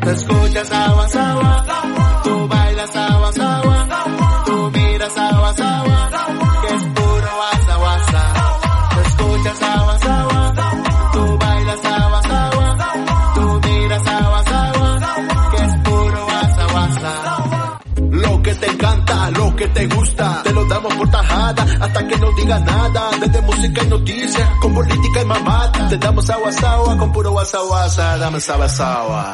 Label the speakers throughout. Speaker 1: Tú escuchas agua, agua. Tú bailas agua, agua. Tú miras agua, agua. Que es puro guasa, guasa. Tú escuchas agua, agua. Tú bailas agua, agua. Tú miras agua, agua. Que es puro guasa, guasa. Lo que te encanta, lo que te gusta, te lo damos por tajada hasta que no digas nada. Desde música y noticias, con política y mamata, te damos agua, agua con puro guasa, guasa. Dame agua, agua.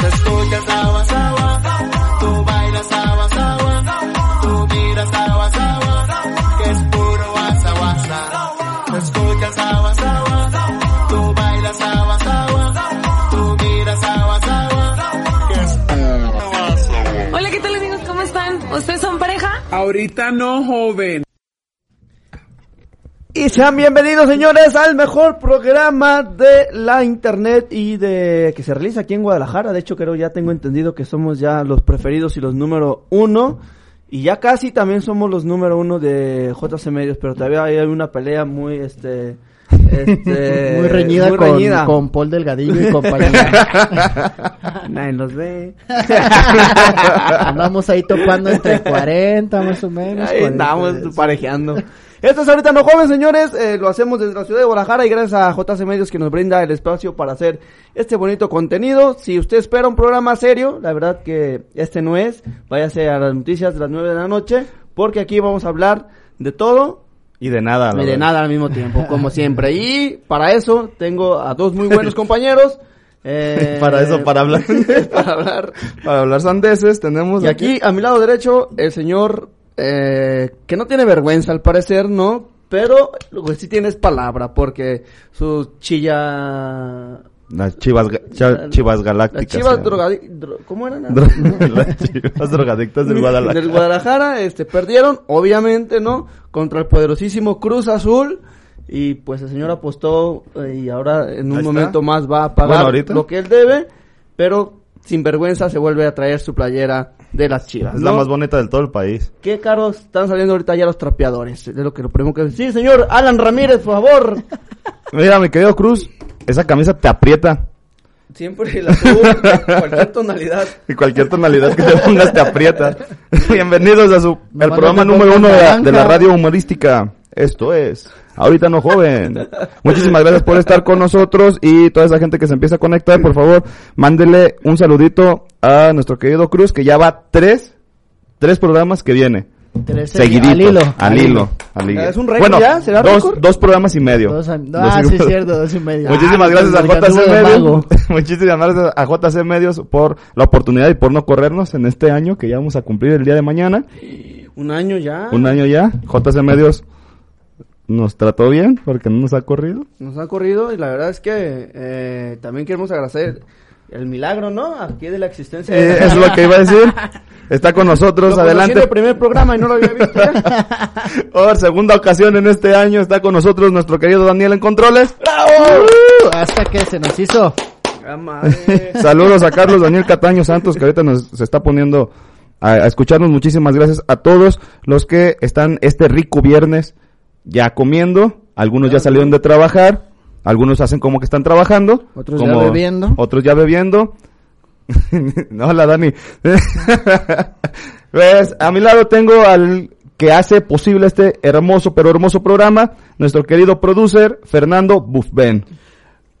Speaker 1: Te escuchas agua, agua, tú bailas agua, agua, tú miras agua, agua, que es puro guasa, guasa. Te escuchas agua, agua, tú bailas agua, agua, tú miras agua, agua, que es puro guasa, guasa.
Speaker 2: Hola, ¿qué tal amigos? ¿Cómo están? ¿Ustedes son pareja?
Speaker 3: Ahorita no, joven.
Speaker 4: Y sean bienvenidos, señores, al mejor programa de la internet y de que se realiza aquí en Guadalajara. De hecho, creo ya tengo entendido que somos ya los preferidos y los número uno. Y ya casi también somos los número uno de JC Medios, pero todavía hay una pelea muy, este, este,
Speaker 5: muy reñida,
Speaker 4: muy
Speaker 5: con,
Speaker 4: reñida.
Speaker 5: con Paul Delgadillo y compañía.
Speaker 4: Nadie nos ve.
Speaker 5: Andamos ahí topando entre 40 más o menos.
Speaker 4: Ahí
Speaker 5: 40.
Speaker 4: andamos
Speaker 6: este,
Speaker 4: parejeando. Esto es ahorita no joven, señores. eh, lo hacemos desde la ciudad de Guadalajara y gracias a JC Medios que nos brinda el espacio para hacer este bonito contenido. Si usted espera un programa serio, la verdad que este no es. Váyase a las noticias de las 9 de la noche porque aquí vamos a hablar de todo
Speaker 6: Y de nada. la
Speaker 4: y de
Speaker 6: verdad.
Speaker 4: nada al mismo tiempo, como siempre. Y para eso tengo a dos muy buenos compañeros. eh,
Speaker 6: Para eso, para hablar.
Speaker 4: para hablar.
Speaker 6: Para hablar sandeses tenemos
Speaker 4: Y aquí, a mi lado derecho, el señor eh, que no tiene vergüenza, al parecer, ¿no? Pero lo que sí tiene es palabra, porque su chilla...
Speaker 6: Las chivas, ga- cha- chivas
Speaker 4: Las
Speaker 6: galácticas.
Speaker 4: chivas
Speaker 6: se llaman.
Speaker 4: drogadi- dro- ¿Cómo eran?
Speaker 6: Dro- Las chivas drogadictas del Guadalajara.
Speaker 4: Del Guadalajara, este, perdieron, obviamente, ¿no? Contra el poderosísimo Cruz Azul. Y pues el señor apostó eh, y ahora en un
Speaker 6: Ahí está.
Speaker 4: momento más va a pagar
Speaker 6: Bueno, ahorita.
Speaker 4: lo que él debe, pero sin vergüenza se vuelve a traer su playera de las chivas.
Speaker 6: Es la
Speaker 4: ¿no?
Speaker 6: más bonita del todo el país.
Speaker 4: Qué caros están saliendo ahorita ya los trapeadores. Es lo que lo primero que sí, señor Alan Ramírez, por favor.
Speaker 6: Mira, mi querido Cruz, esa camisa te aprieta.
Speaker 4: Siempre la subo cualquier tonalidad.
Speaker 6: Y cualquier tonalidad que te pongas te aprieta. Bienvenidos a su
Speaker 5: Nomás
Speaker 6: el
Speaker 5: no
Speaker 6: programa
Speaker 5: te
Speaker 6: número
Speaker 5: pongas
Speaker 6: uno de la,
Speaker 5: naranja.
Speaker 6: de la radio humorística. Esto es Ahorita no joven. Muchísimas gracias por estar con nosotros y toda esa gente que se empieza a conectar, por favor, mándele un saludito a nuestro querido Cruz que ya va tres, tres programas que viene.
Speaker 5: Trece-
Speaker 6: Seguidito.
Speaker 5: Al hilo.
Speaker 6: Al hilo. al hilo.
Speaker 4: ¿Es un récord
Speaker 6: bueno,
Speaker 4: ya? ¿Será
Speaker 6: dos,
Speaker 4: récord?
Speaker 6: dos programas y medio.
Speaker 5: Dos a-
Speaker 6: Dos
Speaker 5: ah,
Speaker 6: y-
Speaker 5: sí, es cierto, dos y medio.
Speaker 6: Muchísimas
Speaker 5: Ah,
Speaker 6: gracias a
Speaker 5: el
Speaker 6: JC
Speaker 5: mercadillo de
Speaker 6: Medios.
Speaker 5: mago.
Speaker 6: Muchísimas gracias a JC Medios por la oportunidad y por no corrernos en este año que ya vamos a cumplir el día de mañana.
Speaker 4: Un año ya.
Speaker 5: Ah.
Speaker 6: Un año ya. JC Medios nos trató bien porque no nos ha corrido.
Speaker 4: Nos han corrido y la verdad es que eh, también queremos agradecer el milagro, ¿no? Aquí de la existencia.
Speaker 6: Eh, eso es lo que iba a decir. Está con nosotros,
Speaker 4: adelante.
Speaker 6: adelante.
Speaker 4: el primer programa y no lo había visto ya.
Speaker 6: Por segunda ocasión en este año está con nosotros nuestro querido Daniel en controles.
Speaker 5: Uh, Hasta que se nos hizo.
Speaker 4: Ah, madre.
Speaker 6: Saludos a Carlos Daniel Cataño Santos, que ahorita nos se está poniendo a, a escucharnos. Muchísimas gracias a todos los que están este rico viernes ya comiendo. Algunos ya salieron de trabajar, algunos hacen como que están trabajando.
Speaker 5: Otros
Speaker 6: como-
Speaker 5: ya bebiendo.
Speaker 6: Otros ya bebiendo. Hola Dani. pues a mi lado tengo al que hace posible este hermoso pero hermoso programa, nuestro querido producer Fernando Bufben.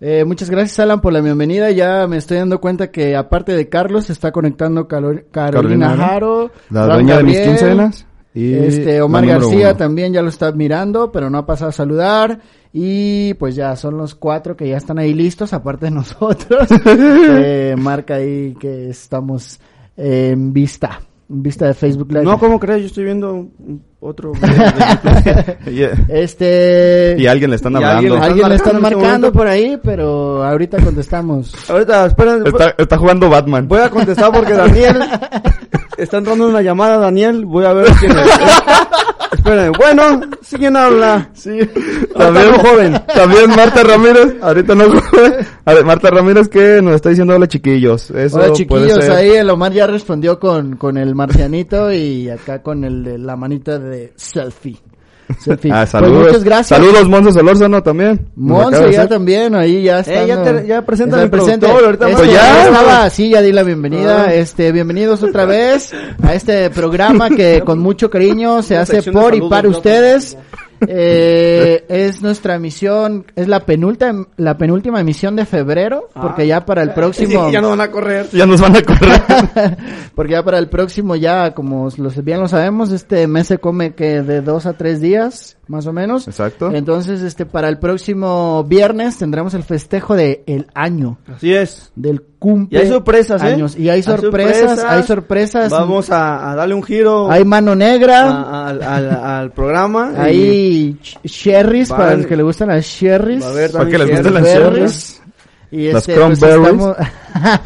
Speaker 5: Eh, muchas gracias, Alan, por la bienvenida. Ya me estoy dando cuenta que, aparte de Carlos, se está conectando Calo- Carolina,
Speaker 6: Carolina,
Speaker 5: Jaro.
Speaker 6: La
Speaker 5: Fran
Speaker 6: dueña de mis
Speaker 5: Gabriel,
Speaker 6: quincenas. Y
Speaker 5: este, Omar
Speaker 6: la número
Speaker 5: García
Speaker 6: uno.
Speaker 5: también ya lo está mirando, pero no ha pasado a saludar. Y pues ya son los cuatro que ya están ahí listos, aparte de nosotros. Eh, marca ahí que estamos eh, en vista, en vista de Facebook Live.
Speaker 4: No, ¿cómo crees? Yo estoy viendo un- otro.
Speaker 6: Y- eh,
Speaker 5: este,
Speaker 6: Y a alguien le están
Speaker 4: Y a alguien
Speaker 6: hablando.
Speaker 5: alguien le
Speaker 4: Marcando en este
Speaker 5: están marcando
Speaker 4: momento.
Speaker 5: por ahí, pero ahorita contestamos.
Speaker 4: Ahorita, esperen.
Speaker 6: Está, está jugando Batman.
Speaker 4: Voy a contestar porque Daniel está entrando una llamada, Daniel. Voy a ver quién es. Espérame. Bueno, sí, quién habla.
Speaker 6: Sí. También,
Speaker 4: Ahorita no joven.
Speaker 6: también Marta Ramírez. Ahorita no joven. A ver, Marta Ramírez que nos está diciendo hola chiquillos. Eso
Speaker 5: Hola
Speaker 6: puede
Speaker 5: chiquillos,
Speaker 6: ser.
Speaker 5: ahí el Omar ya respondió con, con el marcianito y acá con el de la manita de selfie. En fin.
Speaker 6: Ah,
Speaker 5: Pues
Speaker 6: saludos.
Speaker 5: muchas gracias.
Speaker 6: Saludos, Monza Solórzano también. Nos acaba
Speaker 5: Monse
Speaker 6: de
Speaker 5: ya
Speaker 6: hacer.
Speaker 5: también, ahí ya está.
Speaker 4: Eh, ya te- ya presenta al productor, ahorita
Speaker 5: Este,
Speaker 6: vamos.
Speaker 5: ya
Speaker 6: Ya.
Speaker 5: estaba, sí, ya di la bienvenida.
Speaker 4: Ah.
Speaker 5: Este, bienvenidos otra vez a este programa que con mucho cariño se
Speaker 4: Una
Speaker 5: hace
Speaker 4: sección de
Speaker 5: por y
Speaker 4: saludos,
Speaker 5: para
Speaker 4: ¿no?
Speaker 5: ustedes. Eh, es nuestra emisión, es la penúltima, la penúltima emisión de febrero,
Speaker 4: Ah.
Speaker 5: porque ya para el próximo,
Speaker 3: Ya no van a correr.
Speaker 6: Ya nos van a correr.
Speaker 5: porque ya para el próximo ya, como los bien lo sabemos, este mes se come que de dos a tres días, más o menos.
Speaker 6: Exacto.
Speaker 5: Entonces, este, para el próximo viernes tendremos el festejo de el año,
Speaker 4: Así es.
Speaker 5: del cumple.
Speaker 4: Y hay sorpresas, ¿eh?
Speaker 5: años. Y hay sorpresas, hay sorpresas.
Speaker 4: Vamos a, a darle un giro
Speaker 5: Hay mano
Speaker 4: a-
Speaker 5: negra,
Speaker 4: a- al, al- al programa. Ah, y
Speaker 5: hay ch- sherries,
Speaker 4: Van-
Speaker 5: para los que le gustan las sherries.
Speaker 4: va a haber
Speaker 6: Para que
Speaker 4: también
Speaker 6: les gusten las
Speaker 4: sherry.
Speaker 6: sherries.
Speaker 5: Y
Speaker 6: Las
Speaker 5: este, pues,
Speaker 6: cranberries.
Speaker 5: estamos,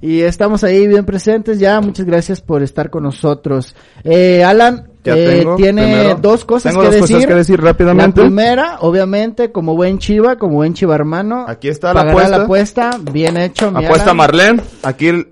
Speaker 5: y estamos ahí bien presentes ya. Muchas gracias por estar con nosotros. Eh, Alan
Speaker 6: Ya
Speaker 5: eh,
Speaker 6: tengo,
Speaker 5: tiene
Speaker 6: primero.
Speaker 5: dos cosas
Speaker 6: Tengo
Speaker 5: que
Speaker 6: dos
Speaker 5: decir.
Speaker 6: cosas que decir rápidamente.
Speaker 5: La primera, obviamente, como buen chiva, como buen chiva hermano.
Speaker 6: Aquí está la
Speaker 5: pagará apuesta. Bien hecho, mi
Speaker 6: Apuesta
Speaker 5: Alan.
Speaker 6: Marlene. Aquí el-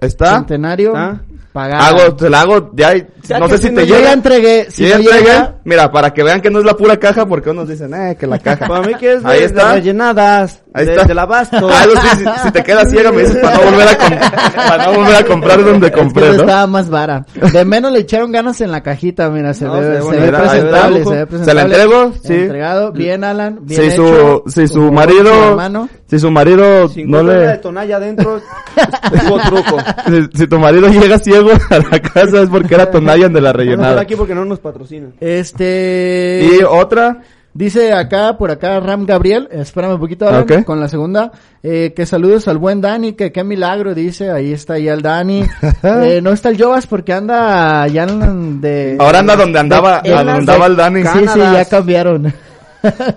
Speaker 6: está.
Speaker 5: Centenario.
Speaker 4: ¿Ah?
Speaker 5: Pagada.
Speaker 6: Hago, te la hago. Ya, hay-
Speaker 4: Ya
Speaker 6: no
Speaker 4: que
Speaker 6: sé si
Speaker 4: si
Speaker 6: te
Speaker 4: no
Speaker 5: Yo ya
Speaker 6: llega.
Speaker 5: entregué. Si
Speaker 6: Si
Speaker 5: no
Speaker 6: ya
Speaker 5: llega,
Speaker 6: llega, mira, para que vean que no es la pura caja, porque unos dicen, eh, que la caja.
Speaker 4: Para mí que es de,
Speaker 6: Ahí
Speaker 4: de
Speaker 6: está.
Speaker 4: rellenadas.
Speaker 6: Ahí
Speaker 4: de-
Speaker 6: está.
Speaker 4: del abasto.
Speaker 6: Ah, eso sí, si, si te quedas ciega me dices para no volver a, com- para no volver a comprar donde
Speaker 5: es que
Speaker 6: compré,
Speaker 5: no
Speaker 6: ¿no?
Speaker 5: estaba más vara. De menos le echaron ganas en la cajita, mira, se
Speaker 4: No, se
Speaker 5: ve,
Speaker 4: ve
Speaker 5: se
Speaker 4: bonito,
Speaker 5: ve
Speaker 4: se ve
Speaker 5: presentable,
Speaker 4: bonito.
Speaker 5: se ve
Speaker 6: ¿Se la
Speaker 5: presentable.
Speaker 6: entrego? Sí.
Speaker 5: Entregado, bien Alan, bien
Speaker 6: si
Speaker 5: hecho.
Speaker 6: su, si su
Speaker 5: Como buen
Speaker 6: marido,
Speaker 5: hermano.
Speaker 6: si su marido
Speaker 4: Sin
Speaker 6: no
Speaker 4: gota de
Speaker 6: le,
Speaker 4: tonalla adentro. Tengo truco.
Speaker 6: si, si tu marido llega ciego a la casa es porque era Tonayan de la
Speaker 4: Vamos a estar
Speaker 6: rellenada.
Speaker 4: aquí porque no nos patrocinan.
Speaker 5: Este
Speaker 6: Y otra,
Speaker 5: dice acá por acá Ram Gabriel, espérame un poquito Alan,
Speaker 6: Ok.
Speaker 5: con la segunda, eh, que saludos al buen Dani, que qué milagro dice, ahí está ya el Dani. Eh, no está el Jovas porque anda ya en- de
Speaker 6: ahora anda donde andaba,
Speaker 5: en
Speaker 6: a donde
Speaker 5: las-
Speaker 6: andaba el Dani.
Speaker 5: Sí, sí, ya
Speaker 4: Canadas.
Speaker 5: cambiaron.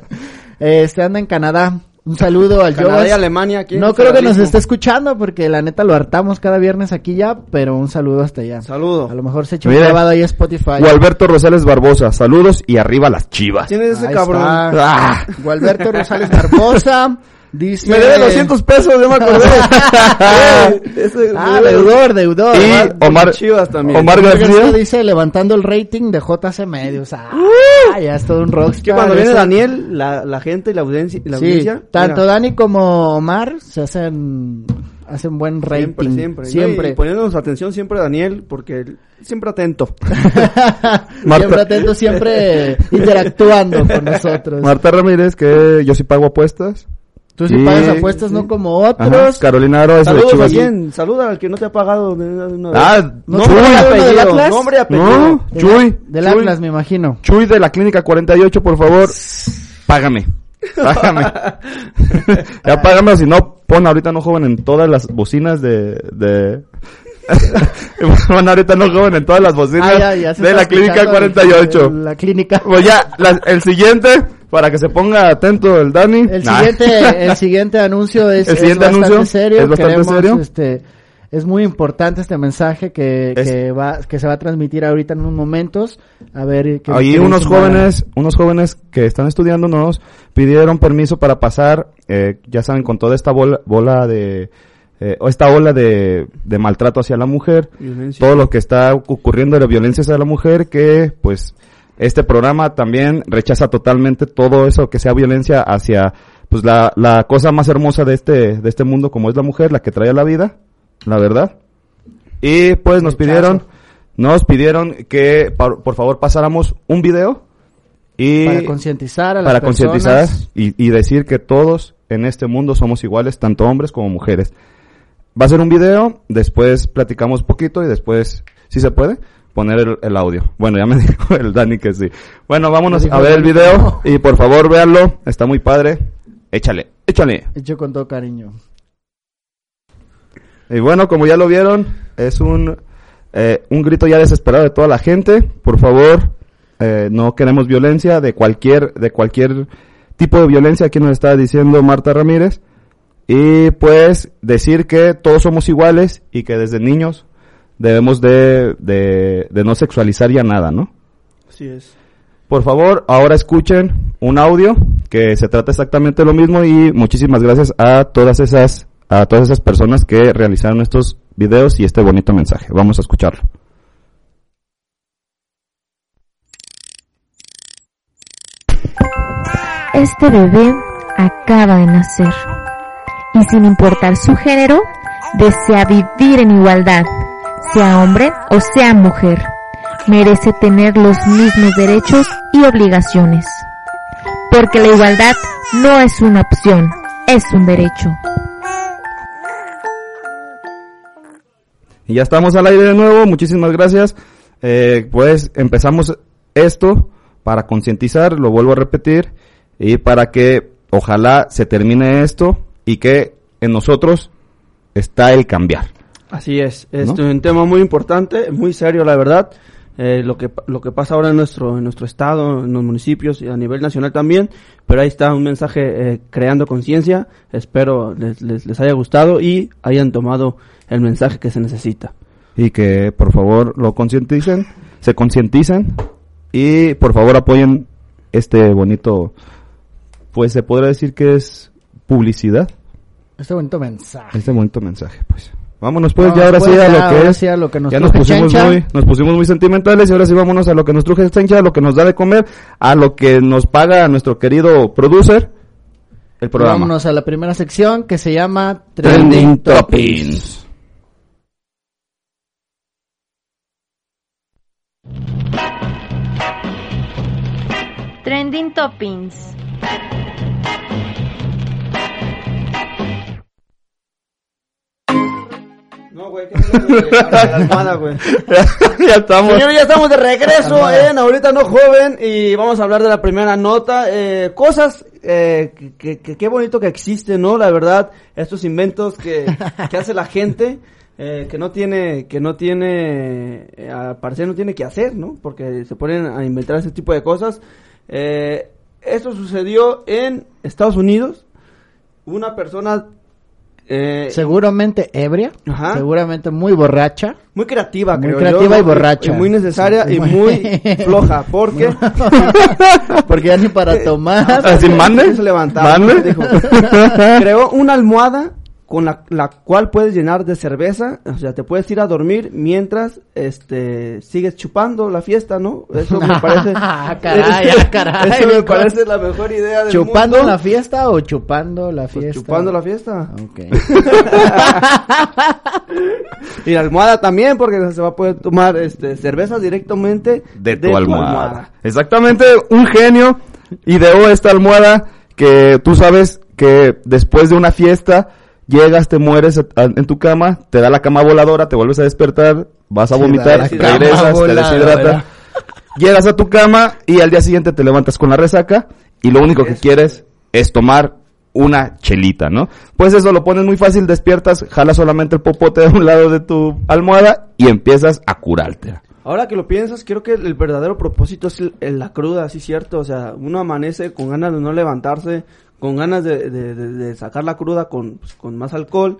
Speaker 5: este anda en Canadá. Un saludo al
Speaker 4: Canadá y
Speaker 5: Jovas.
Speaker 4: Alemania aquí.
Speaker 5: No creo que nos esté
Speaker 4: estés
Speaker 5: escuchando porque la neta lo hartamos cada viernes aquí ya, pero un saludo hasta allá.
Speaker 4: Saludo.
Speaker 5: A lo mejor se echa un
Speaker 6: Mira.
Speaker 5: grabado ahí a Spotify.
Speaker 6: O Alberto Rosales Barbosa, saludos y arriba las chivas.
Speaker 4: ¿Quién es ese
Speaker 5: Ahí
Speaker 4: cabrón?
Speaker 5: está.
Speaker 6: Ah,
Speaker 5: Gualberto Rosales Barbosa dice
Speaker 4: Me debe 200 pesos, ya me acordé. Eh, ese-
Speaker 5: Ah, deudor, deudor.
Speaker 6: y Omar,
Speaker 4: Omar Chivas también.
Speaker 6: Omar
Speaker 5: Omar García
Speaker 6: García.
Speaker 5: dice levantando el rating de JC Medios. Ah, ya es todo un rockstar.
Speaker 4: Que Uh. cuando viene
Speaker 5: Eso-
Speaker 4: Daniel, la, la gente y la audiencia, y la
Speaker 5: Sí,
Speaker 4: audiencia
Speaker 5: tanto
Speaker 4: mira,
Speaker 5: Dani como Omar se hacen hacen buen rating.
Speaker 4: siempre, siempre, siempre.
Speaker 5: Siempre.
Speaker 4: Y pues, poniéndonos atención siempre a Daniel, porque él siempre atento.
Speaker 5: siempre atento, siempre interactuando con nosotros.
Speaker 6: Marta Ramírez, que yo sí pago apuestas.
Speaker 5: Tú sí
Speaker 6: Sí.
Speaker 5: pagas apuestas, no como otros.
Speaker 6: Ajá, Carolina Aro es de
Speaker 4: Saludos a
Speaker 6: Chivas.
Speaker 4: quién, saluda al que no te ha pagado de de una vez.
Speaker 6: Ah,
Speaker 5: ¿No
Speaker 6: Chuy.
Speaker 5: te pagas uno del Atlas?
Speaker 4: nombre y apellido.
Speaker 6: No, Chuy.
Speaker 5: Del
Speaker 6: Chuy.
Speaker 5: Atlas, me imagino.
Speaker 6: Chuy de la Clínica 48, por favor. Págame. Págame. ya págame, si no, pon ahorita no joven en todas las bocinas de... de... pon ahorita no joven en todas las bocinas
Speaker 5: Ah, ya, ya se
Speaker 6: de
Speaker 5: está
Speaker 6: la Clínica
Speaker 5: escuchando
Speaker 6: 48.
Speaker 5: el- La clínica.
Speaker 6: Pues ya, la- el siguiente, para que se ponga atento el Dani.
Speaker 5: El
Speaker 6: Nah.
Speaker 5: siguiente, el siguiente anuncio es,
Speaker 6: El
Speaker 5: es
Speaker 6: siguiente
Speaker 5: bastante
Speaker 6: anuncio
Speaker 5: serio.
Speaker 6: es bastante
Speaker 5: Queremos,
Speaker 6: serio.
Speaker 5: Este, es muy importante este mensaje que,
Speaker 6: Es-
Speaker 5: que va, que se va a transmitir ahorita en unos momentos. A ver. ¿qué-
Speaker 6: Ahí
Speaker 5: qué
Speaker 6: unos
Speaker 5: dice Mara?
Speaker 6: jóvenes, unos jóvenes que están estudiando nos pidieron permiso para pasar, eh, ya saben, con toda esta bola, bola de, eh, o esta ola de, de maltrato hacia la mujer,
Speaker 4: Violencia.
Speaker 6: todo lo que está ocurriendo de la violencia hacia la mujer, que pues este programa también rechaza totalmente todo eso que sea violencia hacia pues la, la cosa más hermosa de este, de este mundo como es la mujer, la que trae a la vida, la verdad. Y pues nos pidieron, nos pidieron que por, por favor pasáramos un video y
Speaker 5: Para concientizar a las
Speaker 6: para concientizar
Speaker 5: personas.
Speaker 6: y, y decir que todos en este mundo somos iguales, tanto hombres como mujeres. Va a ser un video, después platicamos poquito y después, si se puede, poner el, el audio. Bueno, ya me dijo el Dani que sí. Bueno, vámonos
Speaker 5: Dijo
Speaker 6: a ver el
Speaker 5: Dani que
Speaker 6: video y por favor véanlo, está muy padre. Échale, échale.
Speaker 5: Hecho con todo cariño.
Speaker 6: Y bueno, como ya lo vieron, es un, eh, un grito ya desesperado de toda la gente. Por favor, eh, no queremos violencia de cualquier, de cualquier tipo de violencia. Aquí nos está diciendo Marta Ramírez. Y pues decir que todos somos iguales y que desde niños debemos de, de, de no sexualizar ya nada, ¿no?
Speaker 4: Así es.
Speaker 6: Por favor, ahora escuchen un audio que se trata exactamente lo mismo y muchísimas gracias a todas esas a todas esas personas que realizaron estos videos y este bonito mensaje. Vamos a escucharlo.
Speaker 7: Este bebé acaba de nacer y sin importar su género, desea vivir en igualdad, sea hombre o sea mujer. Merece tener los mismos derechos y obligaciones. Porque la igualdad no es una opción, es un derecho.
Speaker 6: Y ya estamos al aire de nuevo, muchísimas gracias. Eh, pues empezamos esto para concientizar, lo vuelvo a repetir, y para que ojalá se termine esto y que en nosotros está el cambiar.
Speaker 4: Así es, es
Speaker 6: ¿No?
Speaker 4: un tema muy importante, muy serio la verdad. Eh, lo que pa- lo que pasa ahora en nuestro en nuestro estado, en los municipios y a nivel nacional también, pero ahí está un mensaje eh, creando conciencia. Espero les, les, les haya gustado y hayan tomado el mensaje que se necesita.
Speaker 6: Y que por favor lo concienticen, se concienticen y por favor apoyen este bonito, pues se podrá decir que es publicidad,
Speaker 5: Este bonito mensaje.
Speaker 6: este bonito mensaje. pues Vámonos pues
Speaker 5: No,
Speaker 6: ya ahora
Speaker 5: pues,
Speaker 6: sí a
Speaker 5: ya,
Speaker 6: lo que
Speaker 5: ahora
Speaker 6: es.
Speaker 5: sí a lo que nos
Speaker 6: ya nos
Speaker 5: truje
Speaker 6: pusimos
Speaker 5: Chencha.
Speaker 6: muy, nos pusimos muy sentimentales y ahora sí vámonos a lo que nos truje Chencha, a lo que nos da de comer, a lo que nos paga nuestro querido producer, el programa.
Speaker 5: Vámonos a la primera sección que se llama
Speaker 6: Trending Topics.
Speaker 7: Trending Toppings.
Speaker 4: No, güey, que
Speaker 6: ya estamos.
Speaker 4: Señores, ya estamos de regreso en Ahorita No Joven y vamos a hablar de la primera nota. Eh, cosas eh, que, que, que- qué bonito que existen, ¿no? La verdad, estos inventos que, que hace la gente. eh, que no tiene, que no tiene, eh, al parecer no tiene que hacer, ¿no? Porque se ponen a inventar ese tipo de cosas. Eh, esto sucedió en Estados Unidos. Una persona eh,
Speaker 5: Seguramente ebria,
Speaker 4: Ajá.
Speaker 5: seguramente muy borracha.
Speaker 4: muy creativa,
Speaker 5: Muy
Speaker 4: creo
Speaker 5: creativa
Speaker 4: yo,
Speaker 5: y borracha.
Speaker 4: y muy necesaria
Speaker 5: Sí,
Speaker 4: y
Speaker 5: muy-
Speaker 4: muy floja, porque
Speaker 5: Porque ya ni para tomar.
Speaker 6: Así ¿Ah, mande.
Speaker 4: Se levantaba,
Speaker 6: Mande.
Speaker 4: dijo. creó una almohada con la, la cual puedes llenar de cerveza, o sea, te puedes ir a dormir mientras este sigues chupando la fiesta, ¿no? Eso me parece
Speaker 5: Ah, caray, ah, caray,
Speaker 4: Eso me
Speaker 5: Nico.
Speaker 4: parece la mejor idea del
Speaker 5: ¿Chupando
Speaker 4: mundo.
Speaker 5: la fiesta o chupando la
Speaker 4: Pues,
Speaker 5: fiesta? Ah,
Speaker 4: chupando la fiesta.
Speaker 5: Ok.
Speaker 4: Y la almohada también porque se va a poder tomar este cerveza directamente
Speaker 6: de tu almohada. Exactamente, un genio ideó esta almohada que tú sabes que después de una fiesta llegas, te mueres a- a- en tu cama, te da la cama voladora, te vuelves a despertar, vas a
Speaker 5: Sí,
Speaker 6: vomitar,
Speaker 5: da la cama
Speaker 6: regresas,
Speaker 5: voladora.
Speaker 6: te deshidratas, llegas a tu cama y al día siguiente te levantas con la resaca y lo único que
Speaker 4: Eso.
Speaker 6: quieres es tomar una chelita, ¿no? Pues eso lo pones muy fácil, despiertas, jalas solamente el popote de un lado de tu almohada y empiezas a curarte.
Speaker 4: Ahora que lo piensas, creo que el verdadero propósito es el- el- la cruda, sí cierto. O sea, uno amanece con ganas de no levantarse, con ganas de, de- de- de sacar la cruda con, pues, con más alcohol.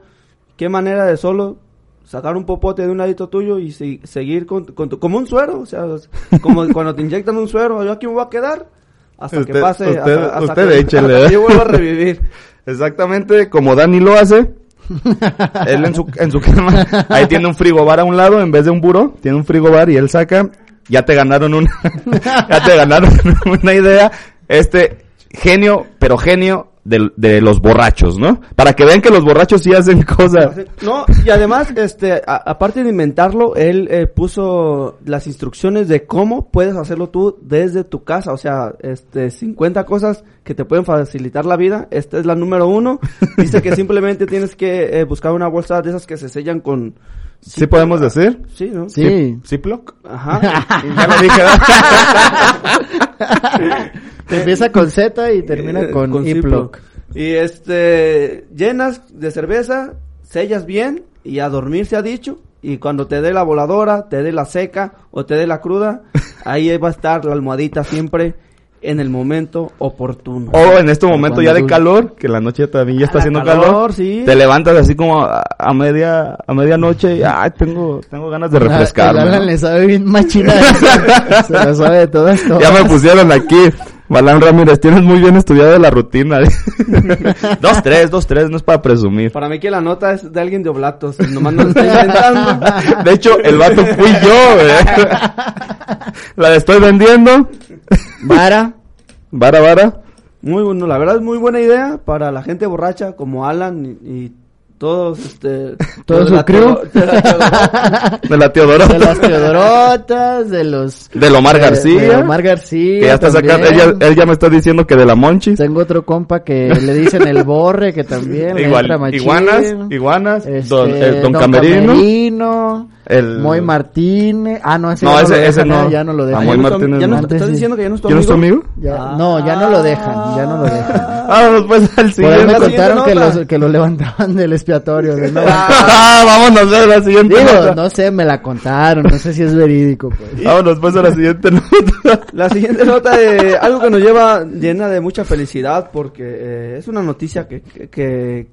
Speaker 4: ¿Qué manera de solo sacar un popote de un ladito tuyo y se- seguir con, con tu- como un suero? O sea, es como cuando te inyectan un suero, ¿yo aquí me voy a quedar? Hasta que
Speaker 6: Usted-
Speaker 4: pase,
Speaker 6: usted-
Speaker 4: hasta, hasta
Speaker 6: usted
Speaker 4: que,
Speaker 6: échele,
Speaker 4: hasta que
Speaker 6: ¿eh?
Speaker 4: yo vuelva a revivir.
Speaker 6: Exactamente, como Dani lo hace. él en su, en su cama, ahí tiene un frigobar a un lado, en vez de un buró, tiene un frigobar y él saca, ya te ganaron una, ya te ganaron una idea, este genio, pero genio de, de los borrachos, ¿no? Para que vean que los borrachos sí hacen cosas.
Speaker 4: No, y además, este, a- aparte de inventarlo, él eh, puso las instrucciones de cómo puedes hacerlo tú desde tu casa. O sea, este, 50 cosas que te pueden facilitar la vida. Esta es la número uno. Dice que simplemente tienes que eh, buscar una bolsa de esas que se sellan con...
Speaker 6: ¿Sí podemos decir?
Speaker 4: Sí, ¿no?
Speaker 5: Sí.
Speaker 6: ¿Ziploc?
Speaker 4: Ajá.
Speaker 6: Ya lo dije, ¿verdad?
Speaker 5: Empieza con Z y termina
Speaker 4: Eh,
Speaker 5: con,
Speaker 4: Ziploc.
Speaker 5: Ziploc.
Speaker 4: Y este, llenas de cerveza, sellas bien y a dormir se ha dicho. Y cuando te dé la voladora, te dé la seca o te dé la cruda, ahí va a estar la almohadita siempre en el momento oportuno.
Speaker 6: O en este momento ya de
Speaker 5: cuando-
Speaker 6: calor, que la noche también ya está
Speaker 4: Ah,
Speaker 6: haciendo calor,
Speaker 4: calor, sí.
Speaker 6: te levantas así como a, a media a medianoche y ay, tengo tengo ganas de refrescarme.
Speaker 5: Ah, el Alan
Speaker 6: ¿no?
Speaker 5: le sabe bien machina. Se la sabe de todas, todas.
Speaker 6: Ya me pusieron aquí. Balán Ramírez, tienes muy bien estudiada la rutina. dos, tres, dos, tres, no es para presumir.
Speaker 4: Para mí que la nota es de alguien de Oblatos, nomás no lo estoy inventando.
Speaker 6: De hecho, el vato fui yo, güey. La estoy vendiendo.
Speaker 5: Vara,
Speaker 6: Vara, vara.
Speaker 4: Muy bueno, la verdad es muy buena idea para la gente borracha como Alan y, y todos, este...
Speaker 5: Todo
Speaker 4: los
Speaker 5: su
Speaker 4: de la
Speaker 5: crew.
Speaker 4: Teo- de la Teo-
Speaker 6: De la Teodora.
Speaker 5: De las Teodorotas, de los...
Speaker 6: Del Omar
Speaker 5: de-
Speaker 6: García.
Speaker 5: de Omar García.
Speaker 6: Que ya está
Speaker 5: también.
Speaker 6: sacando, ella, él ya me está diciendo que de la Monchis.
Speaker 5: Tengo otro compa que le dicen el borre, que también le
Speaker 6: Igual-
Speaker 5: entra machín.
Speaker 6: iguanas, iguanas,
Speaker 5: Este,
Speaker 6: don, el don Camerino.
Speaker 5: Camerino,
Speaker 6: el-
Speaker 5: Moy Martínez. Ah, no, ese
Speaker 6: No,
Speaker 5: ya
Speaker 6: ese-
Speaker 5: lo
Speaker 6: ese
Speaker 5: dejan,
Speaker 6: no.
Speaker 5: Ya no lo
Speaker 6: A
Speaker 5: dejan.
Speaker 6: Moy
Speaker 5: Ya no-
Speaker 6: Martínez
Speaker 4: ya
Speaker 6: no.
Speaker 4: no,
Speaker 5: Antes
Speaker 4: ¿Estás
Speaker 5: sí.
Speaker 4: diciendo que ya no es tu
Speaker 6: ¿Ya no es tu amigo?
Speaker 5: ya- no, ya no lo dejan, ya no lo dejan.
Speaker 6: Vámonos pues al
Speaker 5: Por ahí me
Speaker 6: siguiente.
Speaker 5: contaron que
Speaker 4: nota.
Speaker 5: los, que los levantaban del expiatorio. de nuevo.
Speaker 6: Ah, vámonos a la siguiente.
Speaker 5: Digo,
Speaker 6: nota.
Speaker 5: no sé, me la contaron, no sé si es verídico. Pues.
Speaker 6: Vámonos pues a la siguiente nota.
Speaker 4: La siguiente nota de algo que nos lleva llena de mucha felicidad porque eh, es una noticia que, que, que-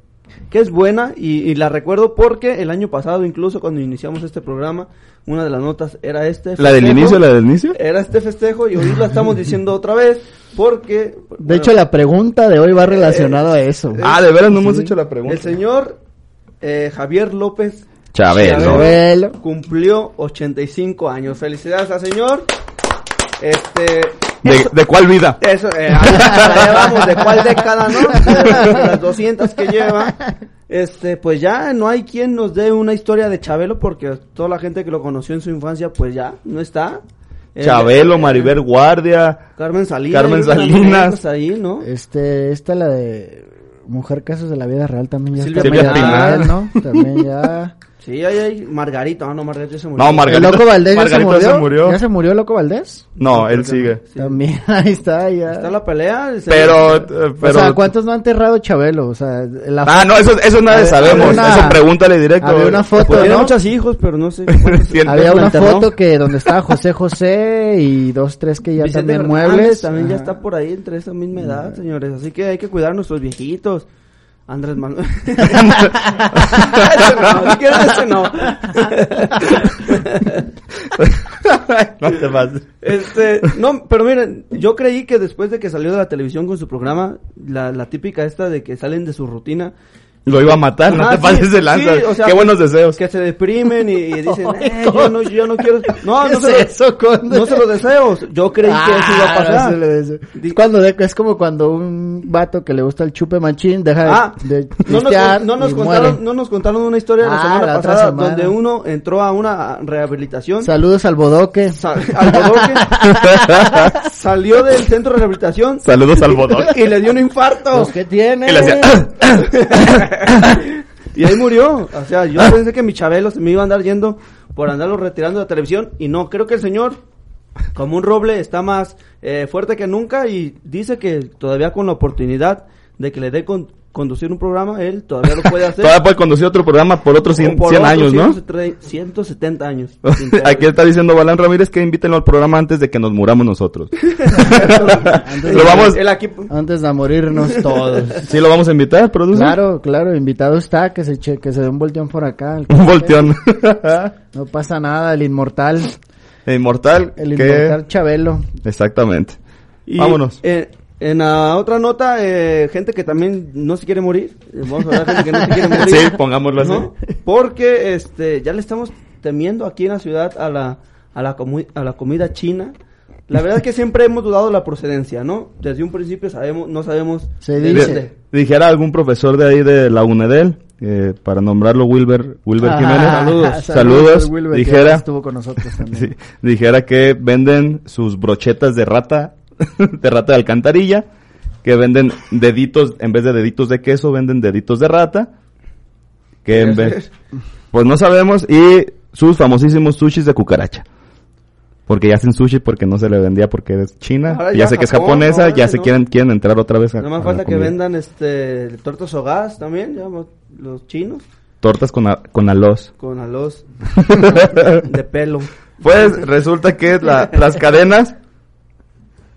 Speaker 4: que es buena y, y la recuerdo porque el año pasado incluso cuando iniciamos este programa una de las notas era este.
Speaker 6: ¿La del
Speaker 4: festejo.
Speaker 6: inicio, la del inicio?
Speaker 5: Eh,
Speaker 4: Era este festejo y hoy la estamos diciendo otra vez porque... bueno,
Speaker 5: De hecho, la pregunta de hoy va relacionada a eso.
Speaker 6: Ah, de veras no hemos hecho la pregunta.
Speaker 4: el señor eh, Javier López
Speaker 6: Chabelo.
Speaker 5: Chabelo.
Speaker 4: cumplió 85 años. Felicidades al señor. Este,
Speaker 6: ¿De, ¿De cuál vida?
Speaker 4: Eso, eh, ahora llevamos de cuál década, ¿no? De las- de las 200 que lleva. Este, pues ya no hay quien nos dé una historia de Chabelo porque toda la gente que lo conoció en su infancia, pues ya no está. Eh,
Speaker 6: Chabelo, Maribel Guardia.
Speaker 4: Carmen Salinas.
Speaker 6: Carmen
Speaker 4: yo creo que
Speaker 6: Salinas. Eh.
Speaker 4: tenemos Ahí, ¿no?
Speaker 5: Este, esta la de Mujer Casos de la Vida Real también ya
Speaker 4: Silvia
Speaker 5: está
Speaker 6: Pinal.
Speaker 5: mayor, ¿no? También ya.
Speaker 4: Sí, ahí hay Margarito. Ah, no, Margarito se murió.
Speaker 6: No,
Speaker 5: ¿El
Speaker 6: Margarita.
Speaker 5: Loco Valdés ya se
Speaker 6: Margarita
Speaker 5: murió?
Speaker 6: se murió.
Speaker 5: ¿Ya se murió Loco Valdés?
Speaker 6: No, él sigue.
Speaker 5: También, ahí está, ya.
Speaker 4: Está la pelea. el
Speaker 6: Pero, eh, pero.
Speaker 5: O sea, ¿cuántos no ha enterrado Chabelo? O sea, la
Speaker 6: Ah, no, eso, eso
Speaker 5: A
Speaker 6: nadie
Speaker 5: ver,
Speaker 6: sabemos.
Speaker 5: había una-
Speaker 6: Eso pregúntale directo.
Speaker 5: había una
Speaker 4: Pues
Speaker 5: foto,
Speaker 6: Pues,
Speaker 5: ¿no?
Speaker 4: tiene muchos hijos, pero no sé.
Speaker 6: siento-
Speaker 5: Había
Speaker 4: lo
Speaker 5: una
Speaker 4: enterró.
Speaker 5: foto que donde estaba José José y dos, tres que ya
Speaker 4: Vicente
Speaker 5: también
Speaker 4: Fernández
Speaker 5: muebles.
Speaker 4: También ya
Speaker 5: Ajá.
Speaker 4: está por ahí entre esa misma edad, señores. Así que hay que cuidar a nuestros viejitos. Andrés Manuel. Ese no, si quieres ese no.
Speaker 6: no te pases.
Speaker 4: Este, no, pero miren, yo creí que después de que salió de la televisión con su programa, la, la típica esta de que salen de su rutina,
Speaker 6: Lo iba a matar, no
Speaker 4: Ah,
Speaker 6: te
Speaker 4: sí,
Speaker 6: pases de lanza.
Speaker 4: sí, o sea,
Speaker 6: Qué buenos deseos.
Speaker 4: que se deprimen y, y dicen, eh, yo no, yo no quiero, no,
Speaker 5: Ah. ¿Qué
Speaker 4: no
Speaker 5: es
Speaker 4: se, lo-
Speaker 5: eso, Conde?
Speaker 4: no se los deseo, yo creí que eso iba a
Speaker 5: Ah,
Speaker 4: pasar.
Speaker 5: no se le deseo. Es cuando de- es como cuando un vato que le gusta el chupe machín deja de-
Speaker 4: Ah,
Speaker 5: de,
Speaker 4: no, nos,
Speaker 5: pistear
Speaker 4: no nos
Speaker 5: y
Speaker 4: contaron,
Speaker 5: muere.
Speaker 4: no nos contaron una historia la
Speaker 5: Ah,
Speaker 4: semana
Speaker 5: la otra
Speaker 4: pasada
Speaker 5: semana.
Speaker 4: donde uno entró a una rehabilitación.
Speaker 5: Saludos al bodoque.
Speaker 4: sa- al bodoque, salió del centro de rehabilitación
Speaker 6: Saludos al bodón.
Speaker 4: y le dio un infarto
Speaker 5: Los que tiene.
Speaker 6: Y le hacía-
Speaker 4: y ahí murió. O sea, yo pensé que mi chabelo se me iba a andar yendo por andarlo retirando de la televisión y no, creo que el señor como un roble está más eh, fuerte que nunca y dice que todavía con la oportunidad de que le dé con conducir un programa, él todavía lo puede hacer.
Speaker 6: Todavía puede conducir otro programa por otros 100,
Speaker 4: Por otros
Speaker 6: años, ¿no?
Speaker 4: 103 170 años.
Speaker 6: Aquí está diciendo Balán Ramírez que invítenlo al programa antes de que nos muramos nosotros. lo vamos,
Speaker 4: El equipo.
Speaker 5: Antes de morirnos todos.
Speaker 6: sí lo vamos a invitar,
Speaker 4: Pues
Speaker 6: produce.
Speaker 5: claro, claro, invitado está, que se che- que se dé un volteón por acá. el-
Speaker 6: Un volteón.
Speaker 5: No pasa nada, el inmortal,
Speaker 6: inmortal.
Speaker 5: el
Speaker 6: que-
Speaker 5: inmortal Chabelo.
Speaker 6: Exactamente. Vámonos.
Speaker 4: eh, en la otra nota, eh, gente que también no se quiere morir. eh, Vamos a hablar de gente que no se quiere morir.
Speaker 6: Sí, pongámoslo así.
Speaker 4: ¿no? Porque este, ya le estamos temiendo aquí en la ciudad a la, a la, comu- a la comida china. La verdad es que siempre hemos dudado la procedencia, ¿no? Desde un principio sabemos, no sabemos.
Speaker 5: Se
Speaker 4: de
Speaker 5: dice.
Speaker 4: dónde.
Speaker 6: Dijera algún profesor de ahí de la UNEDEL, eh, para nombrarlo Wilber, Wilber
Speaker 5: Ah,
Speaker 6: Jiménez.
Speaker 5: saludos.
Speaker 6: Saludos.
Speaker 5: Wilber, que
Speaker 6: dijera,
Speaker 5: estuvo con nosotros también.
Speaker 6: sí, dijera que venden sus brochetas de rata, de rata de alcantarilla, que venden deditos, en vez de deditos de queso, venden deditos de rata. Que en vez, pues no sabemos, y sus famosísimos sushis de cucaracha. Porque ya hacen sushi porque no se le vendía porque es china.
Speaker 4: Ahora
Speaker 6: Ya,
Speaker 4: ya
Speaker 6: sé que es
Speaker 4: Japón,
Speaker 6: japonesa,
Speaker 4: ahora
Speaker 6: ya se
Speaker 4: no.
Speaker 6: quieren, quieren entrar otra vez a-
Speaker 4: No más
Speaker 6: a la
Speaker 4: falta que
Speaker 6: comida.
Speaker 4: vendan este tortas hogas también, ya, mo- los chinos,
Speaker 6: Tortas con, a- con aloz.
Speaker 4: con alos de pelo.
Speaker 6: Pues resulta que la- las cadenas.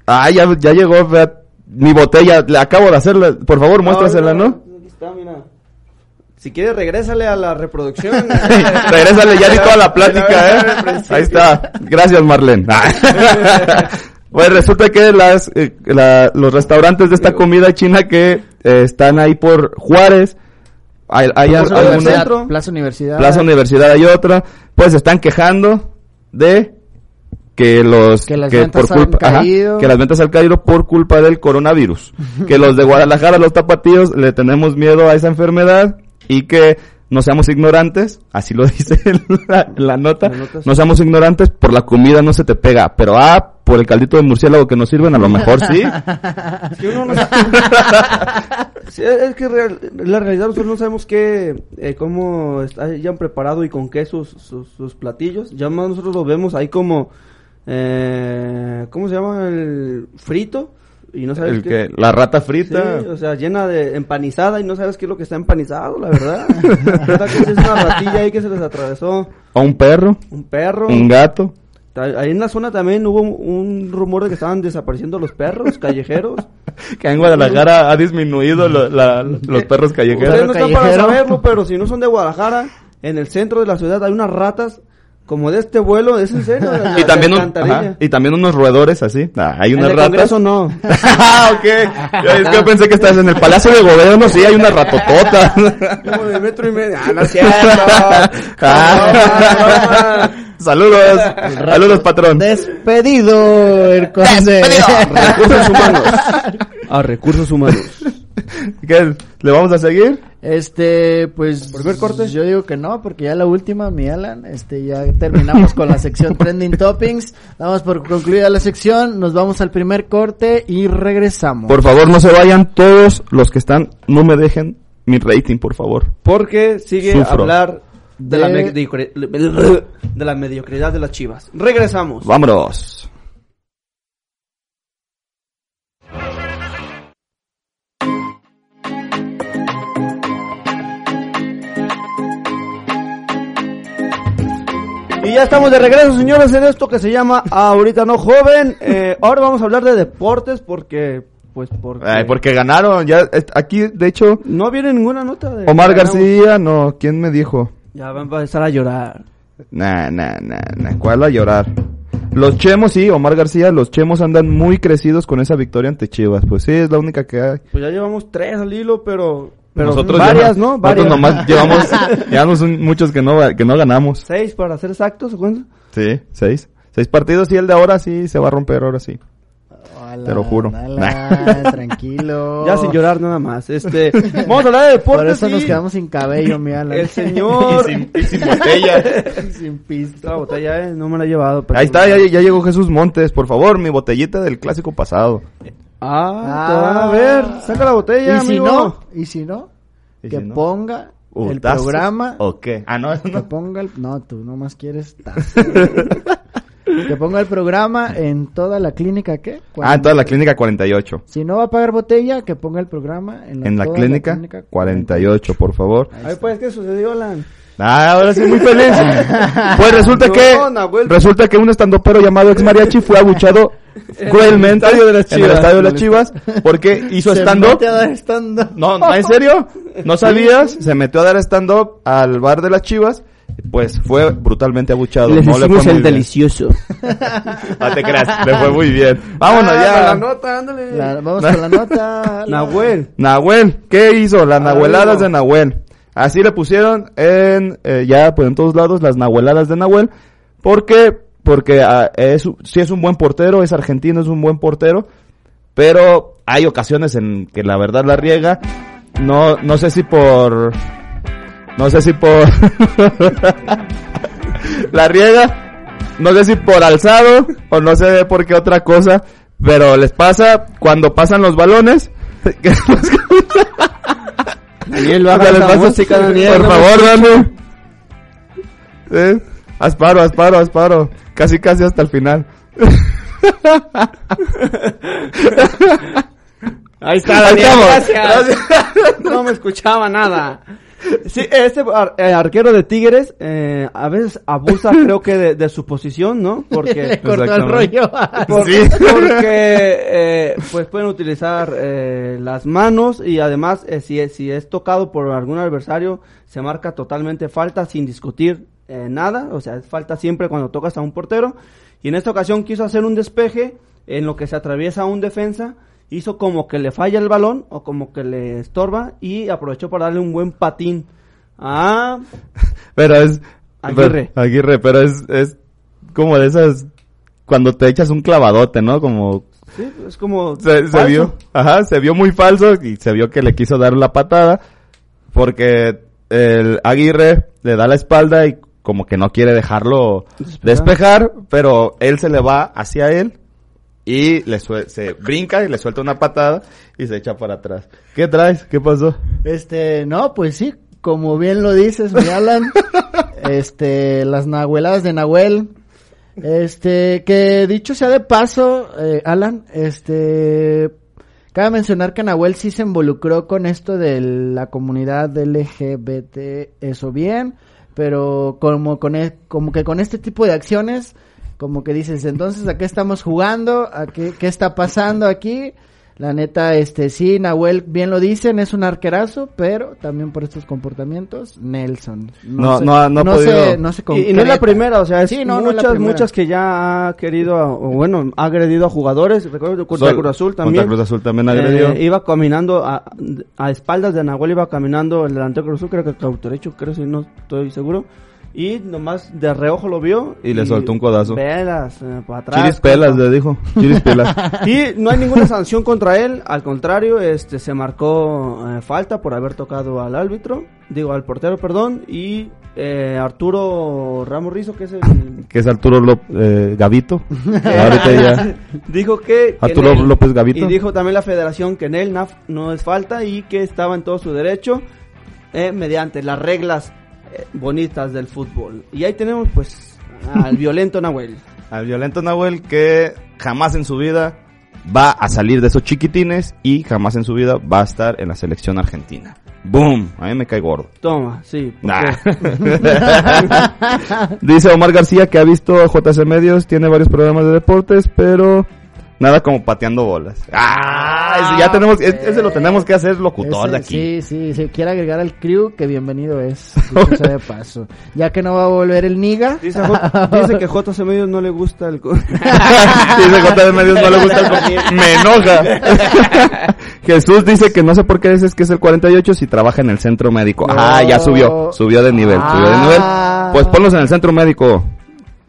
Speaker 6: Ah, ya, ya llegó vea, mi botella. Le acabo de hacerla. Por favor, muéstrasela, ¿no?
Speaker 4: Aquí está, mira. Si quieres, regrésale a la reproducción.
Speaker 6: Regrésale, ya di toda la
Speaker 4: Ya,
Speaker 6: plática,
Speaker 4: ya, ya,
Speaker 6: ¿eh?
Speaker 4: ya,
Speaker 6: Ahí está. Gracias, Marlene. Ah. Pues resulta que las, eh, la- los restaurantes de esta comida china que eh, están ahí por Juárez, hay, hay
Speaker 5: Plaza,
Speaker 6: algunos-
Speaker 5: Universidad, Plaza Universidad.
Speaker 6: Plaza Universidad hay otra, pues se están quejando de que los
Speaker 5: Que las
Speaker 6: por
Speaker 5: ventas han
Speaker 6: culpa- ajá,
Speaker 5: caído.
Speaker 6: que las ventas han caído por culpa del coronavirus, que los de Guadalajara, los tapatíos, le tenemos miedo a esa enfermedad y que no seamos ignorantes, así lo dice la, la nota,
Speaker 4: La nota, sí.
Speaker 6: no seamos ignorantes, por la comida no se te pega, pero ah, por el caldito de murciélago que nos sirven, a lo mejor sí.
Speaker 4: Que uno no sabe- Sí, es es que real- la realidad nosotros no sabemos qué, eh, cómo está- ya han preparado y con qué sus, sus, sus platillos. Ya más nosotros lo vemos ahí como, eh, ¿cómo se llama? El frito. Y no sabes
Speaker 6: El
Speaker 4: qué.
Speaker 6: que, la rata
Speaker 4: Sí,
Speaker 6: frita.
Speaker 4: o sea, llena de empanizada y no sabes qué es lo que está empanizado, la verdad. La verdad que sí es una ratilla ahí que se les atravesó
Speaker 6: A un perro,
Speaker 4: un perro.
Speaker 6: un gato.
Speaker 4: Ta- Ahí en la zona también hubo un un rumor de que estaban desapareciendo los perros callejeros.
Speaker 6: Que en Guadalajara ha disminuido lo- la- los perros
Speaker 4: Ustedes
Speaker 6: callejeros.
Speaker 4: no están para saberlo, pero si no son de Guadalajara, en el centro de la ciudad hay unas ratas como de este vuelo, es en serio. de la-
Speaker 6: Y
Speaker 4: de
Speaker 6: también, un-
Speaker 4: alcantarilla.
Speaker 6: ajá, y también unos roedores así. Ah, hay
Speaker 4: En
Speaker 6: unas
Speaker 4: el
Speaker 6: ratas.
Speaker 4: Congreso no.
Speaker 6: ah, ok. Yo, es que yo pensé que estás en el Palacio de Gobierno, sí, hay una ratotota.
Speaker 4: Como de metro y medio. Ah, no es cierto.
Speaker 6: Ah. Saludos. Saludos, patrón.
Speaker 5: Despedido, el conde.
Speaker 4: A recursos humanos. A Ah, recursos humanos.
Speaker 6: ¿Qué? ¿Le vamos a seguir?
Speaker 5: Este, pues.
Speaker 4: ¿Primer corte?
Speaker 5: Yo digo que no, porque ya la última, mi Alan. Este, ya terminamos con la sección Trending Toppings. Damos por concluida la sección. Nos vamos al primer corte y regresamos.
Speaker 6: Por favor, no se vayan todos los que están. No me dejen mi rating, por favor.
Speaker 4: Porque sigue
Speaker 6: Sufro.
Speaker 4: hablar de, la
Speaker 5: De-
Speaker 4: mediocre- de la mediocridad de las chivas. Regresamos.
Speaker 6: Pues Vámonos.
Speaker 4: Y ya estamos de regreso, señores, en esto que se llama Ahorita No Joven. Eh, ahora vamos a hablar de deportes porque, pues, porque,
Speaker 6: Ay, porque ganaron. Ya, est- aquí, de hecho,
Speaker 4: no viene ninguna nota de...
Speaker 6: Omar
Speaker 4: ganamos.
Speaker 6: García, no, ¿quién me dijo?
Speaker 4: Ya van a empezar a llorar.
Speaker 6: Nah, nah, nah, nah, ¿cuál a llorar? Los chemos, sí, Omar García, los chemos andan muy crecidos con esa victoria ante Chivas. Pues sí, es la única que hay.
Speaker 4: Pues ya llevamos tres al hilo, pero... pero
Speaker 6: nosotros
Speaker 4: varias,
Speaker 6: ya no-
Speaker 4: ¿no? Varias.
Speaker 6: Nosotros nomás llevamos, llevamos un- muchos que no, que no ganamos.
Speaker 4: Seis para ser exactos, ¿se cuenta?
Speaker 6: Sí, seis. Seis partidos y el de ahora sí se va a romper, ahora sí.
Speaker 5: Alan,
Speaker 6: Te lo juro.
Speaker 5: Alan,
Speaker 6: Nah.
Speaker 5: tranquilo.
Speaker 4: Ya sin llorar nada más. Este, vamos a hablar de deportes
Speaker 5: Por eso
Speaker 4: y
Speaker 5: nos quedamos sin cabello, mi Alan.
Speaker 4: El señor...
Speaker 6: botella.
Speaker 5: sin pisto.
Speaker 4: La botella, eh, no me la he llevado. pero-
Speaker 6: Ahí está, ya, ya llegó Jesús Montes, por favor, mi botellita del clásico pasado.
Speaker 4: Ah, a ver, saca la botella,
Speaker 5: Y si
Speaker 4: amigo.
Speaker 5: no, y si no,
Speaker 6: ¿Y
Speaker 5: que
Speaker 6: si no?
Speaker 5: ponga el
Speaker 6: ¿Tazo?
Speaker 5: programa.
Speaker 6: ¿O qué? Ah, no, eso
Speaker 5: Que
Speaker 6: no.
Speaker 5: ponga el... No, tú nomás quieres tazo. que ponga el programa en toda la clínica, ¿qué?
Speaker 6: Ah, en toda la clínica 48.
Speaker 5: Si no va a pagar botella, que ponga el programa en la,
Speaker 6: En la
Speaker 5: toda
Speaker 6: clínica 48, por favor.
Speaker 4: Ay, pues, ¿qué sucedió, Alan?
Speaker 6: Ah, ahora sí, muy feliz. Pues resulta
Speaker 4: No,
Speaker 6: que
Speaker 4: Nahuel.
Speaker 6: resulta que un estandopero llamado ex mariachi fue abuchado cruelmente
Speaker 4: estadio de las
Speaker 6: en el
Speaker 4: Chivas.
Speaker 6: estadio de las Chivas porque hizo
Speaker 5: Se
Speaker 6: stand up.
Speaker 5: mete a dar stand-up.
Speaker 6: No, no, en serio, no sabías, se metió a dar stand up al bar de las Chivas, pues fue brutalmente abuchado. no le fue muy bien.
Speaker 4: delicioso.
Speaker 6: No te creas, le fue muy bien. Vámonos
Speaker 4: Ah,
Speaker 6: ya.
Speaker 4: con La nota, ándale.
Speaker 5: La- vamos con la nota. Alan.
Speaker 4: Nahuel.
Speaker 6: Nahuel, ¿qué hizo? Las nahueladas
Speaker 4: no.
Speaker 6: de Nahuel. Así le pusieron en, eh, ya pues en todos lados, las nahueladas de Nahuel. porque Porque ah, es, sí es un buen portero, es argentino, es un buen portero. Pero hay ocasiones en que la verdad la riega. No, no sé si por... No sé si por... la riega. No sé si por alzado o no sé por qué otra cosa. Pero les pasa cuando pasan los balones. que los-
Speaker 4: Daniel,
Speaker 6: Ándale,
Speaker 4: la
Speaker 6: paso.
Speaker 4: música, Daniel.
Speaker 6: Por favor, dale. ¿Eh? Asparo, asparo, asparo. Casi, casi hasta el final.
Speaker 4: Ahí está,
Speaker 6: Ahí
Speaker 4: Daniel.
Speaker 6: estamos.
Speaker 4: Gracias. No me escuchaba nada. Sí, este ar- eh, arquero de Tigres eh, a veces abusa, creo que, de, de su posición, ¿no? Porque...
Speaker 5: Le cortó el
Speaker 6: Exactamente.
Speaker 5: rollo.
Speaker 4: por-
Speaker 6: Sí.
Speaker 4: Porque eh, pues pueden utilizar eh, las manos y además eh, si, es- si es tocado por algún adversario se marca totalmente falta sin discutir eh, nada, o sea, es falta siempre cuando tocas a un portero y en esta ocasión quiso hacer un despeje en lo que se atraviesa un defensa, hizo como que le falla el balón o como que le estorba y aprovechó para darle un buen patín. Ah,
Speaker 6: Pero es...
Speaker 4: Aguirre.
Speaker 6: pero- Aguirre, pero es, es como de esas cuando te echas un clavadote, ¿no? Como
Speaker 4: Sí, es como.
Speaker 6: se, se
Speaker 4: falso.
Speaker 6: vio, ajá, se vio muy falso y se vio que le quiso dar la patada porque el Aguirre le da la espalda y como que no quiere dejarlo despejar, pero él se le va hacia él y le sue- se brinca y le suelta una patada y se echa para atrás. ¿Qué traes? ¿Qué pasó?
Speaker 5: Este, no, pues sí, como bien lo dices, mi Alan, este, las nahueladas de Nahuel, este, que dicho sea de paso, eh, Alan, este, cabe mencionar que Nahuel sí se involucró con esto de la comunidad LGBT, eso bien, pero como con, e- como que con este tipo de acciones, como que dices, entonces, ¿a qué estamos jugando? ¿A qué, qué está pasando aquí? La neta, este, sí, Nahuel, bien lo dicen, es un arquerazo, pero también por estos comportamientos, Nelson.
Speaker 6: No, no ha- no ha podido.
Speaker 5: se, no se
Speaker 4: Y, y no es la
Speaker 5: concreta.
Speaker 4: primera, o sea, es
Speaker 5: este, Sí, no, no es la
Speaker 4: muchas,
Speaker 5: primera.
Speaker 4: muchas que ya ha querido, a- o bueno, ha agredido a jugadores. Recuerdo contra
Speaker 6: Sol-
Speaker 4: Cruz Azul
Speaker 6: contra
Speaker 4: también.
Speaker 6: Cruz Azul también agredió.
Speaker 4: Eh, iba caminando a, a espaldas de Nahuel, iba caminando el delantero de Cruz Azul, creo que Cauterecho, creo si no estoy seguro. Y nomás de reojo lo vio.
Speaker 6: Y le soltó un codazo.
Speaker 4: Pelas, eh, para atrás.
Speaker 6: Chiris pelas,
Speaker 4: compa.
Speaker 6: le dijo. Chiris pelas.
Speaker 4: Y no hay ninguna sanción contra él, al contrario, este se marcó eh, falta por haber tocado al árbitro, digo al portero, perdón, y eh, Arturo Ramos Rizo, que es el
Speaker 6: que es Arturo López Gavito. Ahorita ya.
Speaker 4: dijo que, que
Speaker 6: Arturo
Speaker 4: en él-
Speaker 6: López
Speaker 4: y
Speaker 6: Gavito.
Speaker 4: dijo también la Federación que en él naf- no es falta y que estaba en todo su derecho eh, mediante las reglas eh, bonitas del fútbol. Y ahí tenemos pues al violento Nahuel.
Speaker 6: Al violento Nahuel que jamás en su vida va a salir de esos chiquitines y jamás en su vida va a estar en la selección argentina. ¡Boom! A mí me cae gordo.
Speaker 4: Toma, sí. porque-
Speaker 6: Nah. Dice Omar García que ha visto JC Medios, tiene varios programas de deportes, pero nada como pateando bolas. ¡Ah! Ese ya tenemos, es- ese lo tenemos que hacer locutor
Speaker 5: Ese-
Speaker 6: de
Speaker 5: Sí,
Speaker 6: aquí.
Speaker 5: sí, si quiere agregar al crew, que bienvenido es. dicho sea de paso. Ya que no va a volver el Niga.
Speaker 4: Dice, J- dice que JC Medios no le gusta el... co-
Speaker 6: dice JD Medios no le gusta el co- Me enoja. Jesús dice que no sé por qué dices que es el 48 si trabaja en el centro médico. Ah, ya subió. Subió de nivel. Subió de nivel.
Speaker 5: Ah.
Speaker 6: Pues ponlos en el centro médico.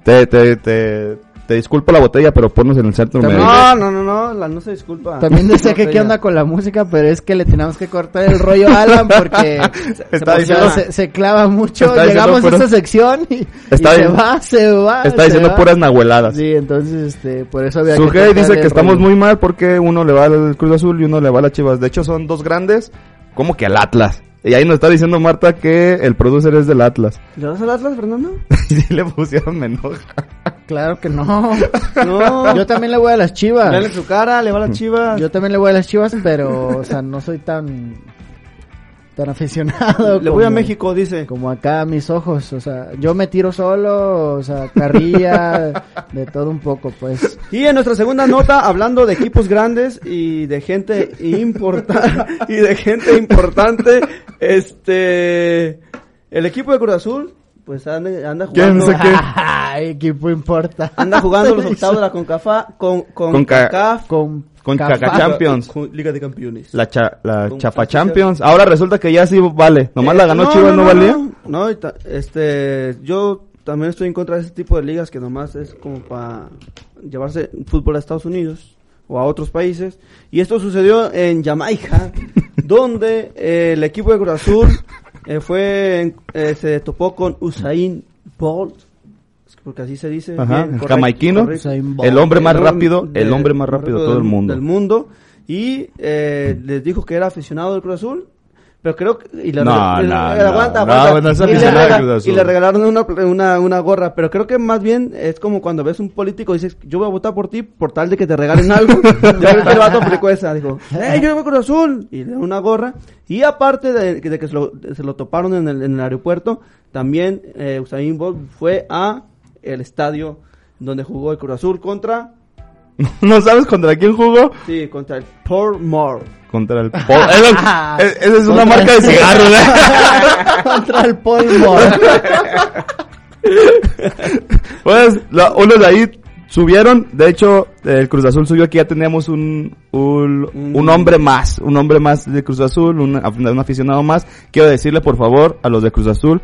Speaker 6: Te, te, te, te disculpo la botella, pero ponlos en el centro
Speaker 5: También-
Speaker 6: médico.
Speaker 4: Ah, No, no, no, no, la, no se disculpa.
Speaker 5: También decía
Speaker 4: No,
Speaker 5: que qué
Speaker 4: ella.
Speaker 5: onda con la música, pero es que le tenemos que cortar el rollo a Alan porque
Speaker 6: Está
Speaker 5: o sea,
Speaker 6: diciendo-
Speaker 5: se, se clava mucho.
Speaker 6: Está diciendo
Speaker 5: Llegamos
Speaker 6: pura-
Speaker 5: a esta sección y, y
Speaker 6: Está
Speaker 5: se
Speaker 6: di-
Speaker 5: va, se va.
Speaker 6: Está
Speaker 5: se
Speaker 6: diciendo
Speaker 5: va.
Speaker 6: puras nahueladas.
Speaker 5: Sí, entonces, este, por eso había
Speaker 6: Sugey
Speaker 5: cortar
Speaker 6: dice
Speaker 5: el
Speaker 6: que estamos
Speaker 5: rollo.
Speaker 6: muy mal porque uno le va al Cruz Azul y uno le va a las Chivas. De hecho, son dos grandes, como que al Atlas. Y ahí nos está diciendo Marta que el producer es del Atlas.
Speaker 4: ¿Le das al Atlas, Fernando?
Speaker 6: Y sí le pusieron me enoja.
Speaker 5: Claro que no.
Speaker 4: No.
Speaker 5: Yo también le voy a las
Speaker 4: Dale
Speaker 5: chivas.
Speaker 4: su cara, le va a las chivas.
Speaker 5: Yo también le voy a las chivas, pero, o sea, no soy tan, tan aficionado.
Speaker 4: le voy a
Speaker 5: como-
Speaker 4: México, dice.
Speaker 5: Como acá mis ojos, o sea, yo me tiro solo, o sea, carrilla, de todo un poco, pues.
Speaker 4: Y en nuestra segunda nota, hablando de equipos grandes y de gente importante, y de gente importante, este, el equipo de Cruz Azul, pues anda, anda
Speaker 6: ¿Quién
Speaker 4: jugando,
Speaker 6: sé qué?
Speaker 5: Ay, equipo importa.
Speaker 4: anda jugando los octavos de la CONCACAF, con, con,
Speaker 6: Con ca-
Speaker 4: CACAF,
Speaker 5: con
Speaker 6: Con Caca Champions.
Speaker 4: con Liga de Campeones.
Speaker 6: La, cha- la
Speaker 4: Con
Speaker 6: Chafa
Speaker 4: Pachuca.
Speaker 6: Champions. Ahora resulta que ya sí vale. Nomás la
Speaker 4: Eh,
Speaker 6: ganó Chivas, ¿no, valía?
Speaker 4: No, no, y ta- este, yo también estoy en contra de ese tipo de ligas que nomás es como para llevarse fútbol a Estados Unidos o a otros países. Y esto sucedió en Jamaica, donde eh, el equipo de Cruz Azul eh, fue, en- eh, se topó con Usain Bolt, porque así se dice.
Speaker 6: Ajá, el
Speaker 4: correcto,
Speaker 6: jamaiquino,
Speaker 4: correcto.
Speaker 5: Usain Bolt.
Speaker 6: El hombre más
Speaker 4: El hombre-
Speaker 6: rápido, el
Speaker 4: de-
Speaker 6: hombre más rápido de todo el
Speaker 4: del-
Speaker 6: mundo.
Speaker 4: Del mundo. Y eh, les dijo que era aficionado del Cruz Azul. Pero creo que. Y le
Speaker 6: No,
Speaker 4: rega- y le-
Speaker 6: no,
Speaker 4: aguanta,
Speaker 6: no.
Speaker 4: aguanta.
Speaker 6: No, bueno, es
Speaker 4: y, le
Speaker 6: aficionado
Speaker 4: rega-
Speaker 6: del Cruz Azul.
Speaker 4: y le regalaron una, pl- una, una gorra. Pero creo que más bien es como cuando ves un político y dices: Yo voy a votar por ti por tal de que te regalen algo. Yo creo que el vato aplicó esa. Dijo: ¡Eh, yo voy Cruz Azul! Y le dan una gorra. Y aparte de, de que se lo, se lo toparon en el, en el aeropuerto, también eh, Usain Bolt fue a el estadio donde jugó el Cruz Azul contra.
Speaker 6: ¿No sabes contra quién jugó?
Speaker 4: Sí, contra el Portmore.
Speaker 6: Contra el... Po- Esa es- esa es una marca de cigarros, ¿eh?
Speaker 5: contra el polvo.
Speaker 6: Pues, la- unos de ahí subieron. De hecho, el Cruz Azul subió aquí. Ya teníamos un, un,
Speaker 4: Mm.
Speaker 6: un hombre más. Un hombre más de Cruz Azul. Un, af- un aficionado más. Quiero decirle, por favor, a los de Cruz Azul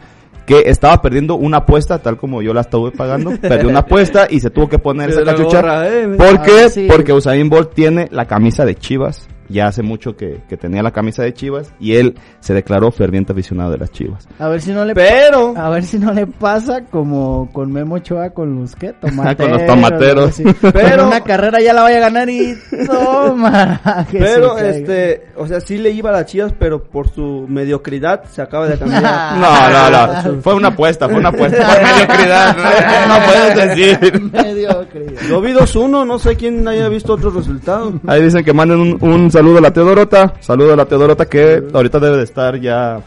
Speaker 6: que estaba perdiendo una apuesta, tal como yo la estuve pagando, perdió una apuesta y se tuvo que ponerse
Speaker 4: Pero
Speaker 6: la
Speaker 4: la
Speaker 6: chucha.
Speaker 4: gorra, eh, me-
Speaker 6: ¿Por qué?
Speaker 5: Ah, sí.
Speaker 6: Porque Usain Bolt tiene la camisa de Chivas. Ya hace mucho que, que tenía la camisa de Chivas y él se declaró ferviente aficionado de las Chivas.
Speaker 5: A ver si no le
Speaker 4: Pero,
Speaker 5: A ver si no le pasa como con Memo Ochoa con los que tomateros.
Speaker 6: Con los tomateros.
Speaker 5: algo así.
Speaker 4: Pero-
Speaker 5: En una carrera ya la vaya a ganar y toma. que se
Speaker 4: pero
Speaker 5: caiga.
Speaker 4: este, o sea, sí le iba a las chivas, pero por su mediocridad se acaba de cambiar.
Speaker 6: No, no, no. Fue una apuesta, fue una apuesta. Por mediocridad. No, no puedes decir.
Speaker 5: Mediocre.
Speaker 4: Yo vi 2-1, no sé quién haya visto otro resultado.
Speaker 6: Ahí dicen que manden un, un saludo a la Teodorota. Saludo a la Teodorota que ahorita debe de estar ya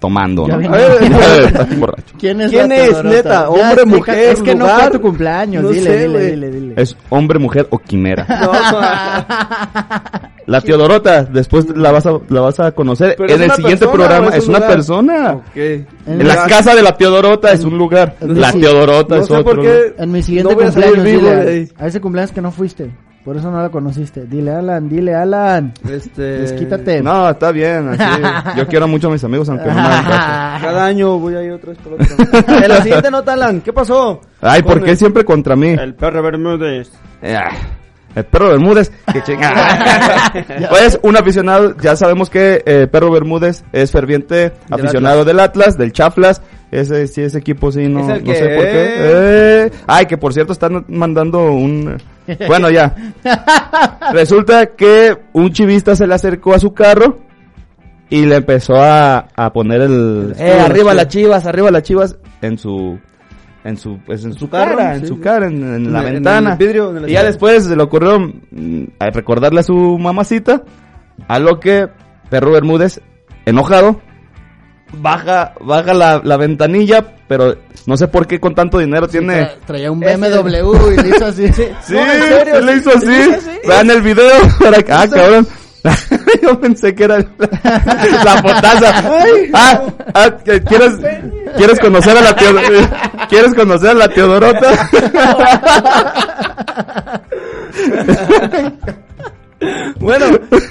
Speaker 6: tomando,
Speaker 5: Ya
Speaker 6: ¿no?
Speaker 5: vino.
Speaker 6: Debe de estar borracho.
Speaker 5: ¿Quién es,
Speaker 4: ¿Quién
Speaker 5: la
Speaker 4: es,
Speaker 5: Teodorota?
Speaker 4: neta?
Speaker 5: Ya,
Speaker 4: Hombre,
Speaker 5: explica-
Speaker 4: mujer,
Speaker 5: Es que no fue
Speaker 4: lugar.
Speaker 5: tu cumpleaños.
Speaker 4: No
Speaker 5: dile,
Speaker 4: sé,
Speaker 5: dile,
Speaker 4: güey.
Speaker 5: dile, dile.
Speaker 6: Es hombre, mujer o quimera.
Speaker 4: No, o sea,
Speaker 6: La Teodorota, después la vas a, la vas a conocer
Speaker 4: ¿pero
Speaker 6: en el
Speaker 4: una
Speaker 6: siguiente
Speaker 4: persona
Speaker 6: programa.
Speaker 4: o
Speaker 6: Es, una
Speaker 4: lugar?
Speaker 6: persona.
Speaker 4: Ok.
Speaker 6: En la casa de la Teodorota es un lugar.
Speaker 5: en-
Speaker 6: La
Speaker 5: sí.
Speaker 6: Teodorota
Speaker 4: No
Speaker 6: es
Speaker 4: sé
Speaker 6: otro.
Speaker 4: por qué.
Speaker 5: En mi siguiente
Speaker 4: no voy a salir
Speaker 5: cumpleaños,
Speaker 4: vivo
Speaker 5: dile.
Speaker 4: de
Speaker 5: Alan.
Speaker 4: ahí.
Speaker 5: A ese cumpleaños que no fuiste. Por eso no la conociste. Dile, Alan, dile, Alan.
Speaker 4: Este,
Speaker 5: Desquítate.
Speaker 6: No, está bien. así. Yo quiero mucho a mis amigos, aunque no me hagan caso.
Speaker 4: Cada año voy a ir otra vez por otro. En la siguiente nota, Alan, ¿qué pasó?
Speaker 6: Ay, ¿por qué siempre contra mí?
Speaker 4: El perro Bermúdez.
Speaker 6: Ah, El perro Bermúdez, que chinga. pues un aficionado, ya sabemos que eh, Perro Bermúdez es ferviente aficionado del Atlas, del Chaflas. Ese, sí, ese equipo sí, no,
Speaker 4: Es el
Speaker 6: no
Speaker 4: que-
Speaker 6: sé por qué. Eh, Ay, que por cierto están mandando un... Bueno, ya. Resulta que un chivista se le acercó a su carro y le empezó a, a poner el... Eh, arriba las chivas, arriba las chivas en su... En su, pues, en su
Speaker 4: carro,
Speaker 6: cara, en
Speaker 4: sí,
Speaker 6: su
Speaker 4: sí.
Speaker 6: cara, en, en la
Speaker 4: En el- en
Speaker 6: ventana.
Speaker 4: el vidrio de la
Speaker 6: y ya
Speaker 4: ciudad.
Speaker 6: después se le ocurrió mm, a recordarle a su mamacita, a lo que Perro Bermúdez, enojado, baja, baja la, la ventanilla, pero no sé por qué con tanto dinero tiene...
Speaker 5: Tra- traía un BMW y le hizo así.
Speaker 6: Sí, se le hizo así. Vean el video. Para... que- Ah, cabrón. Yo pensé que era la potaza. Ah, ah, que- ¿quieres, ¿quieres conocer a la Teodorota? ¿Quieres conocer a la Teodorota?
Speaker 4: Bueno,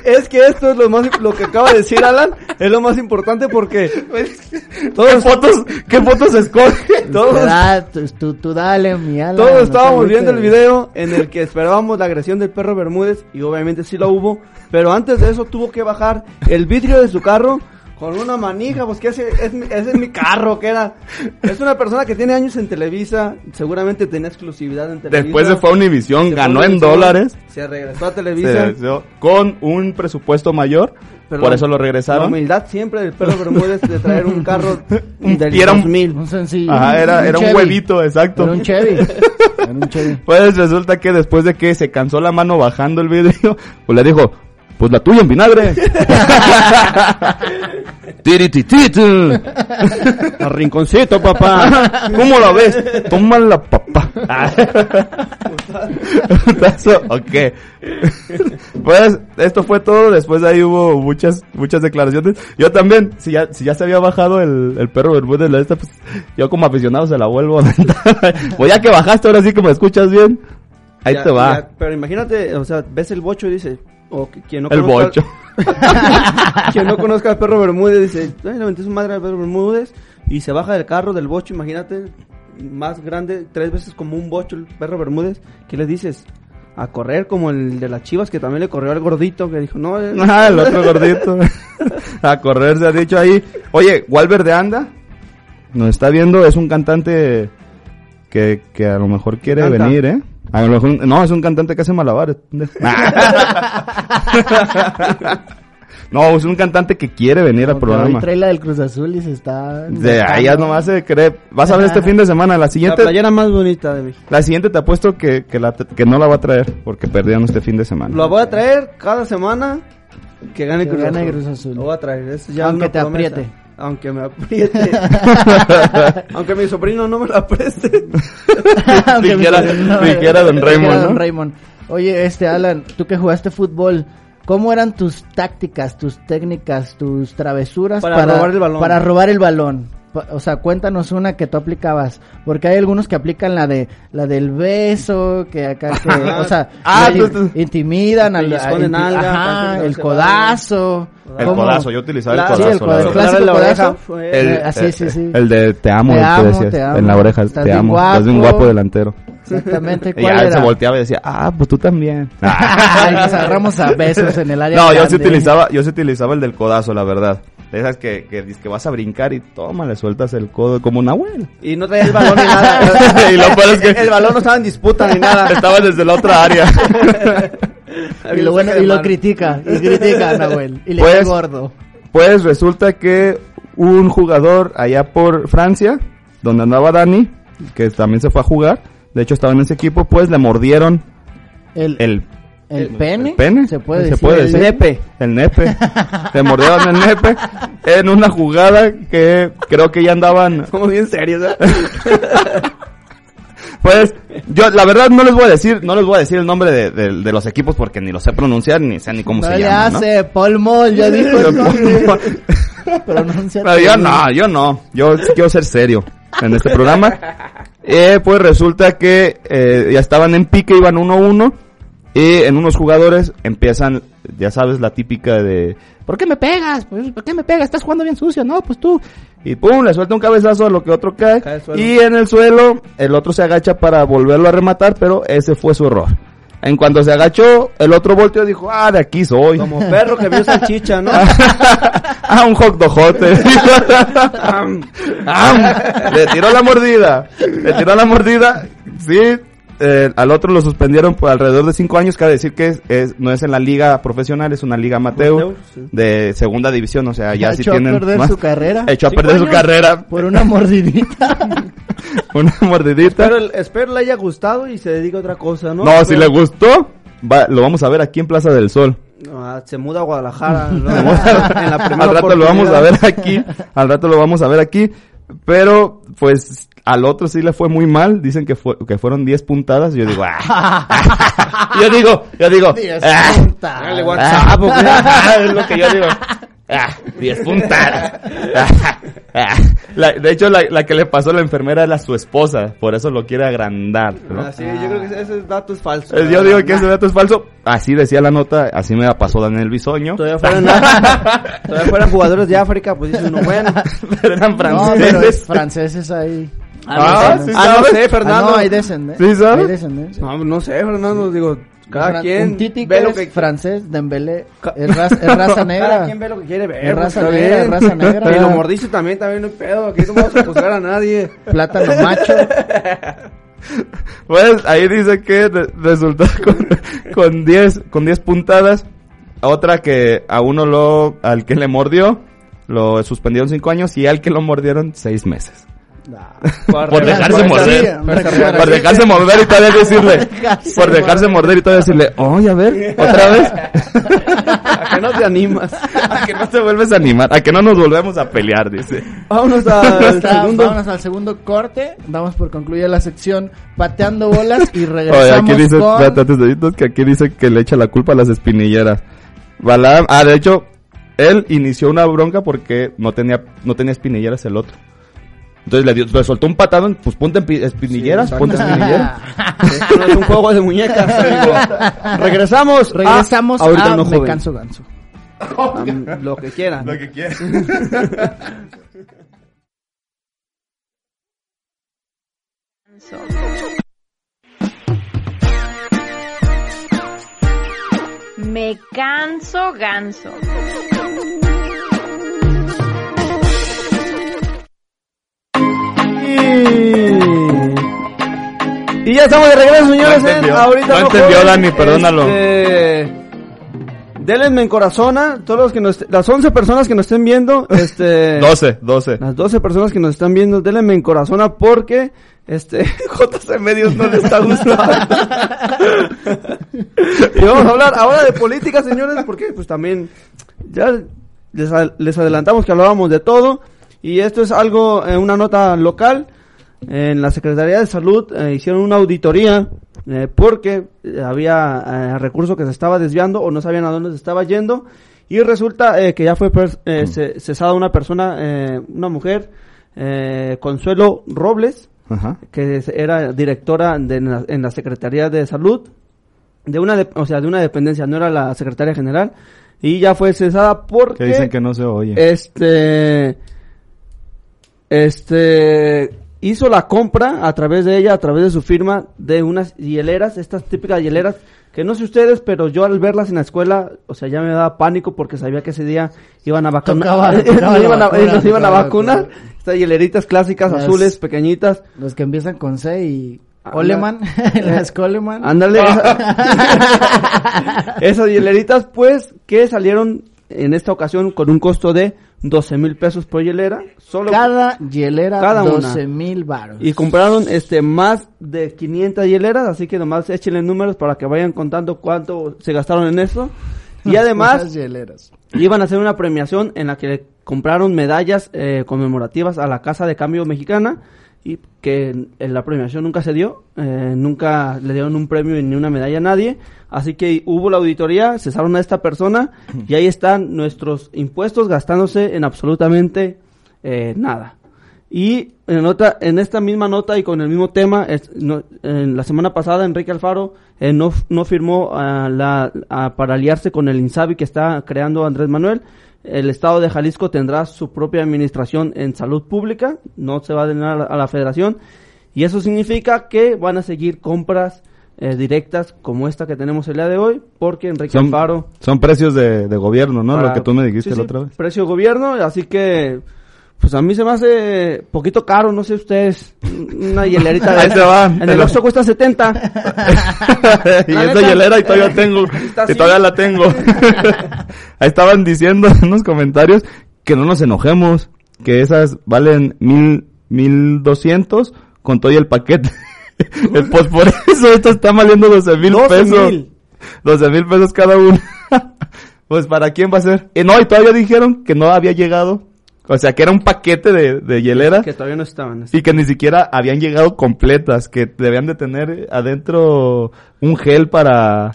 Speaker 4: es que esto es lo más lo que acaba de decir Alan, es lo más importante porque
Speaker 5: Pues,
Speaker 6: ¿Qué fotos, qué fotos escoge?
Speaker 4: todos,
Speaker 5: Da, tú, tú- tú dale, mi Alan.
Speaker 4: todos
Speaker 5: Ah, no te
Speaker 4: estábamos
Speaker 5: agüites.
Speaker 4: viendo el video en el que esperábamos la agresión del perro Bermúdez y obviamente sí la hubo, pero antes de eso tuvo que bajar el vidrio de su carro con una manija, pues que ese, es, mi- ese es mi carro, que era. Es una persona que tiene años en Televisa, seguramente tenía exclusividad en Televisa.
Speaker 6: Después se fue a Univisión,
Speaker 4: Se
Speaker 6: ganó
Speaker 4: fue a
Speaker 6: en
Speaker 4: Televisa,
Speaker 6: dólares.
Speaker 4: Se regresó a
Speaker 6: se
Speaker 4: Televisa.
Speaker 6: deseó con un presupuesto mayor.
Speaker 4: Pero
Speaker 6: por
Speaker 4: la-
Speaker 6: eso lo
Speaker 4: La
Speaker 6: regresaron.
Speaker 4: humildad siempre del perro Bermúdez de traer un carro
Speaker 6: Un-
Speaker 4: del
Speaker 6: y era un-
Speaker 4: 2000.
Speaker 5: Un sencillo.
Speaker 6: Ajá, era, era un
Speaker 5: Chevy.
Speaker 6: huevito, exacto.
Speaker 5: Era un Chevy. Era un Chevy.
Speaker 6: Pues resulta que después de que se cansó la mano bajando el vidrio, pues le dijo, pues la tuya en vinagre. Tiritititu.
Speaker 4: A rinconcito, papá.
Speaker 6: ¿Cómo la ves? Tómala, papá. Putazo, ok. Pues esto fue todo. Después de ahí hubo muchas, muchas declaraciones. Yo también, si ya, si ya se había bajado el, el perro Bermúdez, la esta, pues, yo como aficionado se la vuelvo a aventar. Pues ya que bajaste, ahora sí que me escuchas bien. Ahí
Speaker 4: Ya-
Speaker 6: te va.
Speaker 4: ya, pero imagínate, o sea, ves el bocho y dices, o que- quien no
Speaker 6: el
Speaker 4: conozca-
Speaker 6: bocho.
Speaker 4: quien no conozca al perro Bermúdez dice, ay, le metí su madre al perro Bermúdez y se baja del carro del bocho, imagínate, más grande, tres veces como un bocho el perro Bermúdez, ¿qué le dices? A correr como el de las chivas que también le corrió al gordito que dijo, no, eh,
Speaker 6: Ah, el otro gordito. A correr se ha dicho ahí. Oye, Walver de Anda nos está viendo, es un cantante que, que a lo mejor quiere
Speaker 4: Canta.
Speaker 6: venir, ¿eh? A lo mejor, no, es un cantante que hace malabares. no, es un cantante que quiere venir al
Speaker 5: Como que Hoy
Speaker 6: programa.
Speaker 5: trae la del Cruz Azul y se está.
Speaker 6: De ahí ya nomás se cree. Vas a ver este fin de semana, la
Speaker 4: la
Speaker 6: siguiente.
Speaker 4: playera más bonita de México.
Speaker 6: La siguiente te apuesto que, que, la- que no la va a traer porque perdieron este fin de semana.
Speaker 4: Lo voy a traer cada semana que gane
Speaker 5: Que
Speaker 4: Cruz
Speaker 5: gane
Speaker 4: Azul.
Speaker 5: Cruz Azul.
Speaker 4: Lo voy a traer. es ya
Speaker 5: Aunque
Speaker 4: una
Speaker 5: te
Speaker 4: promesa.
Speaker 5: apriete.
Speaker 4: Aunque me apriete. Aunque mi sobrino no me la preste.
Speaker 5: Aunque
Speaker 6: Siquiera-
Speaker 5: me- no,
Speaker 6: siquiera Don
Speaker 5: siquiera
Speaker 6: Raymond,
Speaker 5: Don
Speaker 6: ¿no?
Speaker 5: Raymond. Oye, este Alan, tú que jugaste fútbol, ¿cómo eran tus tácticas, tus técnicas, tus travesuras
Speaker 4: Para robar el balón.
Speaker 5: Para robar el balón. pa- o sea, cuéntanos una que tú aplicabas, porque hay algunos que aplican la de la del beso, que acá que, o sea,
Speaker 4: Ah,
Speaker 5: la-
Speaker 4: tú- tú-
Speaker 5: intimidan al
Speaker 4: Te esconden
Speaker 5: a- inti-
Speaker 4: alga,
Speaker 5: ajá,
Speaker 4: para que no
Speaker 5: el
Speaker 4: se
Speaker 5: codazo.
Speaker 6: El
Speaker 5: ¿Cómo?
Speaker 6: codazo, yo utilizaba el
Speaker 4: Claro,
Speaker 5: Sí,
Speaker 6: codazo.
Speaker 5: el
Speaker 6: la
Speaker 5: codazo, el
Speaker 6: verdad.
Speaker 4: Soplarle
Speaker 5: clásico
Speaker 4: la oreja
Speaker 5: codazo.
Speaker 4: fue-
Speaker 6: El, eh,
Speaker 5: Ah, sí, sí, sí.
Speaker 6: El de te amo,
Speaker 5: Te
Speaker 6: el que
Speaker 5: amo,
Speaker 6: decías,
Speaker 5: te amo.
Speaker 6: en la oreja,
Speaker 5: Estás
Speaker 6: te
Speaker 5: bien
Speaker 6: amo,
Speaker 5: guapo.
Speaker 6: estás bien guapo delantero.
Speaker 5: Exactamente,
Speaker 6: Y
Speaker 5: ¿cuál
Speaker 6: ya él
Speaker 5: era?
Speaker 6: se volteaba y decía, ah, pues tú también.
Speaker 5: Ay, nos agarramos a besos en el área
Speaker 6: No, yo sí
Speaker 5: grande.
Speaker 6: utilizaba, yo sí utilizaba el del codazo, la verdad. De esas que, que, dices que vas a brincar y toma, le sueltas el codo como una abuela.
Speaker 4: Y no traía el balón ni
Speaker 5: Ah,
Speaker 4: nada.
Speaker 6: Y lo peor es que-
Speaker 4: El balón no estaba en disputa ni nada.
Speaker 6: Estaba desde la otra área.
Speaker 5: Y lo, bueno, y lo critica, y critica a Nahuel, y le
Speaker 6: Pues-
Speaker 5: cae gordo.
Speaker 6: Pues resulta que un jugador allá por Francia, donde andaba Dani, que también se fue a jugar, de hecho estaba en ese equipo, pues le mordieron
Speaker 5: El, el,
Speaker 6: eh, el
Speaker 5: pene,
Speaker 6: el pene,
Speaker 5: se puede
Speaker 6: se
Speaker 5: decir.
Speaker 6: puede
Speaker 5: el-
Speaker 6: decir.
Speaker 4: Nepe.
Speaker 6: El nepe. Le mordieron el nepe en una jugada que creo que ya andaban.
Speaker 4: Somos bien serios, ¿eh?
Speaker 6: Pues, yo la verdad no les voy a decir, no les voy a decir el nombre de, de- de los equipos porque ni los sé pronunciar ni sé ni cómo
Speaker 5: No
Speaker 6: se
Speaker 5: le
Speaker 6: llaman. ¿no?
Speaker 5: hace, Paul Moll, ya dijo el nombre. Pronuncia
Speaker 6: Pero yo
Speaker 5: tu-
Speaker 6: no, yo no. Yo quiero ser serio en este programa. Eh, pues resulta que eh, ya estaban en pique, iban 1-1. Y en unos jugadores empiezan, ya sabes, la típica de... ¿Por qué me pegas? Pues, ¿Por qué me pegas? Estás jugando bien sucio, ¿no? Pues tú. Y pum, le suelta un cabezazo a lo que otro cae.
Speaker 4: Cae al suelo.
Speaker 6: y en el suelo, el otro se agacha para volverlo a rematar, pero ese fue su error. En cuanto se agachó, el otro volteó y dijo, ah, de aquí soy.
Speaker 4: Como perro que vio salchicha, ¿no?
Speaker 6: ah, un hot dogote. Am, am. Le tiró la mordida. Le tiró la mordida. Sí. eh, al otro lo suspendieron por alrededor de cinco años. Cabe decir que es, es- no es en la liga profesional, es una liga amateur
Speaker 4: Amateur, sí.
Speaker 6: de segunda división. O sea, ya
Speaker 5: Echó
Speaker 6: sí
Speaker 5: a
Speaker 6: tienen.
Speaker 5: perder
Speaker 6: más-
Speaker 5: su carrera.
Speaker 6: Echó a
Speaker 4: Cinco
Speaker 6: perder su
Speaker 4: años. Pues,
Speaker 6: carrera.
Speaker 5: Por una mordidita.
Speaker 6: Una mordidita.
Speaker 4: Pero el- espero le haya gustado y se dedica a otra cosa, ¿no?
Speaker 6: No, si le gustó, va- lo vamos a ver aquí en Plaza del Sol.
Speaker 4: No, ah, se muda a Guadalajara. ¿no?
Speaker 6: Lo vamos a-
Speaker 4: En la primera
Speaker 6: al rato lo vamos a
Speaker 4: oportunidad.
Speaker 6: ver aquí. Al rato lo vamos a ver aquí. Pero, pues, al otro sí le fue muy mal. Dicen que, fue, que fueron 10 puntadas. Yo digo, ah. yo digo, yo digo, ah.
Speaker 4: Dale,
Speaker 5: Punta.
Speaker 4: WhatsApp, ¿o qué?
Speaker 6: Ah, es lo que yo digo. Ah, 10 puntadas. Ah, ah. La- de hecho, la, la que le pasó a la enfermera era su esposa. Por eso lo quiere agrandar. ¿no?
Speaker 4: Ah, sí, yo creo que ese- ese dato es falso.
Speaker 6: Eh, Yo digo que ese dato es falso. Así decía la nota. Así me la pasó Daniel Bisoño.
Speaker 4: Todavía fueran, todavía fueran jugadores de África, pues dices, no, bueno.
Speaker 6: Pero eran
Speaker 5: No, pero
Speaker 6: franceses.
Speaker 5: franceses ahí.
Speaker 6: Ah, sí
Speaker 4: Ah, no
Speaker 6: sabes.
Speaker 4: sé,
Speaker 5: Ah,
Speaker 4: Fernando.
Speaker 5: no, hay descendencia.
Speaker 6: ¿Sí sabes?
Speaker 5: Hay descendencia.
Speaker 4: No, no sé, Fernando, digo,
Speaker 5: Fran-
Speaker 4: cada quien
Speaker 5: Un Titi
Speaker 4: ve
Speaker 5: que
Speaker 4: lo
Speaker 5: es
Speaker 4: que
Speaker 5: francés, Dembélé, es, raz- es raza
Speaker 4: Cada
Speaker 5: negra.
Speaker 4: quien ve lo que quiere ver.
Speaker 5: Es
Speaker 4: pues,
Speaker 5: raza
Speaker 4: está
Speaker 5: negra,
Speaker 4: bien.
Speaker 5: es raza negra.
Speaker 4: Y lo mordiste también, también no hay pedo. Aquí no vamos a juzgar a nadie.
Speaker 5: Plátano macho.
Speaker 6: Pues ahí dice que re- resultó con, con 10 con 10 puntadas. A Otra que a uno lo al que le mordió lo suspendieron 5 años y al que lo mordieron 6 meses. Por dejarse
Speaker 5: por
Speaker 6: morder.
Speaker 5: dejarse- por dejarse-
Speaker 6: Por dejarse morder y todavía decirle. Por dejarse morder y todavía decirle, "Oye, a ver, otra vez."
Speaker 4: ¿A que no te animas?
Speaker 6: A que no te vuelves a animar, a que no nos volvemos a pelear, dice.
Speaker 4: Vámonos al
Speaker 5: Está-
Speaker 4: segundo.
Speaker 5: Vámonos al segundo corte. Damos por concluida la sección pateando bolas y
Speaker 6: Oye,
Speaker 5: regresamos
Speaker 6: aquí dice,
Speaker 5: con...
Speaker 6: espérate, antes de irnos, que aquí dice que le echa la culpa a las espinilleras. Balaam, ah, de hecho, él inició una bronca porque no tenía, no tenía espinilleras el otro. Entonces le, dio, le soltó un patadón, pues ponte en pi- espinilleras, ponte espinilleras.
Speaker 4: Esto no es un juego de muñecas, amigo. Regresamos. a-
Speaker 5: Regresamos a,
Speaker 4: Ah, ahorita no
Speaker 5: Me
Speaker 4: joven.
Speaker 5: Canso Ganso.
Speaker 4: Am, Lo que quieran.
Speaker 6: que quiera.
Speaker 2: Me canso ganso.
Speaker 4: Y- Y ya estamos de regreso, señores.
Speaker 6: No entendió.
Speaker 4: en Ahorita
Speaker 6: No entendió,
Speaker 4: joven.
Speaker 6: Dani, perdónalo.
Speaker 4: Este, Denle en corazona, todos los que nos, las 11 personas que nos estén viendo, este,
Speaker 6: 12, 12.
Speaker 4: las 12 personas que nos están viendo, denle en corazona porque, este, JC Medios no les está gustando. y vamos a hablar ahora de política, señores, porque pues también ya les, a- les adelantamos que hablábamos de todo y esto es algo, eh, una nota local. En la Secretaría de Salud eh, hicieron una auditoría eh, porque eh, había eh, recurso que se estaba desviando o no sabían a dónde se estaba
Speaker 6: Mm.
Speaker 4: yendo y resulta eh, que ya fue pers- eh, ce- cesada una persona, eh, una mujer eh, Consuelo Robles,
Speaker 6: Ajá.
Speaker 4: que es- era directora de, en, la, en la Secretaría de Salud, de una de- o sea, de una dependencia, no era la secretaria general, y ya fue cesada porque
Speaker 6: Que dicen que no se oye.
Speaker 4: Eh, este este hizo la compra a través de ella, a través de su firma de unas hieleras, estas típicas hieleras que no sé ustedes, pero yo al verlas en la escuela, o sea, ya me daba pánico porque sabía que ese día iban a
Speaker 5: Tocaba-
Speaker 4: vacunar,
Speaker 5: tocaba la
Speaker 4: iban a,
Speaker 5: vacuna,
Speaker 4: nos iban a
Speaker 5: tocaba la
Speaker 4: vacunar.
Speaker 5: vacuna.
Speaker 4: Estas hieleritas clásicas
Speaker 5: Las-
Speaker 4: azules pequeñitas.
Speaker 5: Los que empiezan con C y
Speaker 4: Anda- Eh,
Speaker 5: Coleman, las Coleman.
Speaker 4: Ándale. esa- Esas hieleritas, pues, que salieron en esta ocasión con un costo de 12 mil pesos por hielera. Solo
Speaker 5: Cada hielera,
Speaker 4: Cada una.
Speaker 5: 12 mil baros.
Speaker 4: Y compraron este más de 500 hieleras, así que nomás échenle números para que vayan contando cuánto se gastaron en eso. Y
Speaker 5: Esas
Speaker 4: además
Speaker 5: hieleras.
Speaker 4: iban a hacer una premiación en la que le compraron medallas eh, conmemorativas a la Casa de Cambio Mexicana y que en la premiación nunca se dio, eh, nunca le dieron un premio ni una medalla a nadie, así que hubo la auditoría, cesaron a esta persona y ahí están nuestros impuestos gastándose en absolutamente eh, nada. Y en otra, en esta misma nota y con el mismo tema, es- no- en la semana pasada Enrique Alfaro eh, no, no firmó ah, la, ah, para aliarse con el INSABI que está creando Andrés Manuel. El Estado de Jalisco tendrá su propia administración en salud pública, no se va a denar a la federación. Y eso significa que van a seguir compras eh, directas como esta que tenemos el día de hoy, porque Enrique
Speaker 6: son,
Speaker 4: Alfaro...
Speaker 6: son precios de, de gobierno, ¿no? Lo
Speaker 4: para-
Speaker 6: que tú me dijiste
Speaker 4: sí,
Speaker 6: la
Speaker 4: sí,
Speaker 6: otra vez.
Speaker 4: Precio gobierno, así que pues a mí se me hace poquito caro, no sé ustedes, una hielerita de
Speaker 6: Ahí se
Speaker 4: esas.
Speaker 6: va.
Speaker 4: En el Oxxo cuesta 70.
Speaker 6: y
Speaker 4: La
Speaker 6: esta
Speaker 4: neta- eh,
Speaker 6: hielera y todavía tengo.
Speaker 4: Está
Speaker 6: Y
Speaker 4: así.
Speaker 6: todavía la tengo. Ahí estaban diciendo en los comentarios que no nos enojemos, que esas valen mil, mil doscientos con todo y el paquete. Eh, pues por eso esta está valiendo doce mil
Speaker 5: 12,000.
Speaker 6: pesos. Doce mil pesos cada uno. pues para quién va a ser. Eh, no, y todavía dijeron que no había llegado. O sea, que era un paquete de, de hielera.
Speaker 4: que todavía no estaban.
Speaker 6: Y que ni siquiera habían llegado completas, que debían de tener adentro un gel para...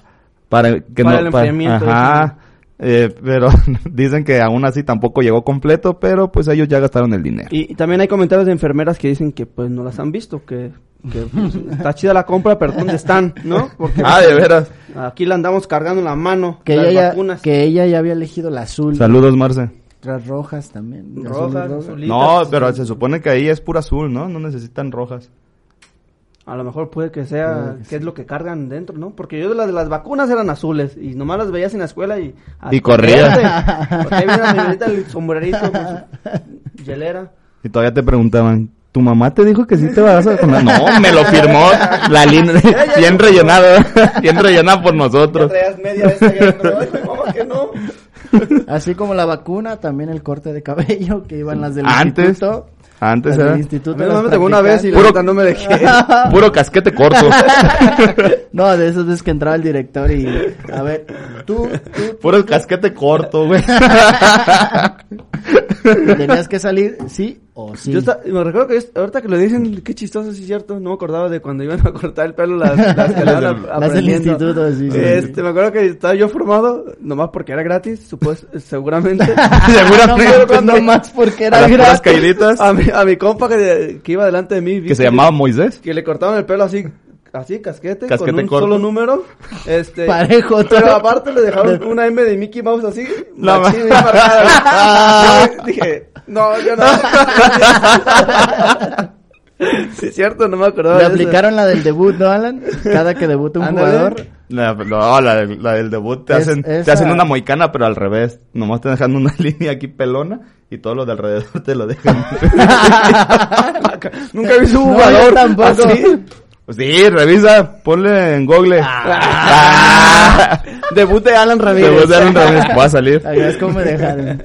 Speaker 6: Para, que
Speaker 4: Para el enfriamiento,
Speaker 6: ajá. Eh, pero dicen que aún así tampoco llegó completo, pero pues ellos ya gastaron el dinero.
Speaker 4: Y también hay comentarios de enfermeras que dicen que pues no las han visto, que, que, pues, está chida la compra, pero ¿dónde están? ¿No? Porque
Speaker 6: ah, de veras.
Speaker 4: aquí la andamos cargando en la mano,
Speaker 5: Que
Speaker 4: las
Speaker 5: ella, ya,
Speaker 4: vacunas
Speaker 5: que ella ya había elegido la azul.
Speaker 6: Saludos, Marce.
Speaker 5: Las rojas también. las
Speaker 4: Rojas,
Speaker 5: azules rojas.
Speaker 4: azulitas.
Speaker 6: No, pero se supone que ahí es pura azul, ¿no? No necesitan rojas.
Speaker 4: A lo mejor puede que sea, que es lo que cargan dentro, ¿no? Porque yo de las, de las vacunas eran azules y nomás las veías en la escuela y...
Speaker 6: Y corrías.
Speaker 4: ¡Correte! Porque ahí viene la señorita el sombrerito con su hielera.
Speaker 6: Y todavía te preguntaban, ¿tu mamá te dijo que sí te vas a vacunar? No, me lo firmó la linda, bien rellenada, bien rellenada por nosotros.
Speaker 4: media de esa que no.
Speaker 5: Así como la vacuna, también el corte de cabello que iban las del
Speaker 6: Antes,
Speaker 5: instituto.
Speaker 6: antes
Speaker 5: las del
Speaker 6: era
Speaker 4: A
Speaker 5: instituto.
Speaker 4: mí
Speaker 5: las
Speaker 4: nomás me tocó una vez y la
Speaker 6: Puro-
Speaker 4: neta no me dejé.
Speaker 6: puro casquete corto.
Speaker 5: practicantes. No, de esas veces que entraba el director y... A ver, tú, tú,
Speaker 6: Puro el casquete corto, güey.
Speaker 5: tenías que salir sí o sí.
Speaker 4: Yo esta- me recuerdo que yo- ahorita que lo dicen, qué chistoso, sí es cierto. No me acordaba de cuando iban a cortar el pelo las, las que le van a-
Speaker 5: Las del
Speaker 4: aprendiendo.
Speaker 5: instituto, sí, sí.
Speaker 4: Este, me acuerdo que estaba yo formado, nomás porque era gratis, supos, seguramente.
Speaker 6: Seguramente.
Speaker 5: No, no, no más porque era
Speaker 6: Las
Speaker 5: gratis.
Speaker 6: puras caíditas
Speaker 4: a, mi, a mi compa que, que iba delante de mí. vi
Speaker 6: que se llamaba Moisés.
Speaker 4: Que le cortaban el pelo así, así, casquete,
Speaker 6: Casquete
Speaker 4: con un
Speaker 6: corto.
Speaker 4: solo número. Este,
Speaker 5: Parejo, todo.
Speaker 4: Pero aparte le dejaron una M de Mickey Mouse así,
Speaker 6: La
Speaker 4: machín,
Speaker 6: ma-
Speaker 4: bien marcada. Yo Dije, no, yo no. sí, es cierto, no me acordaba
Speaker 5: Le
Speaker 4: de eso.
Speaker 5: aplicaron la del debut, ¿no, Alan? Cada que debuta un
Speaker 4: Ándale.
Speaker 5: jugador.
Speaker 6: La, no, la, del- la del debut te
Speaker 5: Es-
Speaker 6: hacen, te
Speaker 5: esa-
Speaker 6: hacen una moicana, pero al revés. Nomás te dejan una línea aquí pelona y todo lo de alrededor te lo dejan.
Speaker 4: Nunca vi su
Speaker 5: No, yo
Speaker 4: jugador
Speaker 5: tampoco.
Speaker 4: así.
Speaker 6: sí, revisa, ponle en Google. Ah.
Speaker 4: Debute Alan Ramírez.
Speaker 6: Te voy a dar un revés, voy a salir.
Speaker 5: Agradezco me dejaron.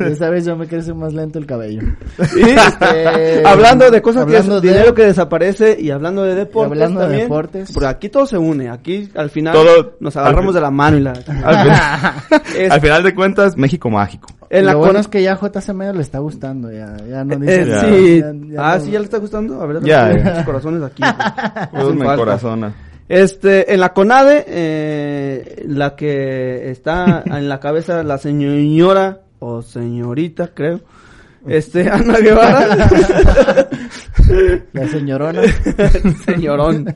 Speaker 5: Esta vez yo me crece más lento el cabello.
Speaker 4: Y, este, hablando de cosas
Speaker 5: Hablando
Speaker 4: que
Speaker 5: de-
Speaker 4: dinero que desaparece y hablando de deportes
Speaker 5: hablando de
Speaker 4: también,
Speaker 5: deportes.
Speaker 4: Porque aquí todo se une, aquí al final
Speaker 6: Todo-
Speaker 4: nos agarramos
Speaker 6: al-
Speaker 4: de la mano y la
Speaker 6: Al, fin-
Speaker 4: Es-
Speaker 6: al final de cuentas, México mágico.
Speaker 4: en la
Speaker 5: Lo
Speaker 4: con-
Speaker 5: bueno es que ya JC Medio le está gustando, ya, ya no dice.
Speaker 4: Eh,
Speaker 5: nada,
Speaker 4: sí.
Speaker 5: ya- ya
Speaker 4: ah,
Speaker 5: no-
Speaker 4: sí, ya le está gustando. A ver,
Speaker 6: Ya,
Speaker 4: tengo
Speaker 6: ya.
Speaker 4: muchos corazones aquí.
Speaker 6: Todos
Speaker 4: Hacen
Speaker 6: me
Speaker 4: falta.
Speaker 6: encorazona.
Speaker 4: Este, en la CONADE, eh, la que está en la cabeza la señora o señorita, creo, Este, Ana Guevara.
Speaker 5: La señorona.
Speaker 4: Señorón.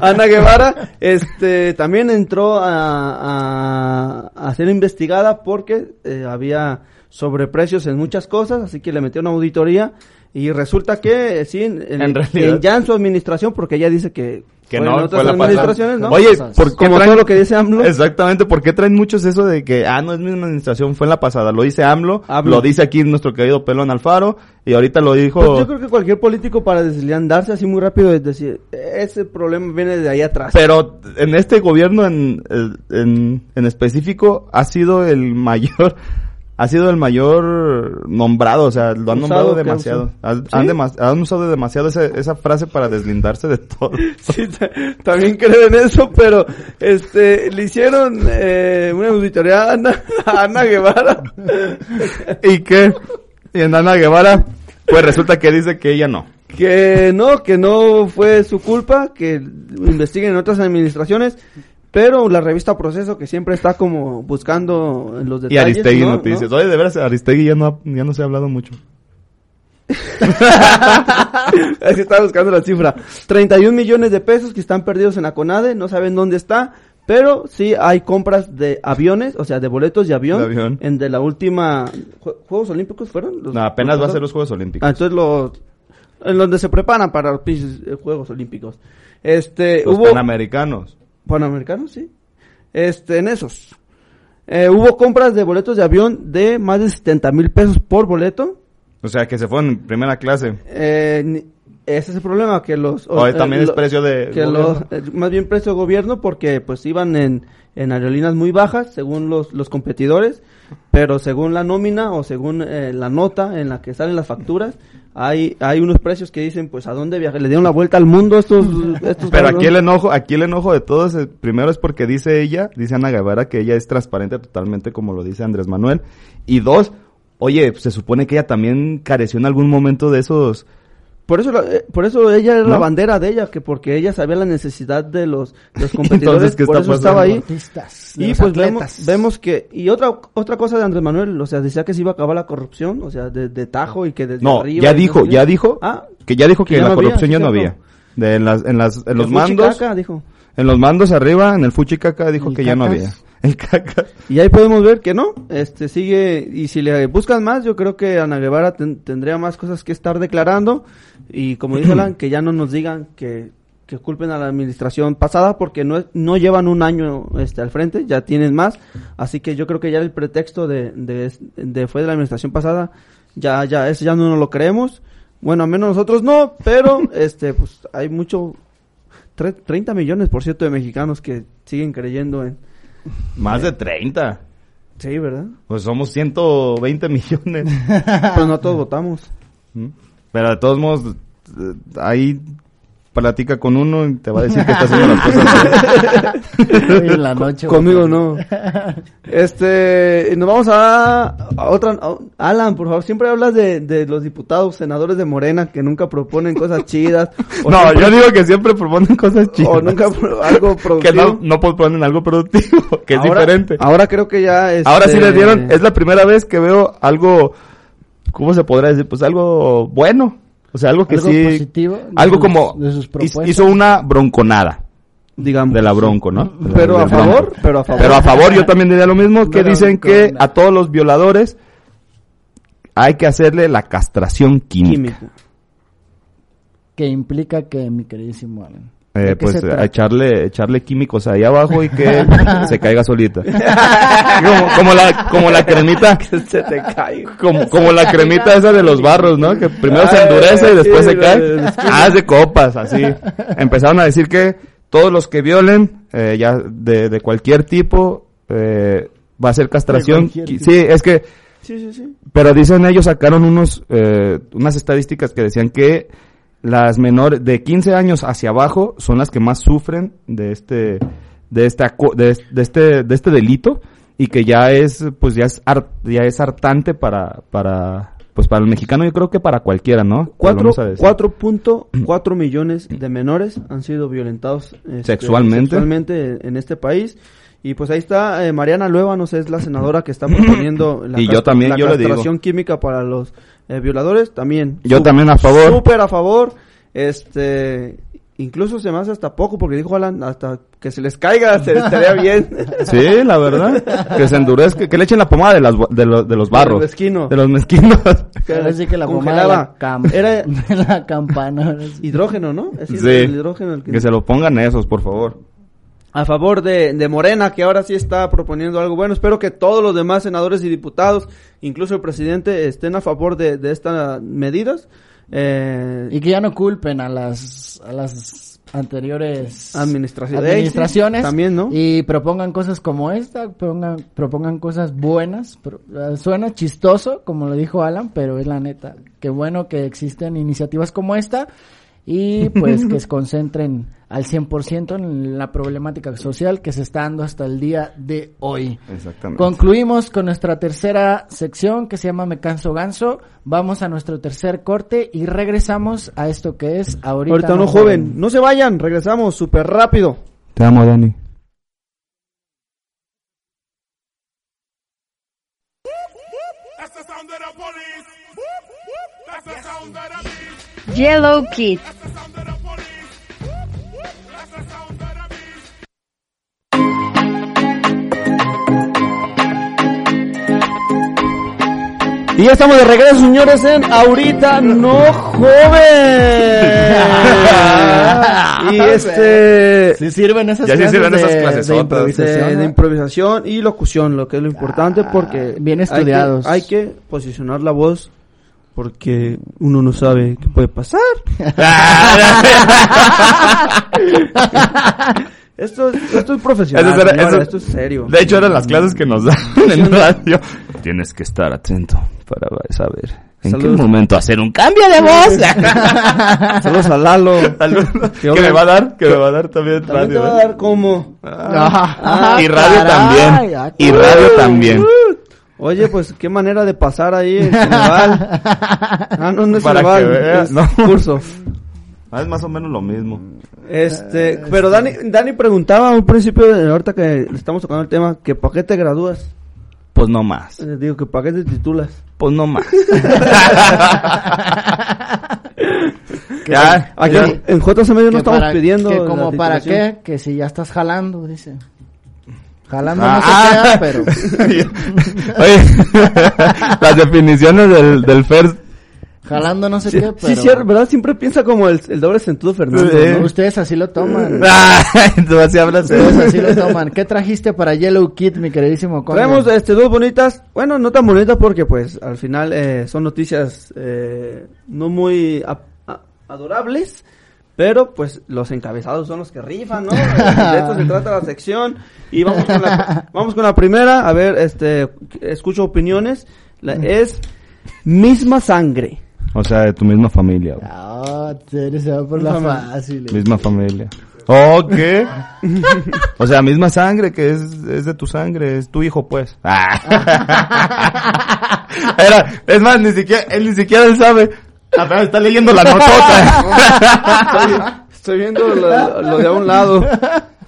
Speaker 4: Ana Guevara, este, también entró a, a, a ser investigada porque eh, había sobreprecios en muchas cosas, así que le metió una auditoría y resulta que eh, sí, en,
Speaker 8: En realidad.
Speaker 4: ya en su administración, porque ella dice que,
Speaker 8: Que
Speaker 4: fue
Speaker 8: no,
Speaker 4: en
Speaker 8: fue
Speaker 4: otras
Speaker 8: la pasada.
Speaker 4: administraciones, ¿no?
Speaker 8: Oye,
Speaker 4: Cosas.
Speaker 8: ¿por qué
Speaker 4: como
Speaker 8: traen-
Speaker 4: todo lo que dice AMLO.
Speaker 6: Exactamente, porque traen muchos eso de que, ah, no es mi administración, fue en la pasada? Lo dice AMLO,
Speaker 4: AMLO.
Speaker 6: lo dice aquí nuestro querido Pelón Alfaro, y ahorita lo dijo...
Speaker 4: Pues yo creo que cualquier político para deslindarse así muy rápido es decir, "E-, ese problema viene de ahí atrás.
Speaker 6: Pero en este gobierno en, en, en específico ha sido el mayor, ha sido el mayor nombrado, o sea, lo
Speaker 4: Usado,
Speaker 6: han nombrado
Speaker 4: ¿qué
Speaker 6: demasiado.
Speaker 4: uso?
Speaker 6: Han, han demas- han usado demasiado ese- esa frase para deslindarse de todo.
Speaker 4: Sí, ta- también creo en eso, pero este le hicieron eh, una auditoría a Ana, a Ana Guevara.
Speaker 6: ¿Y qué? Y en Ana Guevara, pues resulta que dice que ella no.
Speaker 4: Que no, que no fue su culpa, que investiguen en otras administraciones, pero la revista Proceso, que siempre está como buscando los detalles.
Speaker 6: Y Aristegui
Speaker 4: ¿no?
Speaker 6: Noticias.
Speaker 4: ¿no?
Speaker 6: Oye, de veras, Aristegui ya no, ha- ya no se ha hablado mucho.
Speaker 4: Así está buscando la cifra. 31 millones de pesos que están perdidos en la CONADE, no saben dónde está, pero sí hay compras de aviones, o sea, de boletos de avión,
Speaker 6: De avión.
Speaker 4: en de la última Jue- Juegos Olímpicos fueron. Los-
Speaker 6: No, apenas
Speaker 4: los
Speaker 6: va a ser
Speaker 4: pasados?
Speaker 6: los Juegos
Speaker 4: Ah,
Speaker 6: Olímpicos.
Speaker 4: entonces los en donde se preparan para los pinches, eh, Juegos Olímpicos. Este,
Speaker 6: Los
Speaker 4: hubo
Speaker 6: panamericanos.
Speaker 4: Panamericanos, sí. Este, en esos. Eh, hubo compras de boletos de avión de más de 70 mil pesos por boleto.
Speaker 6: O sea, que se fueron en primera clase.
Speaker 4: Eh, ni- ese es el problema, que los...
Speaker 6: O, también
Speaker 4: eh,
Speaker 6: es
Speaker 4: lo-
Speaker 6: precio de...
Speaker 4: que los,
Speaker 6: gobierno.
Speaker 4: eh, más bien precio de gobierno porque pues iban en, en aerolíneas muy bajas según los, los competidores, pero según la nómina o según eh, la nota en la que salen las facturas, hay, hay unos precios que dicen pues a dónde viajar, le dieron la vuelta al mundo estos... estos
Speaker 6: Pero
Speaker 4: cabrones.
Speaker 6: aquí el enojo, aquí el enojo de todos, eh, primero es porque dice ella, dice Ana Guevara que ella es transparente totalmente como lo dice Andrés Manuel. Y dos, oye, se supone que ella también careció en algún momento de esos...
Speaker 4: Por eso, la- eh, por eso ella era la
Speaker 6: ¿No?
Speaker 4: bandera de ella, que porque ella sabía la necesidad de los, de los competidores,
Speaker 6: Entonces, ¿qué
Speaker 4: por
Speaker 6: está
Speaker 4: eso estaba
Speaker 6: pasando?
Speaker 4: ahí.
Speaker 5: Artistas.
Speaker 4: Y
Speaker 5: los
Speaker 4: pues
Speaker 5: atletas.
Speaker 4: vemos, vemos que, y otra otra cosa de Andrés Manuel, o sea, decía que se iba a acabar la corrupción, o sea, de, de tajo y que desde
Speaker 6: No,
Speaker 4: arriba
Speaker 6: ya
Speaker 4: y no
Speaker 6: dijo,
Speaker 4: sé qué.
Speaker 6: ya dijo,
Speaker 4: Ah,
Speaker 6: que ya dijo que,
Speaker 4: que ya
Speaker 6: la
Speaker 4: no había,
Speaker 6: corrupción ya
Speaker 4: sí,
Speaker 6: no
Speaker 4: cierto.
Speaker 6: había. De en las, en las, en los
Speaker 4: que
Speaker 6: mandos,
Speaker 4: Fuchicaca, dijo.
Speaker 6: en los mandos arriba, en el Fuchicaca dijo
Speaker 5: El
Speaker 6: que ya no había.
Speaker 5: cacas.
Speaker 6: El caca.
Speaker 4: Y ahí podemos ver que no, este sigue, y si le buscan más, yo creo que Ana Guevara ten- tendría más cosas que estar declarando, y como dijo Alan, que ya no nos digan que, que culpen a la administración pasada, porque no, es- no llevan un año este al frente, ya tienen más, así que yo creo que ya el pretexto de, de, es- de fue de la administración pasada, ya, ya, eso ya no lo creemos, bueno, al menos nosotros no, pero este pues hay mucho, tre- 30 millones por cierto de mexicanos que siguen creyendo en...
Speaker 6: Más de 30.
Speaker 4: Sí, ¿verdad?
Speaker 6: Pues somos 120 millones.
Speaker 4: Pero Pues no todos votamos.
Speaker 6: ¿Mm? Pero de todos modos, eh, ahí platica con uno y te va a decir que está haciendo las cosas. bien.
Speaker 5: en la noche.
Speaker 4: Conmigo
Speaker 5: güey.
Speaker 4: no. Este, y nos vamos a, a otra. a- Alan, por favor, siempre hablas de, de los diputados, senadores de Morena que nunca proponen cosas chidas. o
Speaker 6: No,
Speaker 4: siempre-
Speaker 6: yo digo que siempre proponen cosas chidas.
Speaker 4: O nunca pro- algo
Speaker 6: que no,
Speaker 4: productivo.
Speaker 6: no proponen algo productivo, que es
Speaker 4: Ahora-
Speaker 6: diferente.
Speaker 4: Ahora creo que ya. este,
Speaker 6: Ahora sí le dieron, es la primera vez que veo algo, ¿cómo se podrá decir? Pues algo bueno. O sea, algo que
Speaker 5: Algo
Speaker 6: sí.
Speaker 5: positivo de
Speaker 6: algo
Speaker 5: sus-
Speaker 6: como.
Speaker 5: de sus
Speaker 6: his-
Speaker 5: propuestas.
Speaker 6: hizo una bronconada
Speaker 4: Digamos.
Speaker 6: de la bronco, ¿no? De la-
Speaker 4: mm, Pero a
Speaker 6: del Bronco.
Speaker 4: favor, pero a favor.
Speaker 6: Pero a favor yo también diría lo mismo, que
Speaker 5: No,
Speaker 6: dicen
Speaker 5: no,
Speaker 6: que
Speaker 5: no.
Speaker 6: a todos los violadores hay que hacerle la castración química.
Speaker 4: Química.
Speaker 5: Que implica que mi queridísimo Alan.
Speaker 6: Eh,
Speaker 5: ¿de qué
Speaker 6: pues
Speaker 5: se trata?
Speaker 6: a echarle, echarle químicos ahí abajo y que se caiga solita. como, como la, como la cremita,
Speaker 4: Se te cae.
Speaker 6: como, como la cremita esa de los barros, ¿no? Que primero se
Speaker 4: Ay,
Speaker 6: endurece y después
Speaker 4: sí,
Speaker 6: se
Speaker 4: la-
Speaker 6: cae.
Speaker 4: la esquina.
Speaker 6: Ah, es de copas, así. Empezaron a decir que todos los que violen, eh, ya de, de cualquier tipo, eh, va a ser castración.
Speaker 5: cualquier
Speaker 6: Sí,
Speaker 5: tipo.
Speaker 6: es que
Speaker 4: Sí, sí, sí.
Speaker 6: pero dicen ellos sacaron unos eh, unas estadísticas que decían que las menores de 15 años hacia abajo son las que más sufren de este de esta co- de, es- de este de este delito y que ya es pues ya es har- ya es hartante para para pues para el mexicano yo creo que para cualquiera, ¿no?
Speaker 4: Cuatro-
Speaker 6: Volvemos a decir.
Speaker 4: 4.4 millones de menores han sido violentados este,
Speaker 6: Sexualmente.
Speaker 4: sexualmente en este país Y pues ahí está eh, Mariana Luévanos, es la senadora que está proponiendo la,
Speaker 6: Y yo
Speaker 4: cast-
Speaker 6: también,
Speaker 4: la
Speaker 6: yo le digo.
Speaker 4: castración química para los eh, violadores. También.
Speaker 6: Yo
Speaker 4: Su-
Speaker 6: también a favor.
Speaker 4: Súper a favor. Este. Incluso se me hace hasta poco porque dijo Alan, hasta que se les caiga, se estaría bien.
Speaker 6: Sí, la verdad. Que se endurezca, que le echen la pomada de, las, bo- de, los, de los barros.
Speaker 4: mezquino.
Speaker 6: De los mezquinos.
Speaker 5: Ahora sí que la pomada de
Speaker 4: congelaba.
Speaker 5: la, cam-
Speaker 4: Era
Speaker 5: de la campana. ahora sí.
Speaker 4: hidrógeno, ¿no? Es
Speaker 6: Sí.
Speaker 4: hid- el hidrógeno el que-
Speaker 6: Que se lo pongan esos, por favor.
Speaker 4: a favor de, de Morena, que ahora sí está proponiendo algo bueno. Espero que todos los demás senadores y diputados, incluso el presidente, estén a favor de, de estas medidas. Eh,
Speaker 5: Y que ya no culpen a las, a las anteriores
Speaker 4: Administración.
Speaker 5: administraciones.
Speaker 4: Eh, sí, también, ¿no?
Speaker 5: Y propongan cosas como esta, propongan, propongan cosas buenas. pro- eh, suena chistoso, como lo dijo Alan, pero es la neta. Qué bueno que existen iniciativas como esta y pues que se concentren al 100% en la problemática social que se está dando hasta el día de hoy.
Speaker 6: Exactamente.
Speaker 5: Concluimos con nuestra tercera sección que se llama Me canso ganso. Vamos a nuestro tercer corte y regresamos a esto que es ahorita,
Speaker 4: ahorita no, joven. No se vayan, regresamos súper rápido.
Speaker 6: Te amo, Dani.
Speaker 1: That's the sound of the police. That's the sound of the beat.
Speaker 2: Yellow Kid.
Speaker 1: That's the sound of the police. That's the sound of the beat.
Speaker 4: Y ya estamos de regreso, señores, en Ahorita No Joven. y este...
Speaker 5: Sí sirven esas
Speaker 6: Ya sí
Speaker 5: clases
Speaker 6: sirven
Speaker 5: de,
Speaker 6: esas
Speaker 5: de
Speaker 6: clasesotas.
Speaker 5: improvisación,
Speaker 4: de,
Speaker 5: ¿no?
Speaker 4: de improvisación y locución, lo que es lo importante
Speaker 5: Ah,
Speaker 4: porque
Speaker 5: bien
Speaker 4: hay que-
Speaker 5: estudiados.
Speaker 4: Hay que, posicionar la voz porque uno no sabe qué puede pasar.
Speaker 6: Ah,
Speaker 4: Esto, es- esto es profesional,
Speaker 6: Eso era-
Speaker 4: señora,
Speaker 6: eso-
Speaker 4: esto es serio.
Speaker 6: De hecho, eran las clases que nos dan en radio. Tienes que estar atento para saber en
Speaker 4: Saludos.
Speaker 6: qué momento hacer un cambio de voz.
Speaker 4: Saludos a Lalo.
Speaker 6: Saludos.
Speaker 4: Que
Speaker 6: que
Speaker 4: ahora-
Speaker 6: me va a dar, que me va a dar también
Speaker 4: También te
Speaker 6: radio.
Speaker 4: va a
Speaker 6: ¿eh?
Speaker 4: dar como...
Speaker 5: Ah,
Speaker 6: y radio
Speaker 5: caray, ah,
Speaker 6: también. Y radio también.
Speaker 4: Oye, pues qué manera de pasar ahí en Ceneval. Ah, no, no es
Speaker 6: Para que
Speaker 4: Ceneval,
Speaker 6: veas,
Speaker 4: es
Speaker 6: ¿no?
Speaker 4: curso.
Speaker 6: Ah, Es más o menos lo mismo.
Speaker 5: Ah,
Speaker 4: Este, pero Dani, Dani preguntaba a un principio, de, ahorita que le estamos tocando el tema, que para qué te gradúas.
Speaker 6: Pues no más.
Speaker 4: Eh, Digo, que para qué te titulas.
Speaker 6: Pues no más.
Speaker 4: Ah,
Speaker 6: ya,
Speaker 4: Aquí
Speaker 6: ya.
Speaker 4: en- en JC Medio no
Speaker 5: que
Speaker 4: estamos
Speaker 5: para-
Speaker 4: pidiendo.
Speaker 5: que
Speaker 4: la
Speaker 5: como para
Speaker 4: titulación.
Speaker 5: qué, que si ya estás jalando, dice. Jalando
Speaker 6: Ah.
Speaker 5: no se queda, pero
Speaker 6: Oye, las definiciones del, del first.
Speaker 5: jalando no se
Speaker 4: Sí,
Speaker 5: queda,
Speaker 4: sí,
Speaker 5: pero
Speaker 4: cierto, ¿verdad? Siempre piensa como el, el doble sentido Fernando.
Speaker 6: Sí.
Speaker 4: ¿no?
Speaker 5: ustedes así lo toman.
Speaker 6: Tú así hablas.
Speaker 5: Ustedes así lo toman. ¿Qué trajiste para Yellow Kid, mi queridísimo Conde?
Speaker 4: Traemos este, dos bonitas, bueno, no tan bonitas porque pues al final eh, son noticias eh, no muy a- a- adorables, pero pues los encabezados son los que rifan, ¿no? Eh, De esto se trata la sección y vamos con la, vamos con la primera, a ver, este, escucho opiniones, La- es misma sangre.
Speaker 6: O sea, de tu misma familia. güey.
Speaker 5: Ah, te- se va por la fácil. eh.
Speaker 6: Misma familia. ¿O qué? O sea, misma sangre, que es, es de tu sangre, es tu hijo, pues. Ah. Era, es más, ni siquiera, él ni siquiera él sabe. Apenas está leyendo la notota.
Speaker 4: Estoy viendo lo, lo de a un lado.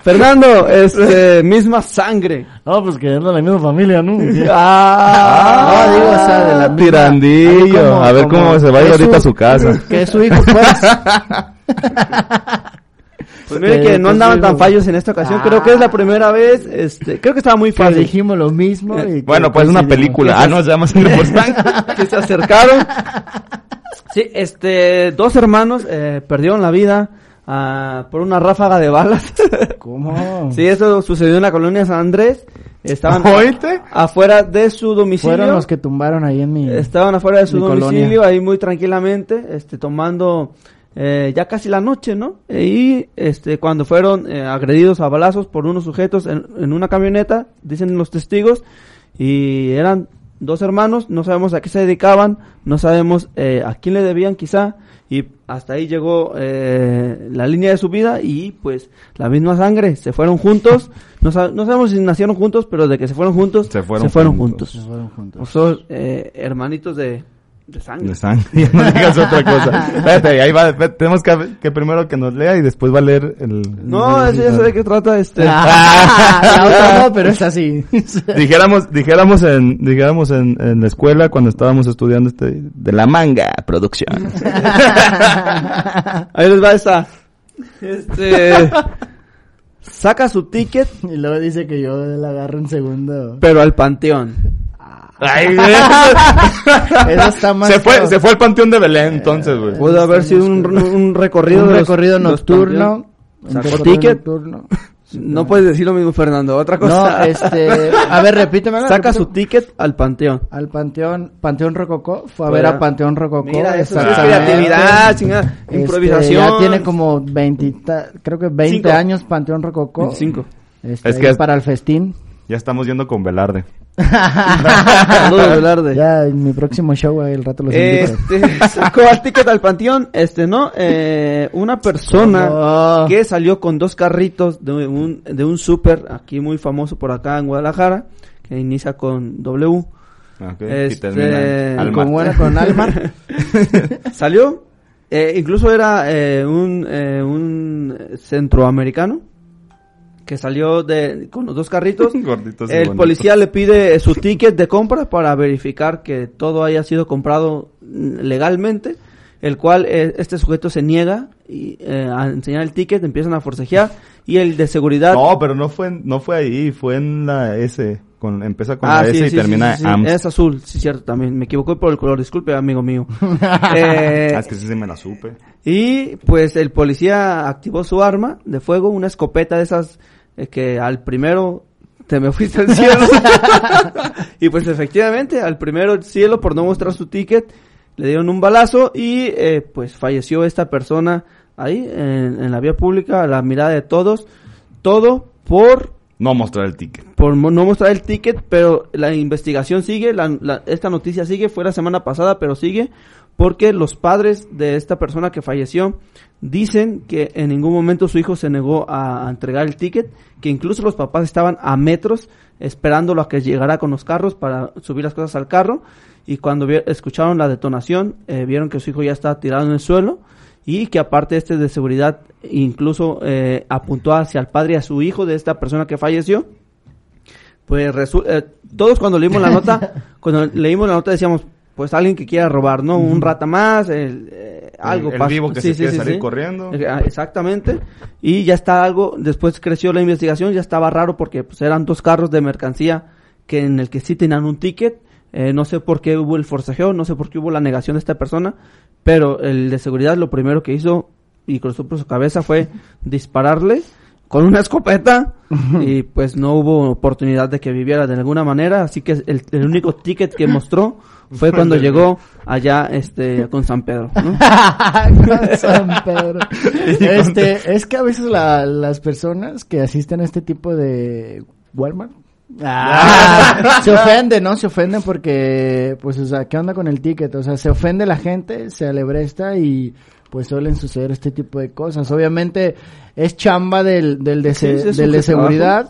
Speaker 4: Fernando, este, misma sangre.
Speaker 5: Ah, pues que es de la misma familia, ¿no?
Speaker 6: Ah,
Speaker 5: No, digo, o sea, de la misma-
Speaker 6: tirandillo.
Speaker 5: como-
Speaker 6: a ver
Speaker 5: como-
Speaker 6: cómo se va a ir
Speaker 5: es
Speaker 6: ahorita a
Speaker 5: su-
Speaker 6: su casa.
Speaker 5: Que es su hijo, pues.
Speaker 4: Pues mire que no andaban tan fallos en esta ocasión. Creo que es la primera vez. Este, creo que estaba muy
Speaker 5: Que
Speaker 4: fácil.
Speaker 5: Pues dijimos lo mismo. y que
Speaker 6: Bueno, pues una
Speaker 5: coincidimos.
Speaker 6: película. Ah, no, se llama Sangre por Sangre.
Speaker 4: que se acercaron. Sí, este, dos hermanos eh, perdieron la vida ah, por una ráfaga de balas.
Speaker 5: ¿Cómo?
Speaker 4: sí, eso sucedió en la colonia San Andrés. Estaban
Speaker 6: ¿Oíste?
Speaker 4: afuera de su domicilio.
Speaker 5: Fueron los que tumbaron ahí en mi...
Speaker 4: Estaban afuera de su
Speaker 5: Mi colonia.
Speaker 4: domicilio, ahí muy tranquilamente, este, tomando eh, ya casi la noche, ¿no? E- Y este, cuando fueron eh, agredidos a balazos por unos sujetos en, en una camioneta, dicen los testigos, y eran dos hermanos, no sabemos a qué se dedicaban, no sabemos eh, a quién le debían quizá, y hasta ahí llegó eh, la línea de su vida y pues la misma sangre, se fueron juntos, no, sa- no sabemos si nacieron juntos, pero de que se fueron juntos,
Speaker 6: Se fueron juntos.
Speaker 4: juntos.
Speaker 5: Fueron juntos.
Speaker 4: Son eh, Pues hermanitos de,
Speaker 3: de sangre.
Speaker 6: De sangre, no digas otra cosa. Espérate, ahí va, espérate, tenemos que, que primero que nos lea y después va a leer el...
Speaker 4: No, eso ya sé de qué trata este.
Speaker 5: La otra no, pero es así.
Speaker 6: Dijéramos, dijéramos en, dijéramos en, en la escuela cuando estábamos estudiando este, de la manga producción.
Speaker 4: Ahí les va esta. Este. Saca su ticket,
Speaker 5: y luego dice que yo la agarro en segundo.
Speaker 4: pero al panteón.
Speaker 6: Ay,
Speaker 5: Eso está más
Speaker 6: se fue,
Speaker 5: feo.
Speaker 6: se fue al panteón de Belén entonces, güey.
Speaker 4: Pudo haber sido un, un recorrido.
Speaker 5: un
Speaker 4: de los-
Speaker 5: recorrido
Speaker 4: los
Speaker 5: nocturno. un
Speaker 4: Sacó
Speaker 5: recorrido
Speaker 4: ticket.
Speaker 5: nocturno.
Speaker 4: panteón. No puedes decir lo mismo, Fernando. Otra cosa.
Speaker 5: No, este, a ver, repíteme.
Speaker 4: Saca
Speaker 5: repíteme.
Speaker 4: su ticket al panteón.
Speaker 5: al Panteón, Panteón Rococó, fue a ver
Speaker 4: Fuera.
Speaker 5: a Panteón Rococó.
Speaker 4: Mira, eso sí es
Speaker 5: exactamente.
Speaker 4: creatividad, chingada,
Speaker 5: Este,
Speaker 4: improvisación.
Speaker 5: ya tiene como 20, creo que 20
Speaker 4: Cinco.
Speaker 5: años Panteón Rococó.
Speaker 4: Cinco.
Speaker 5: Este,
Speaker 6: Es que
Speaker 5: ahí
Speaker 6: es-
Speaker 5: para el festín.
Speaker 4: Eh,
Speaker 6: Ya estamos yendo con Velarde.
Speaker 4: Saludos, Velarde.
Speaker 5: Ya en mi próximo show ahí el rato los invito.
Speaker 4: Este, sacó al ticket al panteón, este, ¿no? Eh, una persona
Speaker 5: No.
Speaker 4: que salió con dos carritos de un, de un súper, aquí muy famoso por acá en Guadalajara, que inicia con W.
Speaker 6: Ok,
Speaker 4: Este,
Speaker 6: Y termina en
Speaker 4: y
Speaker 6: Almar.
Speaker 5: Con buena con Almar.
Speaker 4: Salió, eh, incluso era eh, un, eh, un centroamericano, que salió de, con los dos carritos.
Speaker 6: Gorditos y
Speaker 4: El
Speaker 6: bonitos.
Speaker 4: policía le pide eh, su ticket de compra para verificar que todo haya sido comprado mm, legalmente, el cual eh, este sujeto se niega y, eh, a enseñar el ticket, empiezan a forcejear y el de seguridad...
Speaker 6: No, pero no fue, en- no fue ahí, fue en la S. Con, empieza con
Speaker 4: Ah, sí,
Speaker 6: la S y
Speaker 4: sí, sí,
Speaker 6: termina
Speaker 4: sí,
Speaker 6: en
Speaker 4: sí.
Speaker 6: AMS.
Speaker 4: Es azul, sí, cierto, también. Me equivoqué por el color, disculpe, amigo mío. Eh,
Speaker 6: Ah, es que sí se me la supe.
Speaker 4: Y pues el policía activó su arma de fuego, una escopeta de esas eh, que al primero te me fuiste al cielo. y pues efectivamente, al primero el cielo por no mostrar su ticket, le dieron un balazo y eh, pues falleció esta persona ahí en, en la vía pública, a la mirada de todos, todo por
Speaker 6: No mostrar el ticket.
Speaker 4: por mo- no mostrar el ticket, pero la investigación sigue, la- la- esta noticia sigue, fue la semana pasada, pero sigue, porque los padres de esta persona que falleció dicen que en ningún momento su hijo se negó a, a entregar el ticket, que incluso los papás estaban a metros esperándolo a que llegara con los carros para subir las cosas al carro, y cuando vi- escucharon la detonación, eh, vieron que su hijo ya estaba tirado en el suelo, y que aparte este de seguridad incluso eh, apuntó hacia el padre y a su hijo de esta persona que falleció, pues resu- eh, todos cuando leímos la nota, cuando leímos la nota decíamos, pues alguien que quiera robar, ¿no? Un rata más, el, eh, algo.
Speaker 6: el
Speaker 4: pasa.
Speaker 6: vivo que se quiere salir corriendo.
Speaker 4: Eh, ah, Exactamente. Y ya está algo, después creció la investigación, ya estaba raro porque pues eran dos carros de mercancía que en el que sí tenían un ticket. Eh, no sé por qué hubo el forcejeo, no sé por qué hubo la negación de esta persona, pero el de seguridad lo primero que hizo y cruzó por su cabeza fue dispararle con una escopeta y pues no hubo oportunidad de que viviera de alguna manera, así que el, el único ticket que mostró fue cuando llegó allá este con San Pedro. ¿no?
Speaker 5: Con San Pedro. Este, es que a veces la- las personas que asisten a este tipo de Walmart ah, se ofenden, ¿no? Se ofenden porque, pues, o sea, ¿qué onda con el ticket? O sea, se ofende la gente, se alebresta y pues suelen suceder este tipo de cosas. Obviamente es chamba del, del de,
Speaker 4: Sí,
Speaker 5: se-
Speaker 4: sí, es
Speaker 5: del
Speaker 4: su trabajo.
Speaker 5: de seguridad.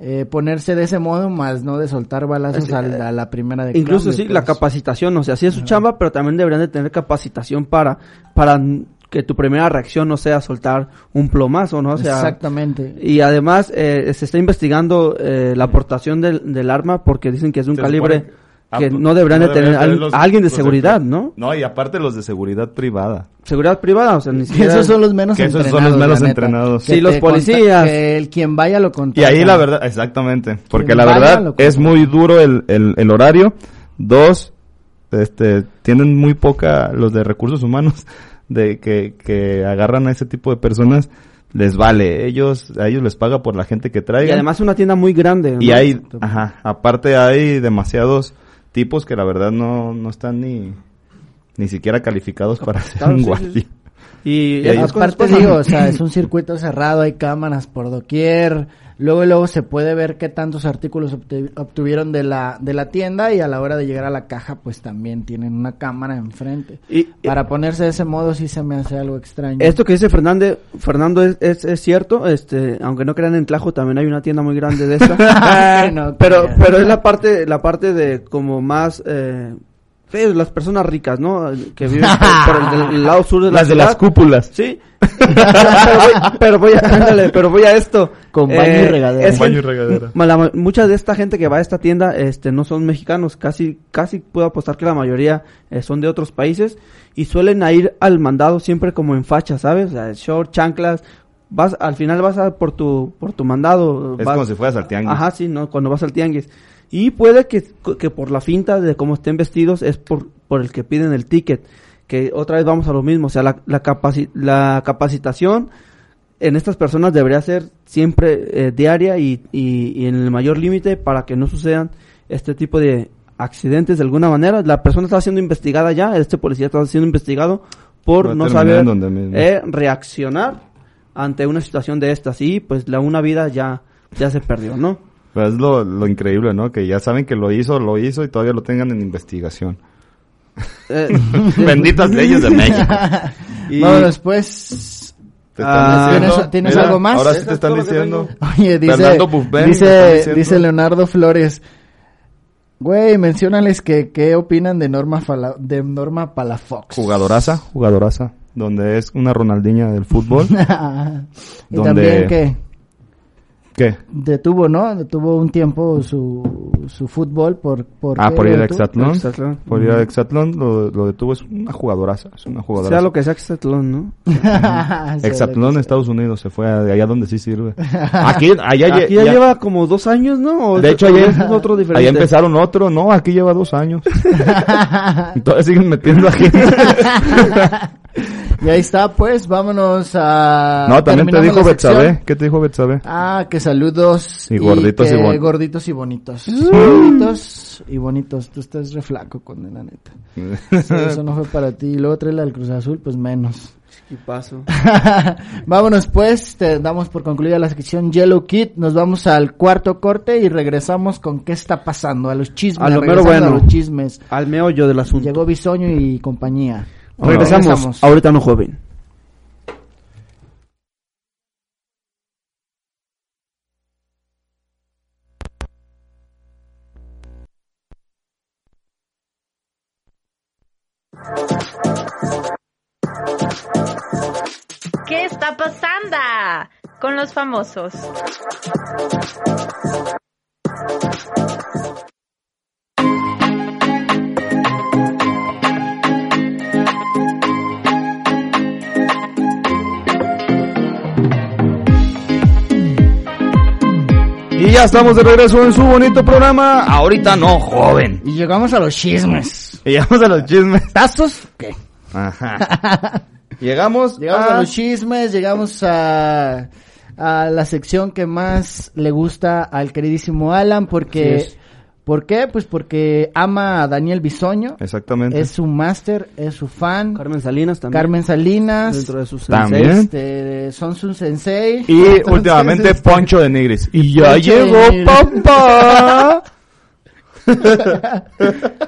Speaker 5: eh, ponerse de ese modo más no de soltar balazos al- a, la primera de
Speaker 4: Incluso
Speaker 5: cambio,
Speaker 4: sí, la
Speaker 5: pues.
Speaker 4: capacitación, o sea, sí es su chamba, pero también deberían de tener capacitación para, para que tu primera reacción no sea soltar un plomazo, ¿no? O sea,
Speaker 5: Exactamente
Speaker 4: Y además eh, se está investigando eh, la aportación del, del arma porque dicen que es de un
Speaker 6: Se
Speaker 4: calibre
Speaker 6: supone ah,
Speaker 4: que
Speaker 6: pues,
Speaker 4: no deberían de tener
Speaker 6: deberían
Speaker 4: al-
Speaker 6: los-
Speaker 4: a alguien de
Speaker 6: los
Speaker 4: seguridad,
Speaker 6: empleados.
Speaker 4: ¿no?
Speaker 6: No, y aparte los de seguridad privada.
Speaker 4: Seguridad privada, o sea, ni
Speaker 5: Que
Speaker 4: siquiera...
Speaker 5: esos son los menos
Speaker 6: Que esos son
Speaker 5: entrenados.
Speaker 6: los menos
Speaker 5: la neta.
Speaker 6: entrenados.
Speaker 5: Que
Speaker 4: Sí, los
Speaker 5: te conta-
Speaker 4: policías.
Speaker 5: Que el quien vaya lo
Speaker 6: Y
Speaker 5: contrata.
Speaker 6: ahí la verdad, exactamente, porque
Speaker 5: Quien
Speaker 6: la
Speaker 5: vaya,
Speaker 6: verdad
Speaker 5: lo
Speaker 6: es
Speaker 5: compra.
Speaker 6: muy duro el, el, el horario. Dos, este, tienen muy poca los de recursos humanos de que, que agarran a ese tipo de personas, les vale, ellos, a ellos les paga por la gente que
Speaker 4: Y
Speaker 6: traigan.
Speaker 4: además es una tienda muy grande. ¿no?
Speaker 6: Y hay, ajá, aparte hay demasiados tipos que la verdad no, no están ni, ni siquiera calificados para ser un
Speaker 4: Capacitados, sí, sí,
Speaker 6: guardia.
Speaker 4: sí. Y,
Speaker 6: Y ahí-
Speaker 4: esas cosas
Speaker 5: Aparte
Speaker 4: pasan.
Speaker 5: digo, o sea, es un circuito cerrado, hay cámaras por doquier. Luego y luego se puede ver qué tantos artículos obtu- obtuvieron de la de la tienda y a la hora de llegar a la caja pues también tienen una cámara enfrente.
Speaker 4: Y-
Speaker 5: Para ponerse de ese modo sí se me hace algo extraño.
Speaker 4: Esto que dice Fernández, Fernando es, es, es cierto, este, aunque no crean en Tlajo también hay una tienda muy grande de esta.
Speaker 5: No
Speaker 4: Ah, pero
Speaker 5: crean.
Speaker 4: pero es la parte la parte de como más eh, Sí, las personas ricas, ¿no? Que viven por, por el, del lado sur de la
Speaker 6: Las de las
Speaker 4: ciudad.
Speaker 6: cúpulas.
Speaker 4: Sí. pero, voy, pero voy a, ándale, pero voy a esto. Eh,
Speaker 5: Con baño y regadera.
Speaker 4: es
Speaker 6: Con baño y
Speaker 4: gen-
Speaker 6: regadera.
Speaker 4: ma- la ma- mucha de esta gente que va a esta tienda, este, no son mexicanos. Casi, casi puedo apostar que la mayoría eh, son de otros países y suelen a ir al mandado siempre como en facha, ¿sabes? O sea, short, chanclas. Vas, al final vas a por tu, por tu mandado.
Speaker 6: Es
Speaker 4: vas-
Speaker 6: como si fueras al tianguis.
Speaker 4: Ajá, sí, ¿no? Cuando vas al tianguis. Y puede que, que por la finta de cómo estén vestidos es por, por el que piden el ticket. Que otra vez vamos a lo mismo. O sea, la, la, capaci- la capacitación en estas personas debería ser siempre eh, diaria y, y- y en el mayor límite para que no sucedan este tipo de accidentes de alguna manera. La persona está siendo investigada ya, este policía está siendo investigado por
Speaker 6: Va
Speaker 4: no
Speaker 6: terminando
Speaker 4: saber
Speaker 6: donde mismo.
Speaker 4: eh, reaccionar ante una situación de estas y pues la una vida ya, ya se perdió, ¿no?
Speaker 6: Pero es lo, lo increíble, ¿no? Que ya saben que lo hizo, lo hizo y todavía lo tengan en investigación.
Speaker 4: Eh,
Speaker 6: Benditas leyes de México.
Speaker 4: y-
Speaker 5: Vámonos pues.
Speaker 6: Te
Speaker 4: Ah,
Speaker 6: diciendo-
Speaker 5: ¿tienes- tienes
Speaker 6: Mira,
Speaker 5: algo más?
Speaker 6: Ahora sí
Speaker 4: Eso
Speaker 6: te
Speaker 4: es
Speaker 6: están
Speaker 4: todo lo que
Speaker 6: diciendo.
Speaker 5: Oye, dice,
Speaker 6: Bernardo Buffet, me está
Speaker 5: dice,
Speaker 6: diciendo.
Speaker 5: dice Leonardo Flores. Güey, menciónales que qué opinan de Norma Fala- de Norma Palafox.
Speaker 6: Jugadoraza, jugadoraza. Donde es una Ronaldinha del fútbol.
Speaker 5: y
Speaker 6: Donde-
Speaker 5: también que
Speaker 6: ¿Qué?
Speaker 5: detuvo, ¿no? Detuvo un tiempo su, su fútbol por, por
Speaker 6: Ah,
Speaker 5: qué
Speaker 6: por
Speaker 5: lo
Speaker 6: ir a
Speaker 5: detuvo?
Speaker 6: Exatlón.
Speaker 4: Exatlón.
Speaker 6: Por ir a Exatlón lo, lo detuvo. Es una jugadoraza. Es una
Speaker 4: sea
Speaker 6: jugadoraza.
Speaker 4: lo que sea Exatlón, ¿no?
Speaker 5: Ah, Sí,
Speaker 6: Exatlón, Estados Unidos. Se fue a- allá donde sí sirve. Aquí, allá lle-
Speaker 4: Aquí ya,
Speaker 6: ya-
Speaker 4: lleva como dos años, ¿no? O
Speaker 6: De hecho,
Speaker 4: o
Speaker 6: ayer,
Speaker 4: es otro diferente.
Speaker 6: ayer empezaron otro. No, aquí lleva dos años. Todavía siguen metiendo aquí.
Speaker 5: Y ahí está, pues, vámonos a...
Speaker 6: No, también te
Speaker 5: terminamos
Speaker 6: dijo
Speaker 5: la sección.
Speaker 6: Betsabe. ¿Qué te dijo Betsabe?
Speaker 5: Ah, que saludos.
Speaker 6: Y gorditos y
Speaker 5: que
Speaker 6: bon-
Speaker 5: gorditos y bonitos. gorditos y bonitos. Tú estás re flaco, condena neta. Sí, eso no fue para ti. Y luego traerla al Cruz Azul, pues menos.
Speaker 4: Y paso.
Speaker 5: Vámonos pues, te damos por concluida la sección Yellow Kid, nos vamos al cuarto corte y regresamos con qué está pasando, a los chismes,
Speaker 4: A lo mero
Speaker 5: regresando
Speaker 4: bueno.
Speaker 5: a los chismes.
Speaker 4: Al meollo del asunto.
Speaker 5: Llegó Bisoño y compañía.
Speaker 4: Regresamos.
Speaker 5: Regresamos.
Speaker 4: Ahorita no joven.
Speaker 2: ¿Qué está pasando con los famosos?
Speaker 6: Y ya estamos de regreso en su bonito programa. Ahorita no, joven.
Speaker 5: Y llegamos a los chismes.
Speaker 6: Y llegamos a los chismes.
Speaker 5: ¿Tazos? ¿Qué?
Speaker 6: Ajá. Llegamos,
Speaker 5: Llegamos
Speaker 4: Ah.
Speaker 6: a-
Speaker 5: a los chismes, llegamos a, a la sección que más le gusta al queridísimo Alan
Speaker 4: Así
Speaker 5: porque...
Speaker 4: es.
Speaker 5: ¿Por qué? Pues porque ama a Daniel Bisoño,
Speaker 6: Exactamente.
Speaker 5: es su máster, es su fan,
Speaker 4: Carmen
Speaker 5: Carmen,
Speaker 4: Salinas también.
Speaker 5: Salinas,
Speaker 4: Dentro de sus
Speaker 6: También.
Speaker 4: senseis.
Speaker 5: este, son su sensei.
Speaker 6: Y
Speaker 5: Entonces,
Speaker 6: últimamente
Speaker 5: este,
Speaker 6: Poncho de Nigris. Y ya
Speaker 5: Poncho de
Speaker 6: llegó
Speaker 5: Nigris.
Speaker 6: papá.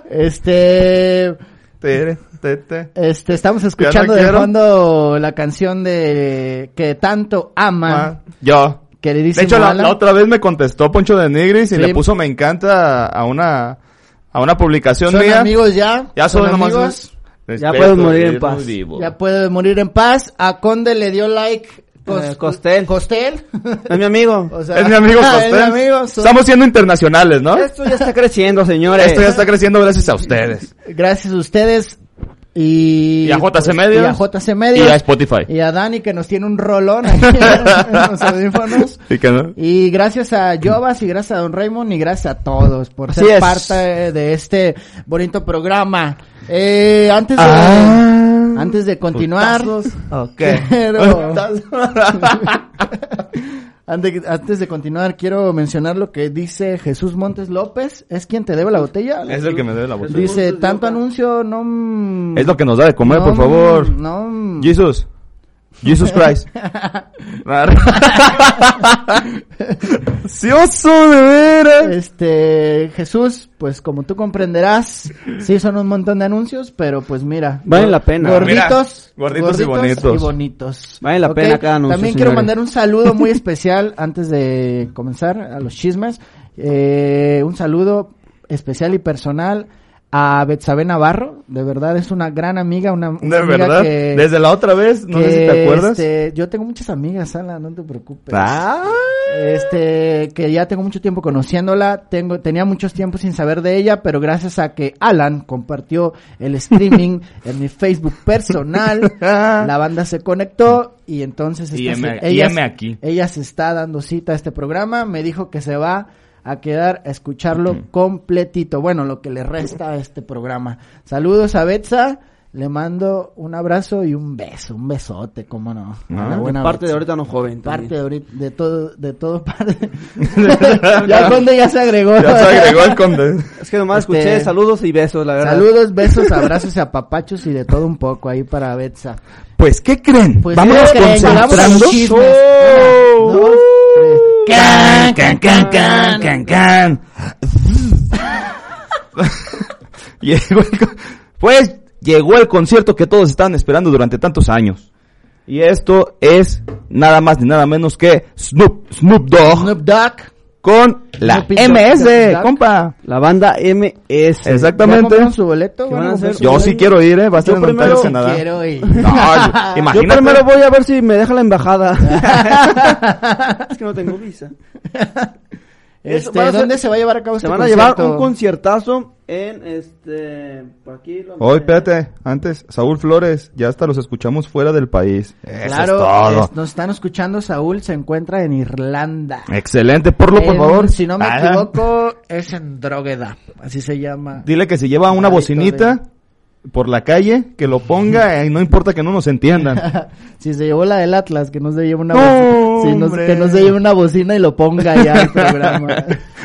Speaker 5: Este,
Speaker 6: Tere, tete.
Speaker 5: este, estamos escuchando de
Speaker 6: quiero.
Speaker 5: fondo la canción de que tanto ama,
Speaker 6: Ah, Yo.
Speaker 5: queridísimo
Speaker 6: De hecho, la,
Speaker 5: Alan.
Speaker 6: la otra vez me contestó Poncho de Nigris y
Speaker 5: Sí.
Speaker 6: le puso me encanta a una, a una publicación
Speaker 5: son
Speaker 6: mía.
Speaker 5: amigos ya,
Speaker 6: Ya son nomás.
Speaker 5: amigos,
Speaker 4: Ya
Speaker 6: Respeto,
Speaker 4: puedes morir en
Speaker 6: eres
Speaker 4: paz.
Speaker 6: muy vivo.
Speaker 5: ya puede morir en paz. A Conde le dio like
Speaker 4: Eh, Costel.
Speaker 5: Costel.
Speaker 4: Es mi amigo.
Speaker 5: O sea,
Speaker 6: Es mi amigo
Speaker 5: es mi
Speaker 6: Costel.
Speaker 5: amigo, son-
Speaker 6: Estamos siendo internacionales, ¿no?
Speaker 4: Esto ya está creciendo, señores.
Speaker 6: Esto ya está creciendo gracias a ustedes.
Speaker 5: Gracias a ustedes y,
Speaker 6: Y a JC
Speaker 5: pues,
Speaker 6: Medios.
Speaker 5: y a JC Medios
Speaker 6: Y a Spotify.
Speaker 5: y a Dani que nos tiene un rolón aquí en los audífonos.
Speaker 6: ¿Y que no?
Speaker 5: Y gracias a Jovas y gracias a Don Raymond y gracias a todos por
Speaker 4: Así
Speaker 5: ser
Speaker 4: es.
Speaker 5: parte de este bonito programa. Eh, antes de,
Speaker 6: Ah.
Speaker 5: antes de continuar,
Speaker 4: Ok.
Speaker 5: quiero- Ante- antes de continuar quiero mencionar lo que dice Jesús Montes López, es quien te debe la botella.
Speaker 6: Es el que me debe la botella.
Speaker 5: Dice,
Speaker 4: Montes
Speaker 5: tanto
Speaker 4: López.
Speaker 5: anuncio, no... mm,
Speaker 6: Es lo que nos da de comer,
Speaker 5: no,
Speaker 6: por favor.
Speaker 5: mm, No... mm".
Speaker 6: Jesus. Jesus Christ. ¡Ansioso, de veras!
Speaker 5: Este, Jesús, pues como tú comprenderás, sí son un montón de anuncios, pero pues mira.
Speaker 4: Valen la pena.
Speaker 5: Gorditos.
Speaker 6: Mira, gorditos y bonitos.
Speaker 5: Y bonitos.
Speaker 4: Vale la
Speaker 5: ¿Ok?
Speaker 4: pena cada anuncio,
Speaker 5: También quiero
Speaker 4: señores.
Speaker 5: mandar un saludo muy especial antes de comenzar a los chismes. Eh, un saludo especial y personal a Betsabe Navarro, de verdad es una gran amiga, una, una
Speaker 6: De
Speaker 5: amiga
Speaker 6: verdad.
Speaker 5: que-
Speaker 6: Desde la otra vez, no sé si
Speaker 5: que,
Speaker 6: te acuerdas.
Speaker 5: este, yo tengo muchas amigas, Ala, no te preocupes.
Speaker 6: Ah.
Speaker 5: Este, que ya tengo mucho tiempo conociéndola, tengo, tenía muchos tiempos sin saber de ella, pero gracias a que Alan compartió el streaming en mi Facebook personal, la banda se conectó y entonces
Speaker 8: Y
Speaker 5: esta-
Speaker 8: heme- y heme aquí.
Speaker 5: ella se está dando cita a este programa, me dijo que se va a quedar a escucharlo completito, bueno, lo que le resta a este programa. Saludos a Betsa, le mando un abrazo y un beso, un besote, cómo no. A la
Speaker 6: Ah,
Speaker 5: buena
Speaker 4: Parte de
Speaker 5: Betsa.
Speaker 4: ahorita no joven.
Speaker 5: Parte de
Speaker 4: también.
Speaker 5: ahorita, de todo, de todo parte. ya Conde ya se agregó.
Speaker 6: Ya se agregó el conde.
Speaker 4: Es que nomás
Speaker 5: Este-
Speaker 4: escuché saludos y besos, la verdad.
Speaker 5: Saludos, besos, abrazos y apapachos y de todo un poco ahí para Betsa.
Speaker 6: Pues, ¿qué creen?
Speaker 5: Pues,
Speaker 6: Vamos
Speaker 5: ¿qué creen? Llegamos a los
Speaker 6: concentrando.
Speaker 5: chismes.
Speaker 6: Oh.
Speaker 5: Una, dos, tres.
Speaker 6: Can, can, can, can, can, can. llegó el con- pues llegó el concierto que todos estaban esperando durante tantos años. Y esto es nada más ni nada menos que Snoop, Snoop Dogg
Speaker 5: Snoop Dogg.
Speaker 6: con la
Speaker 5: Snoopy Dogg.
Speaker 6: MS,
Speaker 5: Dogg.
Speaker 6: compa.
Speaker 4: La banda MS.
Speaker 5: ¿Ya
Speaker 6: Exactamente.
Speaker 5: compraron su boleto?
Speaker 4: ¿Qué
Speaker 5: ¿Van a
Speaker 4: van a
Speaker 5: comprar
Speaker 4: hacer?
Speaker 5: su
Speaker 6: Yo
Speaker 5: boleto?
Speaker 6: sí quiero ir, eh. Va a ser
Speaker 4: Yo
Speaker 6: en Ontario,
Speaker 4: primero
Speaker 6: Canadá.
Speaker 5: Quiero ir.
Speaker 6: No,
Speaker 4: Yo
Speaker 6: imagínate.
Speaker 4: primero voy a ver si me deja la embajada. es que no tengo visa. Eso,
Speaker 5: Este,
Speaker 4: van a hacer-
Speaker 5: ¿Dónde se va a llevar a cabo
Speaker 4: Se
Speaker 5: este
Speaker 4: van a llevar un
Speaker 5: concierto?
Speaker 4: conciertazo en este. Por aquí. lo-
Speaker 6: Hoy, Oh, espérate, antes, Saúl Flores, ya hasta los escuchamos fuera del país. Eso es
Speaker 5: Claro,
Speaker 6: todo.
Speaker 5: es- nos están escuchando. Saúl se encuentra en Irlanda.
Speaker 6: Excelente, porlo, por
Speaker 5: En-
Speaker 6: favor.
Speaker 5: Eh, Si no me
Speaker 6: Ah,
Speaker 5: equivoco, es en Drogueda. Así se llama.
Speaker 6: Dile que si lleva una
Speaker 5: Adicto
Speaker 6: bocinita por la calle, que lo ponga y no importa que no nos entiendan.
Speaker 5: Si se llevó la del Atlas, que no se lleve una
Speaker 6: ¡No,
Speaker 5: bocina. Si no-
Speaker 6: hombre!
Speaker 5: que no se lleve una bocina y lo ponga ya al programa.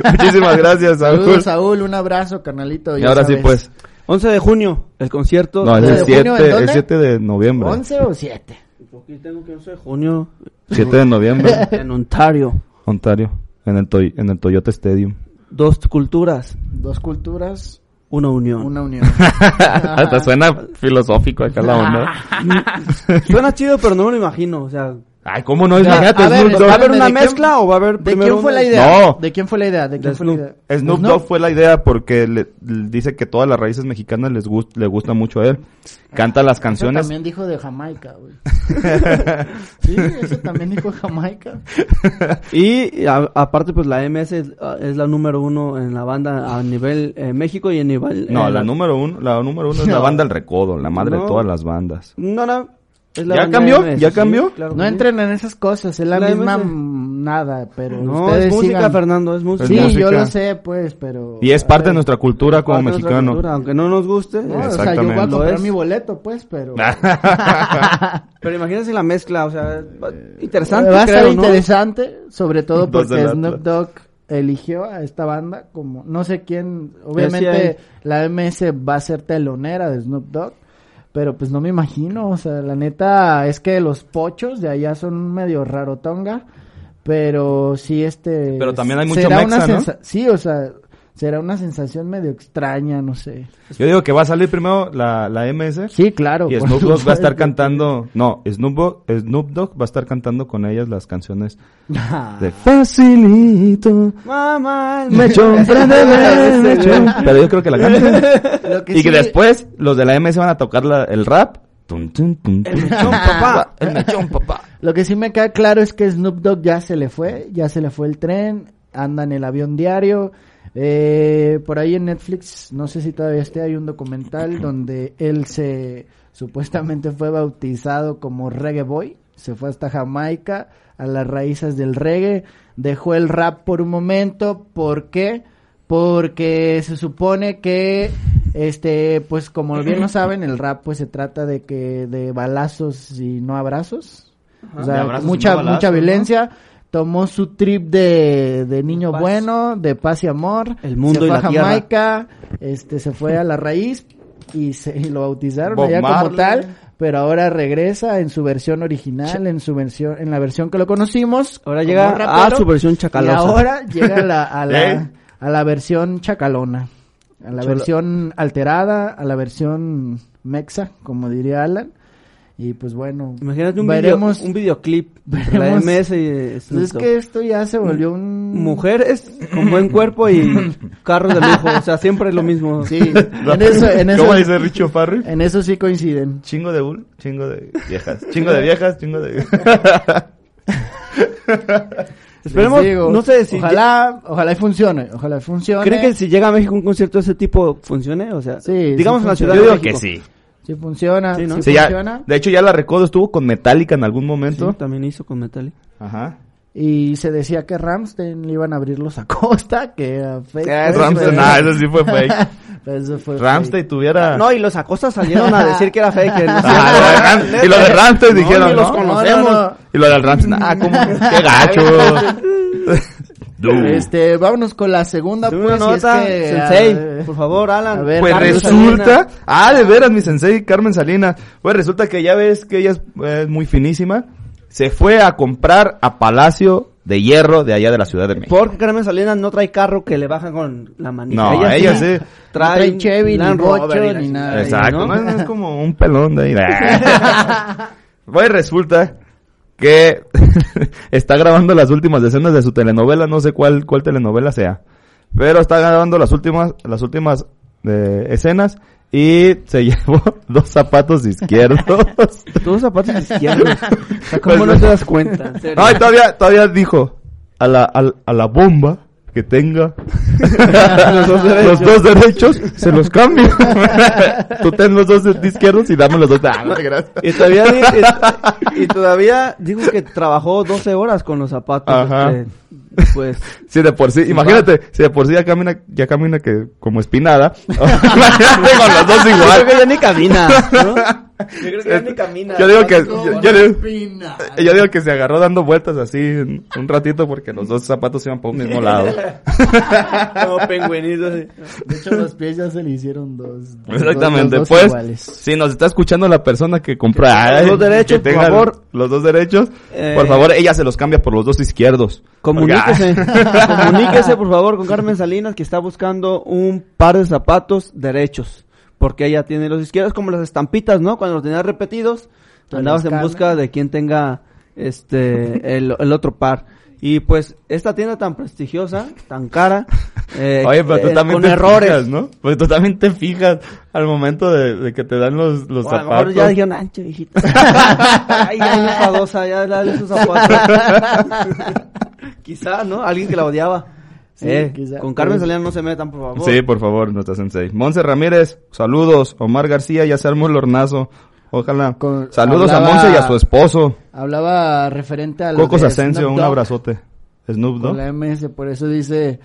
Speaker 6: Muchísimas gracias, Saúl.
Speaker 5: Saludos, Saúl. Un abrazo, canalito.
Speaker 6: Y ahora sí, pues.
Speaker 4: 11 de junio, el concierto.
Speaker 6: No, es
Speaker 5: ¿De
Speaker 6: el
Speaker 5: junio en
Speaker 6: 7, el
Speaker 5: dónde?
Speaker 6: 7 de noviembre.
Speaker 5: ¿11 o 7?
Speaker 4: Aquí tengo que 11 de junio
Speaker 6: 7 de noviembre,
Speaker 4: en Ontario.
Speaker 6: Ontario, en el, Toy- en el Toyota Stadium.
Speaker 4: Dos culturas,
Speaker 5: Dos culturas,
Speaker 4: una unión.
Speaker 5: una unión. Ah.
Speaker 6: Hasta suena filosófico acá la onda.
Speaker 4: Suena chido, pero no me lo imagino. O sea,
Speaker 6: Ay, ¿cómo no?
Speaker 5: Ya,
Speaker 6: Imagínate,
Speaker 5: a ver,
Speaker 6: Snoop Dogg.
Speaker 5: Espérame,
Speaker 4: ¿va a haber una
Speaker 5: ¿de quién-
Speaker 4: mezcla o va a haber
Speaker 5: ¿De
Speaker 4: primero
Speaker 5: quién fue
Speaker 4: una-
Speaker 5: la idea?
Speaker 6: No.
Speaker 5: ¿De quién fue la idea? ¿De quién
Speaker 4: De
Speaker 5: fue la
Speaker 4: Snoop.
Speaker 5: idea?
Speaker 6: Snoop
Speaker 5: Pues ¿No?
Speaker 6: Dogg fue la idea porque le, le dice que todas las raíces mexicanas les gust- le gusta mucho a él. Canta las
Speaker 5: Eso
Speaker 6: canciones.
Speaker 5: también dijo de Jamaica, güey. sí, eso también dijo Jamaica.
Speaker 4: Y a- aparte, pues la MS es, es la número uno en la banda a nivel eh, México y a nivel.
Speaker 6: No,
Speaker 4: eh,
Speaker 6: la número uno, la número uno es la
Speaker 5: No.
Speaker 6: banda El Recodo, la madre
Speaker 4: No.
Speaker 6: de todas las bandas.
Speaker 4: No, no. es la
Speaker 6: ¿Ya
Speaker 4: banda
Speaker 6: cambió?
Speaker 4: MS,
Speaker 6: ¿Ya
Speaker 4: sí,
Speaker 6: cambió?
Speaker 4: claro
Speaker 5: No
Speaker 4: que sí.
Speaker 5: entren en esas cosas, es la,
Speaker 4: La
Speaker 5: misma
Speaker 4: MS.
Speaker 5: mm, nada, pero
Speaker 4: No,
Speaker 5: ustedes
Speaker 4: es música,
Speaker 5: sigan.
Speaker 4: Fernando, es música.
Speaker 5: Sí,
Speaker 6: música.
Speaker 5: yo lo sé, pues, pero...
Speaker 6: Y es
Speaker 5: a
Speaker 6: parte
Speaker 5: ver,
Speaker 6: de nuestra cultura como
Speaker 4: Parte de nuestra
Speaker 6: mexicano.
Speaker 4: cultura, aunque no nos guste. eh,
Speaker 5: no, o sea, yo voy a
Speaker 6: Exactamente.
Speaker 5: comprar
Speaker 4: Es-
Speaker 5: mi boleto, pues, pero...
Speaker 4: Pero imagínense la mezcla, o sea, va- interesante.
Speaker 5: Va a
Speaker 4: creo,
Speaker 5: ser
Speaker 4: ¿no?
Speaker 5: interesante, sobre todo
Speaker 6: Dos
Speaker 5: porque
Speaker 6: del Atlas.
Speaker 5: Snoop Dogg eligió a esta banda como... No sé quién...
Speaker 4: Ya sí
Speaker 5: Obviamente
Speaker 4: hay.
Speaker 5: la MS va a ser telonera de Snoop Dogg, pero pues no me imagino, o sea, la neta es que los pochos de allá son medio rarotonga, pero sí este...
Speaker 6: Pero también hay mucho
Speaker 5: será una
Speaker 6: mexa, ¿no?
Speaker 5: sensa- Sí, o sea, será una sensación medio extraña, no sé.
Speaker 6: Yo digo que va a salir primero la, la MS
Speaker 5: Sí, claro.
Speaker 6: y
Speaker 5: por
Speaker 6: Snoop Dogg va a estar
Speaker 5: supuesto.
Speaker 6: cantando. No, Snoop Dogg, Snoop Dogg va a estar cantando con ellas las canciones
Speaker 5: Ah,
Speaker 6: de Facilito.
Speaker 4: Mamá, el
Speaker 6: Mechón, préndeme, mechón. Pero yo creo que la canción.
Speaker 5: lo que
Speaker 6: y que
Speaker 5: sí-
Speaker 6: después los de la MS van a tocar la- el rap. Tun, tun, tun, tun.
Speaker 4: mechón, papá.
Speaker 5: Lo que sí me queda claro es que Snoop Dogg ya se le fue, ya se le fue el tren, anda en el avión diario. Eh, por ahí en Netflix, no sé si todavía esté, hay un documental donde él se supuestamente fue bautizado como Reggae Boy, se fue hasta Jamaica, a las raíces del reggae, dejó el rap por un momento, ¿por qué? porque se supone que este pues como bien lo saben el rap pues se trata de que de balazos y no abrazos o
Speaker 6: De
Speaker 5: sea
Speaker 6: abrazos y
Speaker 5: mucha
Speaker 6: no balazos,
Speaker 5: mucha
Speaker 6: ¿no?
Speaker 5: violencia tomó su trip de, de niño
Speaker 4: Paz.
Speaker 5: bueno de paz y amor
Speaker 4: El mundo
Speaker 5: se
Speaker 4: y
Speaker 5: fue
Speaker 4: la
Speaker 5: a
Speaker 4: tierra.
Speaker 5: Jamaica este se fue a la raíz y se y lo bautizaron
Speaker 6: Bob
Speaker 5: allá como
Speaker 6: Marley.
Speaker 5: tal pero ahora regresa en su versión original en su versión en la versión que lo conocimos
Speaker 4: Ahora
Speaker 5: como
Speaker 4: llega a
Speaker 5: rapero.
Speaker 4: Ah, su versión
Speaker 5: Y
Speaker 4: chacalosa.
Speaker 5: ahora llega a la, a la,
Speaker 6: ¿Eh?
Speaker 5: a la versión chacalona, a la
Speaker 4: Cholo.
Speaker 5: versión alterada, a la versión mexa, como diría Alan. Y pues bueno,
Speaker 4: Imagínate un,
Speaker 5: veremos.
Speaker 4: video- un videoclip. entre La
Speaker 5: veremos.
Speaker 4: MS y Snoop
Speaker 5: Pues es
Speaker 4: Dogg.
Speaker 5: que esto ya se volvió un...
Speaker 4: Mujeres con buen cuerpo y carros de lujo. O sea, siempre es lo mismo.
Speaker 5: Sí, en eso, en eso,
Speaker 6: ¿Cómo dice Richo Farrell?
Speaker 5: en eso sí coinciden.
Speaker 6: Chingo de bull, chingo de viejas. Chingo de viejas, chingo de...
Speaker 4: Esperemos,
Speaker 5: Les digo,
Speaker 4: no sé si...
Speaker 5: Ojalá, ojalá y funcione, ojalá y funcione.
Speaker 4: ¿Creen que si llega a México un concierto de ese tipo funcione? O sea,
Speaker 5: Sí,
Speaker 4: digamos
Speaker 5: sí
Speaker 4: en la ciudad
Speaker 5: funciona.
Speaker 6: Yo
Speaker 4: de
Speaker 6: digo
Speaker 4: México.
Speaker 6: que sí.
Speaker 5: Si funciona,
Speaker 4: Sí, ¿no?
Speaker 5: si
Speaker 6: Sí, ya-
Speaker 5: funciona.
Speaker 6: de hecho, ya la Recodo estuvo con Metallica en algún
Speaker 4: Sí,
Speaker 6: momento.
Speaker 4: también hizo con Metallica.
Speaker 6: Ajá.
Speaker 5: Y se decía que Ramstein le iban a abrir los a Costa, que a Fake.
Speaker 6: Eh,
Speaker 5: pues,
Speaker 6: Ramstein,
Speaker 5: pero-
Speaker 6: nah, eso sí fue fake.
Speaker 5: pero eso fue
Speaker 6: Ramstein tuviera...
Speaker 4: No, y los acostas salieron a decir que era fake. que no sé.
Speaker 6: Ah, lo de Ram- y los de Ramstein
Speaker 4: No,
Speaker 6: dijeron,
Speaker 4: ni los
Speaker 6: no,
Speaker 4: conocemos.
Speaker 6: no, no. Y los de Ramstein, ah, cómo, qué gacho.
Speaker 5: fake.
Speaker 6: Dude.
Speaker 5: Este, vámonos con la segunda,
Speaker 4: Dame
Speaker 5: pues,
Speaker 4: una
Speaker 5: si es
Speaker 4: nota,
Speaker 5: que,
Speaker 4: Sensei,
Speaker 5: ah,
Speaker 4: por favor, Alan.
Speaker 5: a ver,
Speaker 6: Pues
Speaker 5: Carmen
Speaker 6: resulta,
Speaker 5: Salinas.
Speaker 6: ah, de veras, mi sensei Carmen Salinas. Pues resulta que ya ves que ella es, es muy finísima. Se fue a comprar a Palacio de Hierro de allá de la Ciudad de México.
Speaker 4: Porque Carmen Salinas no trae carro que le baja con la manita.
Speaker 6: No, ella sí.
Speaker 5: No trae Chevy, ni
Speaker 4: Land
Speaker 5: Bocho,
Speaker 4: Rover y la
Speaker 5: ni nada.
Speaker 4: chingada,
Speaker 6: Exacto,
Speaker 4: ¿no?
Speaker 6: no, es como un pelón de ahí. pues resulta que está grabando las últimas escenas de su telenovela, no sé cuál, cuál telenovela sea. Pero está grabando las últimas, las últimas eh, escenas y se llevó dos zapatos izquierdos.
Speaker 4: Todos zapatos izquierdos. O sea, ¿cómo
Speaker 6: Pues,
Speaker 4: no te das cuenta? En serio.
Speaker 6: No, y todavía, todavía dijo a la, al- a, la bomba que tenga los, dos derechos, se los cambio. Tú ten los dos de izquierdos y dame los dos. de- Ah, no, gracias.
Speaker 4: Y todavía, di- y, y todavía digo que trabajó 12 horas con los zapatos.
Speaker 6: Ajá.
Speaker 4: eh, pues,
Speaker 6: Si de por sí, imagínate, si de por sí ya camina, ya camina que como espinada. imagínate con los
Speaker 4: Yo creo
Speaker 6: dos
Speaker 4: que
Speaker 6: igual.
Speaker 4: ya ni camina. ¿no? Yo creo que ya ni camina.
Speaker 6: Yo digo que, yo, yo digo, yo digo que se agarró dando vueltas así un un ratito porque los dos zapatos iban por un mismo lado.
Speaker 4: Como pingüinito, así.
Speaker 5: De hecho, los pies ya se le hicieron dos. dos-
Speaker 6: Exactamente,
Speaker 5: dos- dos
Speaker 6: pues
Speaker 5: iguales.
Speaker 6: si nos está escuchando la persona que compra
Speaker 4: los dos
Speaker 6: ay,
Speaker 4: derechos,
Speaker 6: que
Speaker 4: por
Speaker 6: tenga
Speaker 4: favor.
Speaker 6: los dos derechos,
Speaker 4: Eh,
Speaker 6: por favor, ella se los cambia por los dos izquierdos.
Speaker 4: Comuníquese,
Speaker 6: Porque, ay,
Speaker 4: comuníquese por favor con Carmen Salinas que está buscando un par de zapatos derechos, porque ella tiene los izquierdos como las estampitas, ¿no? Cuando los tenías repetidos,
Speaker 5: Te
Speaker 4: andabas
Speaker 5: los
Speaker 4: en
Speaker 5: cambia.
Speaker 4: busca de quien tenga este el, el otro par. Y pues esta tienda tan prestigiosa, tan cara, eh,
Speaker 6: ah, Oye, pero tú
Speaker 4: eh,
Speaker 6: también
Speaker 4: con
Speaker 6: te
Speaker 4: errores.
Speaker 6: fijas, ¿no? Pues tú también te fijas al momento de, de que te dan los, los
Speaker 4: O a lo mejor
Speaker 6: zapatos.
Speaker 4: ya dijeron, ancho, viejita. Ay, ya es enfadosa, ya dale sus zapatos. quizá, ¿no? Alguien que la odiaba.
Speaker 5: Sí,
Speaker 4: Eh,
Speaker 5: quizá.
Speaker 4: Con Carmen Salinas no se metan, por favor.
Speaker 6: Sí, por favor, nuestra sensei. Monse Ramírez, saludos. Omar García, ya se armó el hornazo. Ojalá.
Speaker 5: Con-
Speaker 6: saludos
Speaker 5: hablaba-
Speaker 6: a Monse y a su esposo.
Speaker 5: Hablaba referente al.
Speaker 6: Cocos Asensio, un abrazote. Snoop
Speaker 5: Con
Speaker 6: Dogg.
Speaker 5: la MS, por eso dice,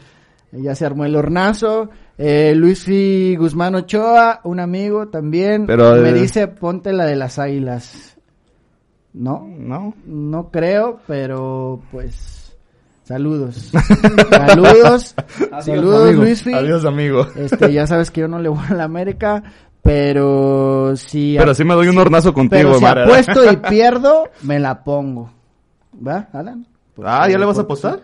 Speaker 5: eh, ya se armó el hornazo. Eh, Luis Fi Guzmán Ochoa, un amigo también,
Speaker 6: Pero,
Speaker 5: me
Speaker 6: eh,
Speaker 5: dice, ponte la de las águilas. No,
Speaker 6: No.
Speaker 5: no creo, pero pues, saludos. saludos, saludos
Speaker 6: amigo.
Speaker 5: Luis Fi.
Speaker 6: Adiós, amigo.
Speaker 5: Este, ya sabes que yo no le voy a la América, pero si...
Speaker 6: Pero sí me doy un hornazo contigo,
Speaker 5: pero si
Speaker 6: Omar.
Speaker 5: apuesto y pierdo, me la pongo. ¿Va, Alan?
Speaker 6: Ah, ¿ya le vas a apostar?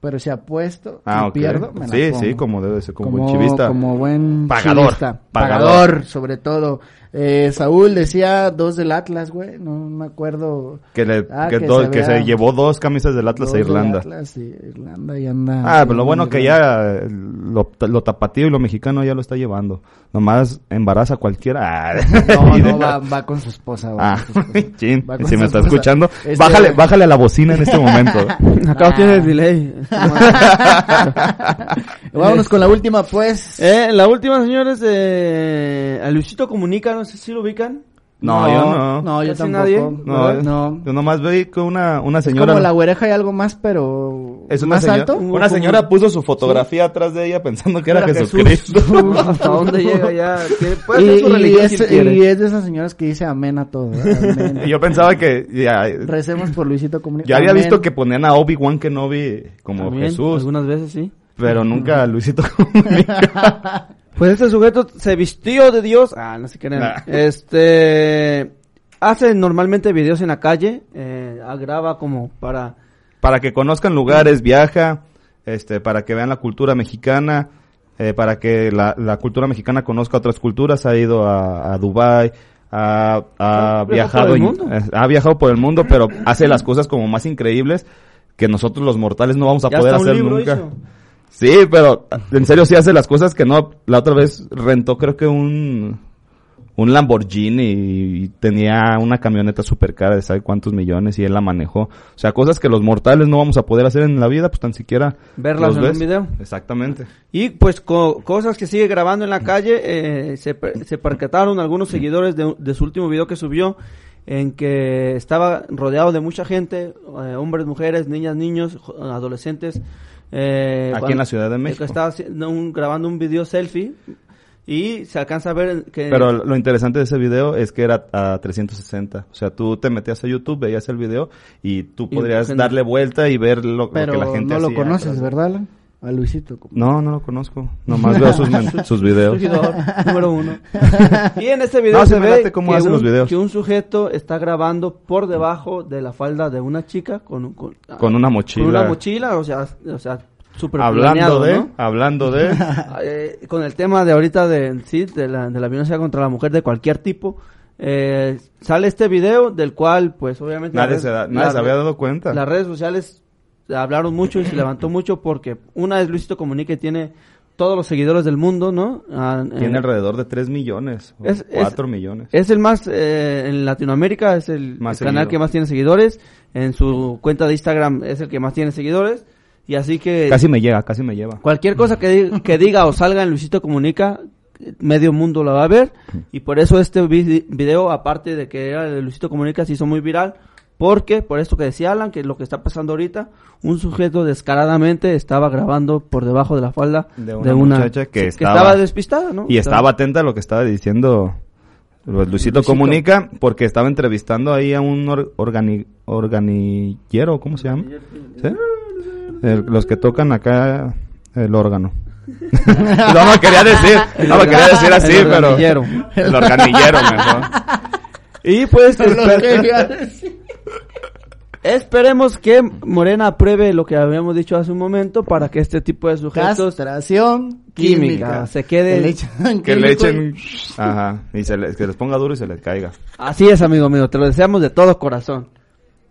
Speaker 5: Pero si apuesto
Speaker 6: Ah,
Speaker 5: y
Speaker 6: ok.
Speaker 5: pierdo, me la
Speaker 6: Sí,
Speaker 5: pongo.
Speaker 6: sí, como debe ser, como, buen chivista.
Speaker 5: Como buen
Speaker 6: Pagador,
Speaker 5: chivista.
Speaker 6: pagador.
Speaker 5: Pagador, sobre todo. Eh, Saúl decía dos del Atlas, güey. No me acuerdo.
Speaker 6: Que, le,
Speaker 5: Ah,
Speaker 6: que,
Speaker 5: que
Speaker 6: do-
Speaker 5: se
Speaker 6: que se
Speaker 5: vea.
Speaker 6: llevó dos camisas del Atlas
Speaker 5: Dos
Speaker 6: a
Speaker 5: del
Speaker 6: Irlanda.
Speaker 5: Atlas y Irlanda y anda.
Speaker 6: Ah, pero lo bueno que
Speaker 5: Irlanda.
Speaker 6: ya eh, lo, lo tapatío y lo mexicano ya lo está llevando. Nomás embaraza a cualquiera. Ah.
Speaker 5: No,
Speaker 6: Y de-
Speaker 5: no, va, va con su esposa. va
Speaker 6: Ah,
Speaker 5: con su esposa.
Speaker 6: chin,
Speaker 5: Va con
Speaker 6: si
Speaker 5: su
Speaker 6: me está
Speaker 5: esposa.
Speaker 6: escuchando,
Speaker 5: Este-
Speaker 6: bájale, bájale a la bocina en este momento.
Speaker 4: Acá
Speaker 5: Ah.
Speaker 4: tiene delay.
Speaker 5: Vámonos con la última, pues.
Speaker 4: eh, la última, señores, eh, a Luisito Comunica, no sé si lo ubican.
Speaker 6: No, yo no.
Speaker 5: No, yo
Speaker 4: Casi
Speaker 5: tampoco.
Speaker 4: nadie.
Speaker 6: No,
Speaker 5: No, no.
Speaker 6: Yo nomás vi que una, una
Speaker 5: Es
Speaker 6: señora...
Speaker 5: como la oreja y algo más, pero.
Speaker 6: es una
Speaker 5: ¿Más
Speaker 6: señora-
Speaker 5: alto?
Speaker 6: Una señora puso su fotografía atrás de ella pensando que era,
Speaker 4: Era Jesús.
Speaker 6: Jesucristo.
Speaker 4: ¿Hasta dónde llega ya? Tiene- Puede ser
Speaker 5: Y,
Speaker 4: su
Speaker 5: y
Speaker 4: religión si
Speaker 5: es,
Speaker 4: quiere.
Speaker 5: y es de esas señoras que dice amén a todo. ¿eh? Amén.
Speaker 6: Yo pensaba que ya,
Speaker 5: Recemos por Luisito Comunica.
Speaker 6: yo había
Speaker 5: Amén.
Speaker 6: visto que ponían a Obi-Wan Kenobi como
Speaker 4: También,
Speaker 6: Jesús,
Speaker 4: Algunas veces sí.
Speaker 6: pero nunca a Luisito Comunica.
Speaker 4: Pues este sujeto se vistió de Dios. Ah, no se crean.
Speaker 6: Nah.
Speaker 4: Este. Hace normalmente videos en la calle. Eh, graba como para.
Speaker 6: para que conozcan lugares, viaja, este, para que vean la cultura mexicana, eh, para que la, la cultura mexicana conozca otras culturas, ha ido a, a Dubai, ha, ha
Speaker 4: Ah, viajó
Speaker 6: viajado
Speaker 4: por el
Speaker 6: y-
Speaker 4: mundo.
Speaker 6: eh, ha viajado por el mundo, pero hace las cosas como más increíbles que nosotros los mortales no vamos a
Speaker 4: Ya
Speaker 6: poder
Speaker 4: hasta un
Speaker 6: hacer
Speaker 4: libro
Speaker 6: nunca.
Speaker 4: hizo.
Speaker 6: Sí, pero en serio sí hace las cosas que no. La otra vez rentó creo que un un Lamborghini y tenía una camioneta súper cara de sabe cuántos millones y él la manejó. O sea, cosas que los mortales no vamos a poder hacer en la vida, pues tan siquiera
Speaker 4: Verlas
Speaker 6: los
Speaker 4: en un video.
Speaker 6: Exactamente.
Speaker 4: Y pues co- cosas que sigue grabando en la calle, eh, se, per- se percataron algunos seguidores de, de su último video que subió en que estaba rodeado de mucha gente, eh, hombres, mujeres, niñas, niños, jo- adolescentes. eh,
Speaker 6: Aquí
Speaker 4: cuando-
Speaker 6: en la Ciudad de
Speaker 4: eh,
Speaker 6: México.
Speaker 4: Estaba haciendo un- grabando un video selfie y se alcanza a ver que...
Speaker 6: Pero lo interesante de ese video es que era a 360. O sea, tú te metías a YouTube, veías el video y tú
Speaker 4: Y
Speaker 6: podrías
Speaker 4: gente-
Speaker 6: darle vuelta y ver lo, lo
Speaker 5: Pero
Speaker 6: que la gente
Speaker 5: no lo
Speaker 6: hacía
Speaker 5: conoces,
Speaker 6: atrás.
Speaker 5: ¿verdad, Alan? A Luisito.
Speaker 6: No, no lo conozco. Nomás veo sus, men- sus videos.
Speaker 4: Seguidor número uno. Y en este video
Speaker 6: No, sí
Speaker 4: se
Speaker 6: me
Speaker 4: ve
Speaker 6: late cómo
Speaker 4: que,
Speaker 6: hacen
Speaker 4: un,
Speaker 6: los videos.
Speaker 4: que un sujeto está grabando por debajo de la falda de una chica con, un- con, ah,
Speaker 6: Con una mochila.
Speaker 4: Con una mochila, o sea, o sea súper
Speaker 6: Hablando
Speaker 4: planeado,
Speaker 6: de,
Speaker 4: ¿no?
Speaker 6: hablando de.
Speaker 4: Eh, con el tema de ahorita de, sí, de, la, de la violencia contra la mujer de cualquier tipo, eh, sale este video del cual, pues obviamente... las
Speaker 6: nadie
Speaker 4: redes-
Speaker 6: se, da- nadie
Speaker 4: las-
Speaker 6: se había dado cuenta.
Speaker 4: Las redes sociales hablaron mucho y se levantó mucho porque una es Luisito Comunica y tiene todos los seguidores del mundo, ¿no? Ah, eh,
Speaker 6: Tiene alrededor de 3 millones.
Speaker 4: Es-
Speaker 6: 4
Speaker 4: es-
Speaker 6: millones.
Speaker 4: Es el más, eh, en Latinoamérica, es el
Speaker 6: Más
Speaker 4: canal
Speaker 6: seguido.
Speaker 4: que más tiene seguidores. En su cuenta de Instagram es el que más tiene seguidores. Y así que...
Speaker 6: Casi me llega, casi me lleva.
Speaker 4: Cualquier cosa que, di- que diga o salga en Luisito Comunica, medio mundo la va a ver. Y por eso este vi- video, aparte de que era de Luisito Comunica, se hizo muy viral. Porque, por esto que decía Alan, que lo que está pasando ahorita, un sujeto descaradamente estaba grabando por debajo de la falda
Speaker 6: De una muchacha que estaba-
Speaker 4: despistada, ¿no?
Speaker 6: Y estaba atenta a lo que estaba diciendo pues, Luisito Comunica, porque estaba entrevistando ahí a un or- organi- organillero, ¿cómo se llama? ¿Sí? El- los que tocan acá el órgano. no me quería decir, no me quería decir así,
Speaker 4: El
Speaker 6: pero.
Speaker 4: organillero.
Speaker 6: El organillero, mejor.
Speaker 4: Y pues, esper-
Speaker 5: Pero
Speaker 4: esperemos que Morena apruebe lo que habíamos dicho hace un momento para que este tipo de sujetos
Speaker 5: Castración
Speaker 4: Química,
Speaker 5: química.
Speaker 4: se quede-
Speaker 5: Que le echan
Speaker 6: Que le
Speaker 5: químico y-
Speaker 4: eh.
Speaker 6: echen. Ajá. Y se les- que les ponga duro y se les caiga.
Speaker 4: Así es, amigo mío, te lo deseamos de todo corazón.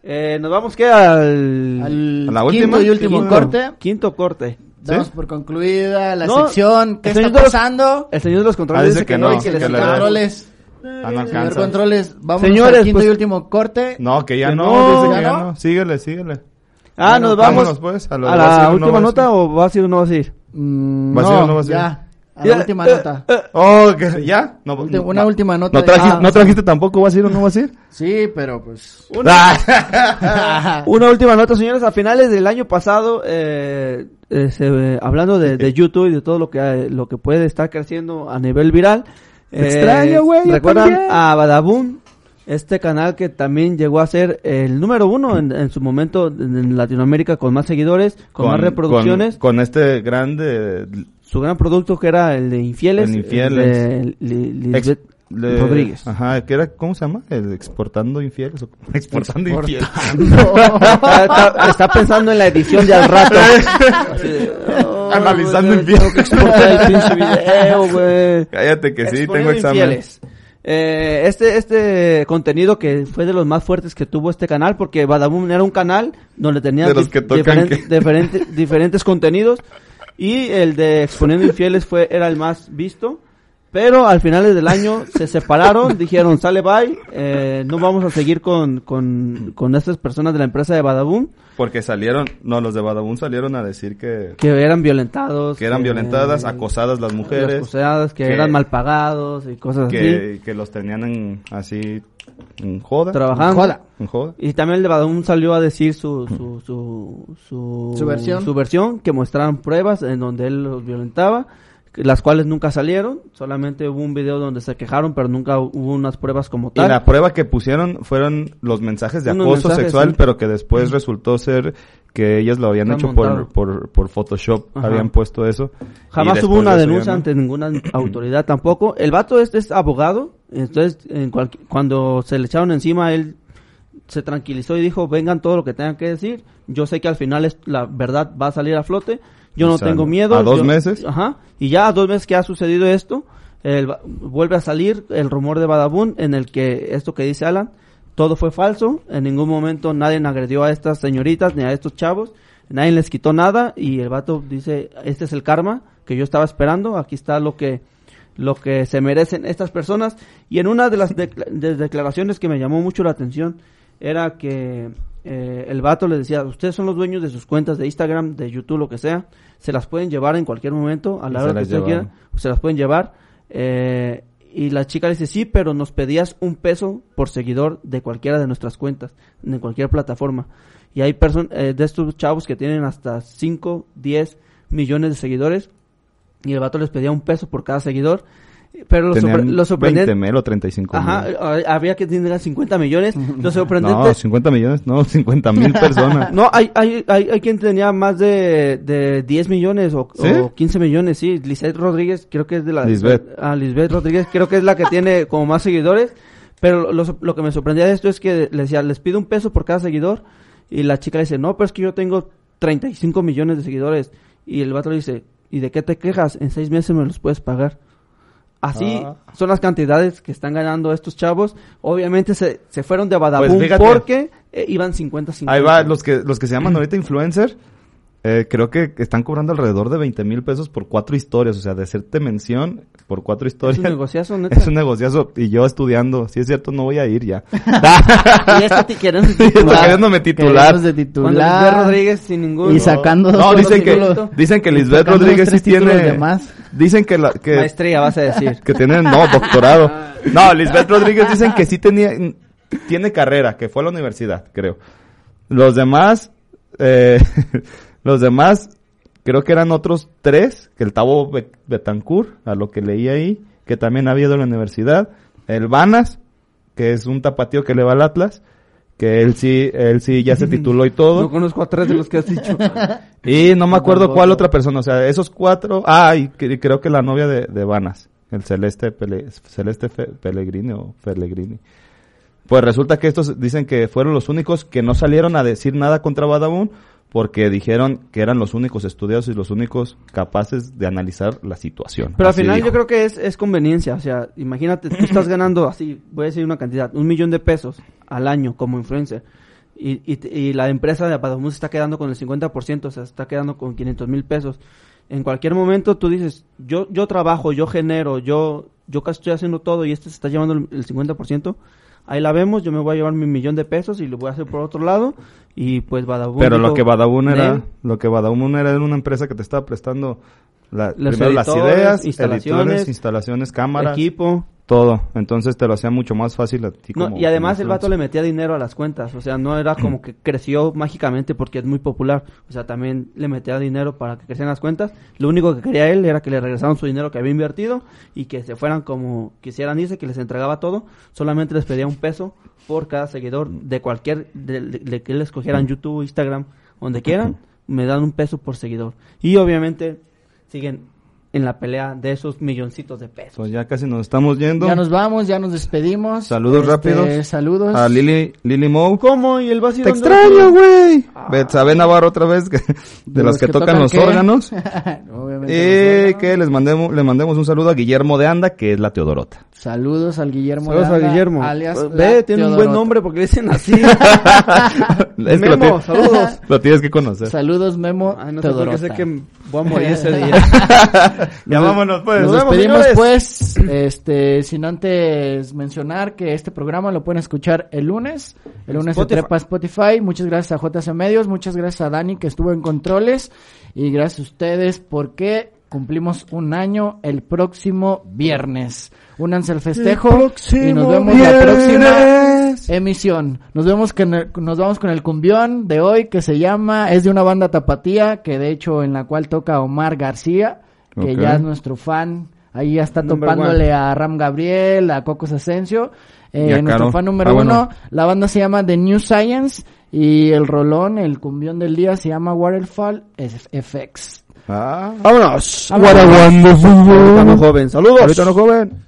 Speaker 4: Eh, Nos vamos que al...
Speaker 5: al
Speaker 6: ¿A la última?
Speaker 5: quinto y último
Speaker 4: quinto-
Speaker 5: corte.
Speaker 4: Quinto corte.
Speaker 5: Damos por concluida la
Speaker 4: No,
Speaker 5: sección. ¿Qué
Speaker 4: el señor
Speaker 5: está
Speaker 4: de los-
Speaker 5: pasando?
Speaker 4: El señor de los
Speaker 6: Ah,
Speaker 4: controles
Speaker 6: dice
Speaker 4: dice que,
Speaker 6: que
Speaker 4: no.
Speaker 6: no,
Speaker 4: y que
Speaker 6: que
Speaker 4: les
Speaker 6: le
Speaker 5: Señor
Speaker 6: da-
Speaker 4: encarga.
Speaker 5: Controles.
Speaker 6: Ah, no
Speaker 5: Señor
Speaker 6: alcanza.
Speaker 5: Controles, vamos
Speaker 4: Señores,
Speaker 5: al quinto y
Speaker 4: pues-
Speaker 5: último corte.
Speaker 6: No, que ya
Speaker 4: Que
Speaker 6: no.
Speaker 4: no,
Speaker 6: dice que
Speaker 5: ¿ya
Speaker 6: ya
Speaker 5: no?
Speaker 6: no. Síguele, síguele.
Speaker 4: Ah, nos vamos.
Speaker 6: vámonos, pues,
Speaker 4: a,
Speaker 6: a lo- ¿vas a ir
Speaker 4: la
Speaker 6: o no
Speaker 4: última
Speaker 6: vas a
Speaker 4: nota
Speaker 6: ir?
Speaker 4: o vas a ir o no vas a ir.
Speaker 5: Mm,
Speaker 6: ¿Vacío
Speaker 5: no,
Speaker 6: o no vacío?
Speaker 5: ya. A la
Speaker 4: Ya,
Speaker 5: última
Speaker 4: eh,
Speaker 5: nota.
Speaker 4: eh,
Speaker 6: Oh, que ya. No,
Speaker 5: Ulti-
Speaker 6: no,
Speaker 5: una
Speaker 6: no.
Speaker 5: última nota.
Speaker 6: No,
Speaker 5: de-
Speaker 6: traji-
Speaker 5: Ah,
Speaker 6: no trajiste tampoco, ¿vas a ir o no vas a ir?
Speaker 5: Sí, pero pues.
Speaker 6: Ah.
Speaker 4: Una última nota, señores. A finales del año pasado, eh, eh, se, eh, hablando de, de YouTube y de todo lo que eh, lo que puede estar creciendo a nivel viral. eh,
Speaker 6: Te extraño, güey, yo
Speaker 4: ¿Recuerdan
Speaker 6: también.
Speaker 4: a Badaboom? Este canal que también llegó a ser el número uno en, en su momento en Latinoamérica con más seguidores, con, más reproducciones.
Speaker 6: Con, con este grande.
Speaker 4: su gran producto que era el de Infieles.
Speaker 6: El Infieles.
Speaker 4: el de Li-
Speaker 6: ex-
Speaker 4: Lisbeth
Speaker 6: de-
Speaker 4: Rodríguez.
Speaker 6: Ajá, que era, ¿cómo se llama? El exportando infieles. o- Exportando infieles.
Speaker 4: está, está- está pensando en la edición de al rato. Así de, "Oh,
Speaker 6: Analizando
Speaker 4: güey,
Speaker 6: infieles".
Speaker 4: tengo que exportar el pinche video, güey.
Speaker 6: Cállate que sí, tengo
Speaker 4: Exponiendo
Speaker 6: examen.
Speaker 4: infieles. Eh, este, este contenido que fue de los más fuertes que tuvo este canal, porque Badaboom era un canal donde tenía
Speaker 6: De los que tocan
Speaker 4: diferen-
Speaker 6: que-
Speaker 4: diferente- diferentes contenidos y el de Exponiendo Infieles fue, era el más visto. Pero al final del año se separaron, dijeron, sale bye, eh, no vamos a seguir con, con, con estas personas de la empresa de Badaboom
Speaker 6: Porque salieron, no, los de Badabun salieron a decir que,
Speaker 4: que eran violentados.
Speaker 6: que eran violentadas,
Speaker 4: eh,
Speaker 6: acosadas las mujeres.
Speaker 4: las acosadas, que,
Speaker 6: que-
Speaker 4: eran mal pagados y cosas así.
Speaker 6: que, que los tenían en- así en joda.
Speaker 4: Trabajando.
Speaker 5: Joda.
Speaker 6: En joda.
Speaker 4: Y también el de Badum salió a decir su, su, su, su,
Speaker 5: Su versión.
Speaker 4: su versión, que mostraron pruebas en donde él los violentaba, que- las cuales nunca salieron, solamente hubo un video donde se quejaron, pero nunca hubo unas pruebas como
Speaker 6: Y
Speaker 4: tal.
Speaker 6: la prueba que pusieron fueron los mensajes de
Speaker 4: Unos
Speaker 6: acoso
Speaker 4: mensajes,
Speaker 6: sexual,
Speaker 4: sí. Mm.
Speaker 6: pero que después resultó ser que ellas lo habían
Speaker 4: Lo han
Speaker 6: hecho
Speaker 4: montado.
Speaker 6: por, por, por Photoshop,
Speaker 4: Ajá.
Speaker 6: habían puesto eso.
Speaker 4: Jamás
Speaker 6: Y
Speaker 4: hubo
Speaker 6: después
Speaker 4: una
Speaker 6: de eso ya
Speaker 4: denuncia
Speaker 6: no.
Speaker 4: ante ninguna autoridad tampoco. El vato este es abogado, entonces en cualqui- cuando se le echaron encima él se tranquilizó y dijo, vengan todo lo que tengan que decir, yo sé que al final es, la verdad va a salir a flote, yo
Speaker 6: O
Speaker 4: no
Speaker 6: sea,
Speaker 4: tengo miedo.
Speaker 6: ¿a dos
Speaker 4: yo-
Speaker 6: meses?
Speaker 4: Ajá, y ya a dos meses que ha sucedido esto, el ba- vuelve a salir el rumor de Badabun en el que esto que dice Alan, todo fue falso, en ningún momento nadie agredió a estas señoritas ni a estos chavos, nadie les quitó nada y el vato dice, este es el karma que yo estaba esperando, aquí está lo que lo que se merecen estas personas y en una de las decla- de- declaraciones que me llamó mucho la atención era que eh, el vato les decía, ustedes son los dueños de sus cuentas de Instagram, de YouTube, lo que sea, se las pueden llevar en cualquier momento, a
Speaker 6: Y
Speaker 4: la
Speaker 6: se
Speaker 4: hora que
Speaker 6: las
Speaker 4: ustedes
Speaker 6: llevaron.
Speaker 4: quieran, se las pueden llevar. eh, y la chica le dice, sí, pero nos pedías un peso por seguidor de cualquiera de nuestras cuentas, de cualquier plataforma. Y hay personas de estos chavos que tienen hasta 5, 10 millones de seguidores. Y el vato les pedía un peso por cada seguidor. Pero lo,
Speaker 6: Tenían
Speaker 4: sorpre- lo
Speaker 6: 20
Speaker 4: sorprendente...
Speaker 6: mil o 35 mil.
Speaker 4: Ajá, a- había que tener 50 millones. Lo sorprendente...
Speaker 6: No, 50 millones, no, 50 mil personas.
Speaker 4: No, hay, hay, hay, hay quien tenía más de, de 10 millones o,
Speaker 6: ¿Sí?
Speaker 4: o 15 millones, sí. Lisbeth Rodríguez, creo que es de la...
Speaker 6: Lisbeth.
Speaker 4: Ah, Lisbeth Rodríguez, creo que es la que tiene como más seguidores. Pero lo, lo que me sorprendía de esto es que le decía, les pido un peso por cada seguidor. Y la chica le dice, no, pero es que yo tengo 35 millones de seguidores. Y el vato le dice, ¿y de qué te quejas? En seis meses me los puedes pagar. Así
Speaker 6: Ah.
Speaker 4: son las cantidades que están ganando estos chavos. Obviamente se, se fueron de Abadabun
Speaker 6: Pues fíjate.
Speaker 4: porque eh, iban 50-50.
Speaker 6: Ahí va, los que, los que se llaman ahorita influencer, eh, creo que están cobrando alrededor de 20 mil pesos por cuatro historias. O sea, de hacerte mención por cuatro
Speaker 4: Es
Speaker 6: historias.
Speaker 4: un negociazo, neta.
Speaker 6: Es un negociazo. Y yo estudiando, si es cierto, no voy a ir ya.
Speaker 4: Y este ti- quieren
Speaker 6: Está
Speaker 4: titular.
Speaker 6: queriéndome titular.
Speaker 5: Queremos
Speaker 4: Cuando
Speaker 5: de
Speaker 4: Lisbeth
Speaker 5: titular.
Speaker 4: Rodríguez sin ningún...
Speaker 5: Y sacando
Speaker 6: No,
Speaker 5: todos los
Speaker 6: dicen que,
Speaker 5: títulos.
Speaker 6: dicen que
Speaker 5: Y
Speaker 6: Lisbeth
Speaker 5: sacando los
Speaker 6: Rodríguez sí
Speaker 5: tres títulos
Speaker 6: tiene.
Speaker 5: de más.
Speaker 6: Dicen que la. Que,
Speaker 4: Maestría, vas a decir.
Speaker 6: que tienen, no, doctorado. No, Lisbeth Rodríguez dicen que sí tenía, tiene carrera, que fue a la universidad, creo. Los demás, eh, los demás, creo que eran otros tres, que el Tavo Be- Betancourt, a lo que leí ahí, que también había ido a la universidad, el Vanas, que es un tapatío que le va al Atlas, que él sí, él sí ya se tituló y
Speaker 4: No
Speaker 6: todo.
Speaker 4: conozco a tres de los que has dicho.
Speaker 6: Y no me acuerdo cuál otra persona, o sea, esos cuatro, ah, y cre- creo que la novia de, de Vanas, el Celeste, Pele- Celeste Fe- Pellegrini o Pellegrini. Pues resulta que estos dicen que fueron los únicos que no salieron a decir nada contra Badabun porque dijeron que eran los únicos estudiados y los únicos capaces de analizar la situación.
Speaker 4: Pero al
Speaker 6: Así
Speaker 4: final
Speaker 6: dijo.
Speaker 4: yo creo que es, es conveniencia. O sea, imagínate, tú estás ganando así, voy a decir una cantidad, un millón de pesos al año como influencer. Y, y, te- y la empresa de Apadamuz está quedando con el 50%, o sea, está quedando con 500 mil pesos. En cualquier momento tú dices, yo, yo trabajo, yo genero, yo, yo casi estoy haciendo todo y este se está llevando el, el 50%. Ahí la vemos, yo me voy a llevar mi millón de pesos y lo voy a hacer por otro lado. Y pues Badabun.
Speaker 6: Pero
Speaker 4: dijo,
Speaker 6: lo que Badabun era,
Speaker 4: "Nel".
Speaker 6: lo que Badabun era era una empresa que te estaba prestando la-
Speaker 4: Los
Speaker 6: primero las
Speaker 4: editores,
Speaker 6: ideas,
Speaker 4: instalaciones,
Speaker 6: editores, instalaciones, cámaras,
Speaker 4: Equipo.
Speaker 6: todo. Entonces te lo hacía mucho más fácil a ti
Speaker 4: No,
Speaker 6: como-
Speaker 4: y además
Speaker 6: como
Speaker 4: el vato le metía
Speaker 6: influencer.
Speaker 4: dinero a las cuentas, o sea, no era como que creció mágicamente porque es muy popular, o sea, también le metía dinero para que crecieran las cuentas, lo único que quería él era que le regresaran su dinero que había invertido y que se fueran como quisieran irse, que les entregaba todo, solamente les pedía un peso por cada seguidor de cualquier, de, de- de que les cogieran YouTube, Instagram, donde quieran, me dan un peso por seguidor. Y obviamente siguen en la pelea de esos milloncitos de pesos.
Speaker 6: Pues ya casi nos estamos yendo.
Speaker 5: Ya nos vamos, ya nos despedimos.
Speaker 6: Saludos
Speaker 5: Este,
Speaker 6: rápidos.
Speaker 5: Saludos.
Speaker 6: A Lili, Lili Mou.
Speaker 4: ¿Cómo? ¿Y el vacío?
Speaker 6: Te
Speaker 4: dónde lo tiene?
Speaker 6: extraño, güey. Betsabe Navarro otra vez, que- de, los que, tocan, los
Speaker 5: qué?
Speaker 6: órganos.
Speaker 4: Eh,
Speaker 5: Obviamente
Speaker 6: Y
Speaker 5: los órganos.
Speaker 6: que les mandemos, le mandemos un saludo a Guillermo de Anda, que es la Teodorota.
Speaker 5: Saludos al Guillermo.
Speaker 4: Saludos a
Speaker 5: Landa,
Speaker 4: Guillermo.
Speaker 5: alias
Speaker 4: Pues,
Speaker 5: La
Speaker 4: Ve, tiene un buen
Speaker 5: Teodoroto.
Speaker 4: nombre porque le dicen así.
Speaker 6: Es que lo
Speaker 4: Memo,
Speaker 6: ti-
Speaker 4: saludos.
Speaker 6: Lo tienes que conocer.
Speaker 5: Saludos, Memo.
Speaker 4: Ay, Ah, no sé por
Speaker 5: Teodorota.
Speaker 4: qué sé que voy a morir ese día.
Speaker 6: Ya vámonos, pues.
Speaker 5: Nos
Speaker 4: Nos vemos,
Speaker 5: despedimos
Speaker 4: señores.
Speaker 5: pues, este, sin antes mencionar que este programa lo pueden escuchar el lunes, el lunes se
Speaker 4: Spotify.
Speaker 5: trepa a Spotify, muchas gracias a JC Medios, muchas gracias a Dani que estuvo en controles y gracias a ustedes porque cumplimos un año el próximo viernes. Únanse al festejo y nos vemos la próxima emisión. Nos vemos que nos vamos con el cumbión de hoy que se llama es de una banda tapatía que de hecho en la cual toca Omar García que
Speaker 6: Ok.
Speaker 5: ya es nuestro fan. Ahí ya está
Speaker 4: Number
Speaker 5: topándole a Ram Gabriel, a Cocos Asensio.
Speaker 6: Y a
Speaker 5: Eh, nuestro
Speaker 6: Caro.
Speaker 5: fan número
Speaker 6: Ah,
Speaker 5: uno.
Speaker 6: bueno.
Speaker 5: La banda se llama The New Science. Y el rolón, el cumbión del día, se llama Waterfall FX.
Speaker 6: Ah.
Speaker 4: Vámonos.
Speaker 5: What a
Speaker 4: Ahorita no joven. Saludos.
Speaker 6: Ahorita no joven.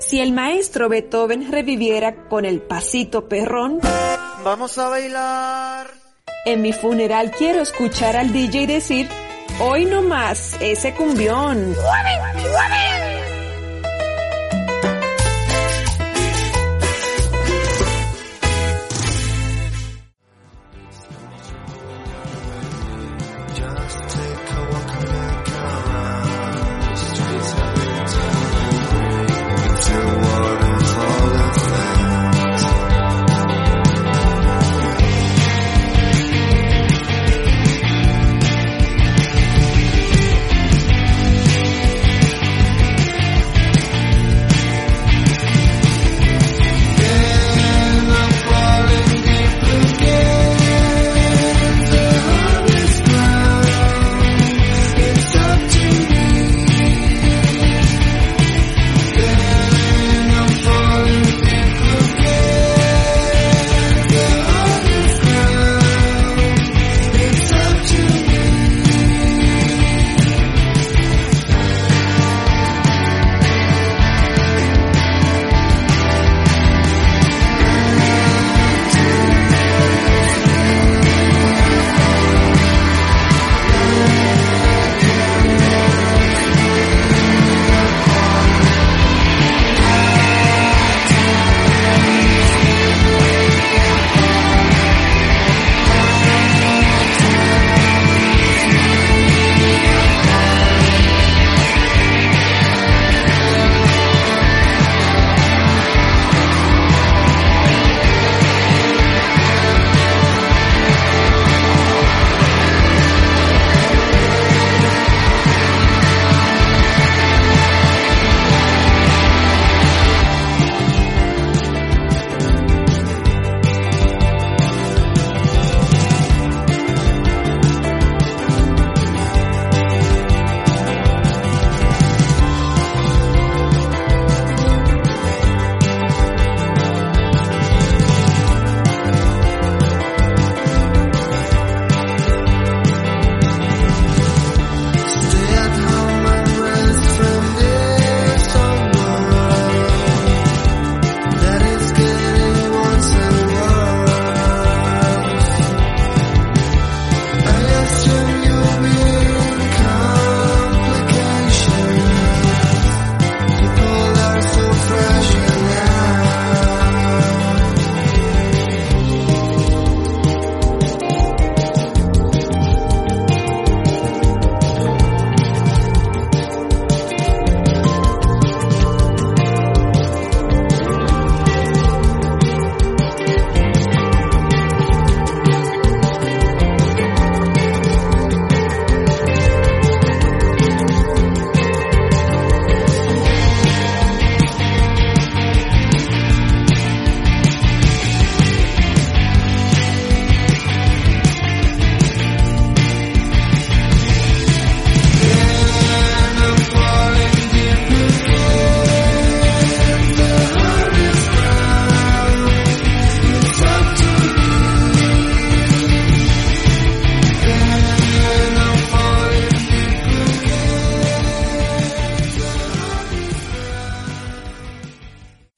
Speaker 8: Si el maestro Beethoven reviviera con el pasito perrón,
Speaker 1: Vamos a bailar.
Speaker 8: en mi funeral quiero escuchar al DJ decir, Hoy no más, ese cumbión.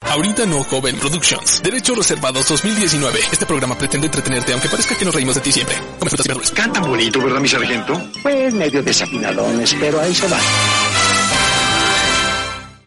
Speaker 9: Ahorita no Joven Productions. Derechos reservados 2019. Este programa pretende entretenerte, aunque parezca que nos reímos de ti siempre. Come frutas y verduras.
Speaker 10: Cantan bonito, ¿verdad, mi sargento? Pues medio desafinadones, pero ahí se va.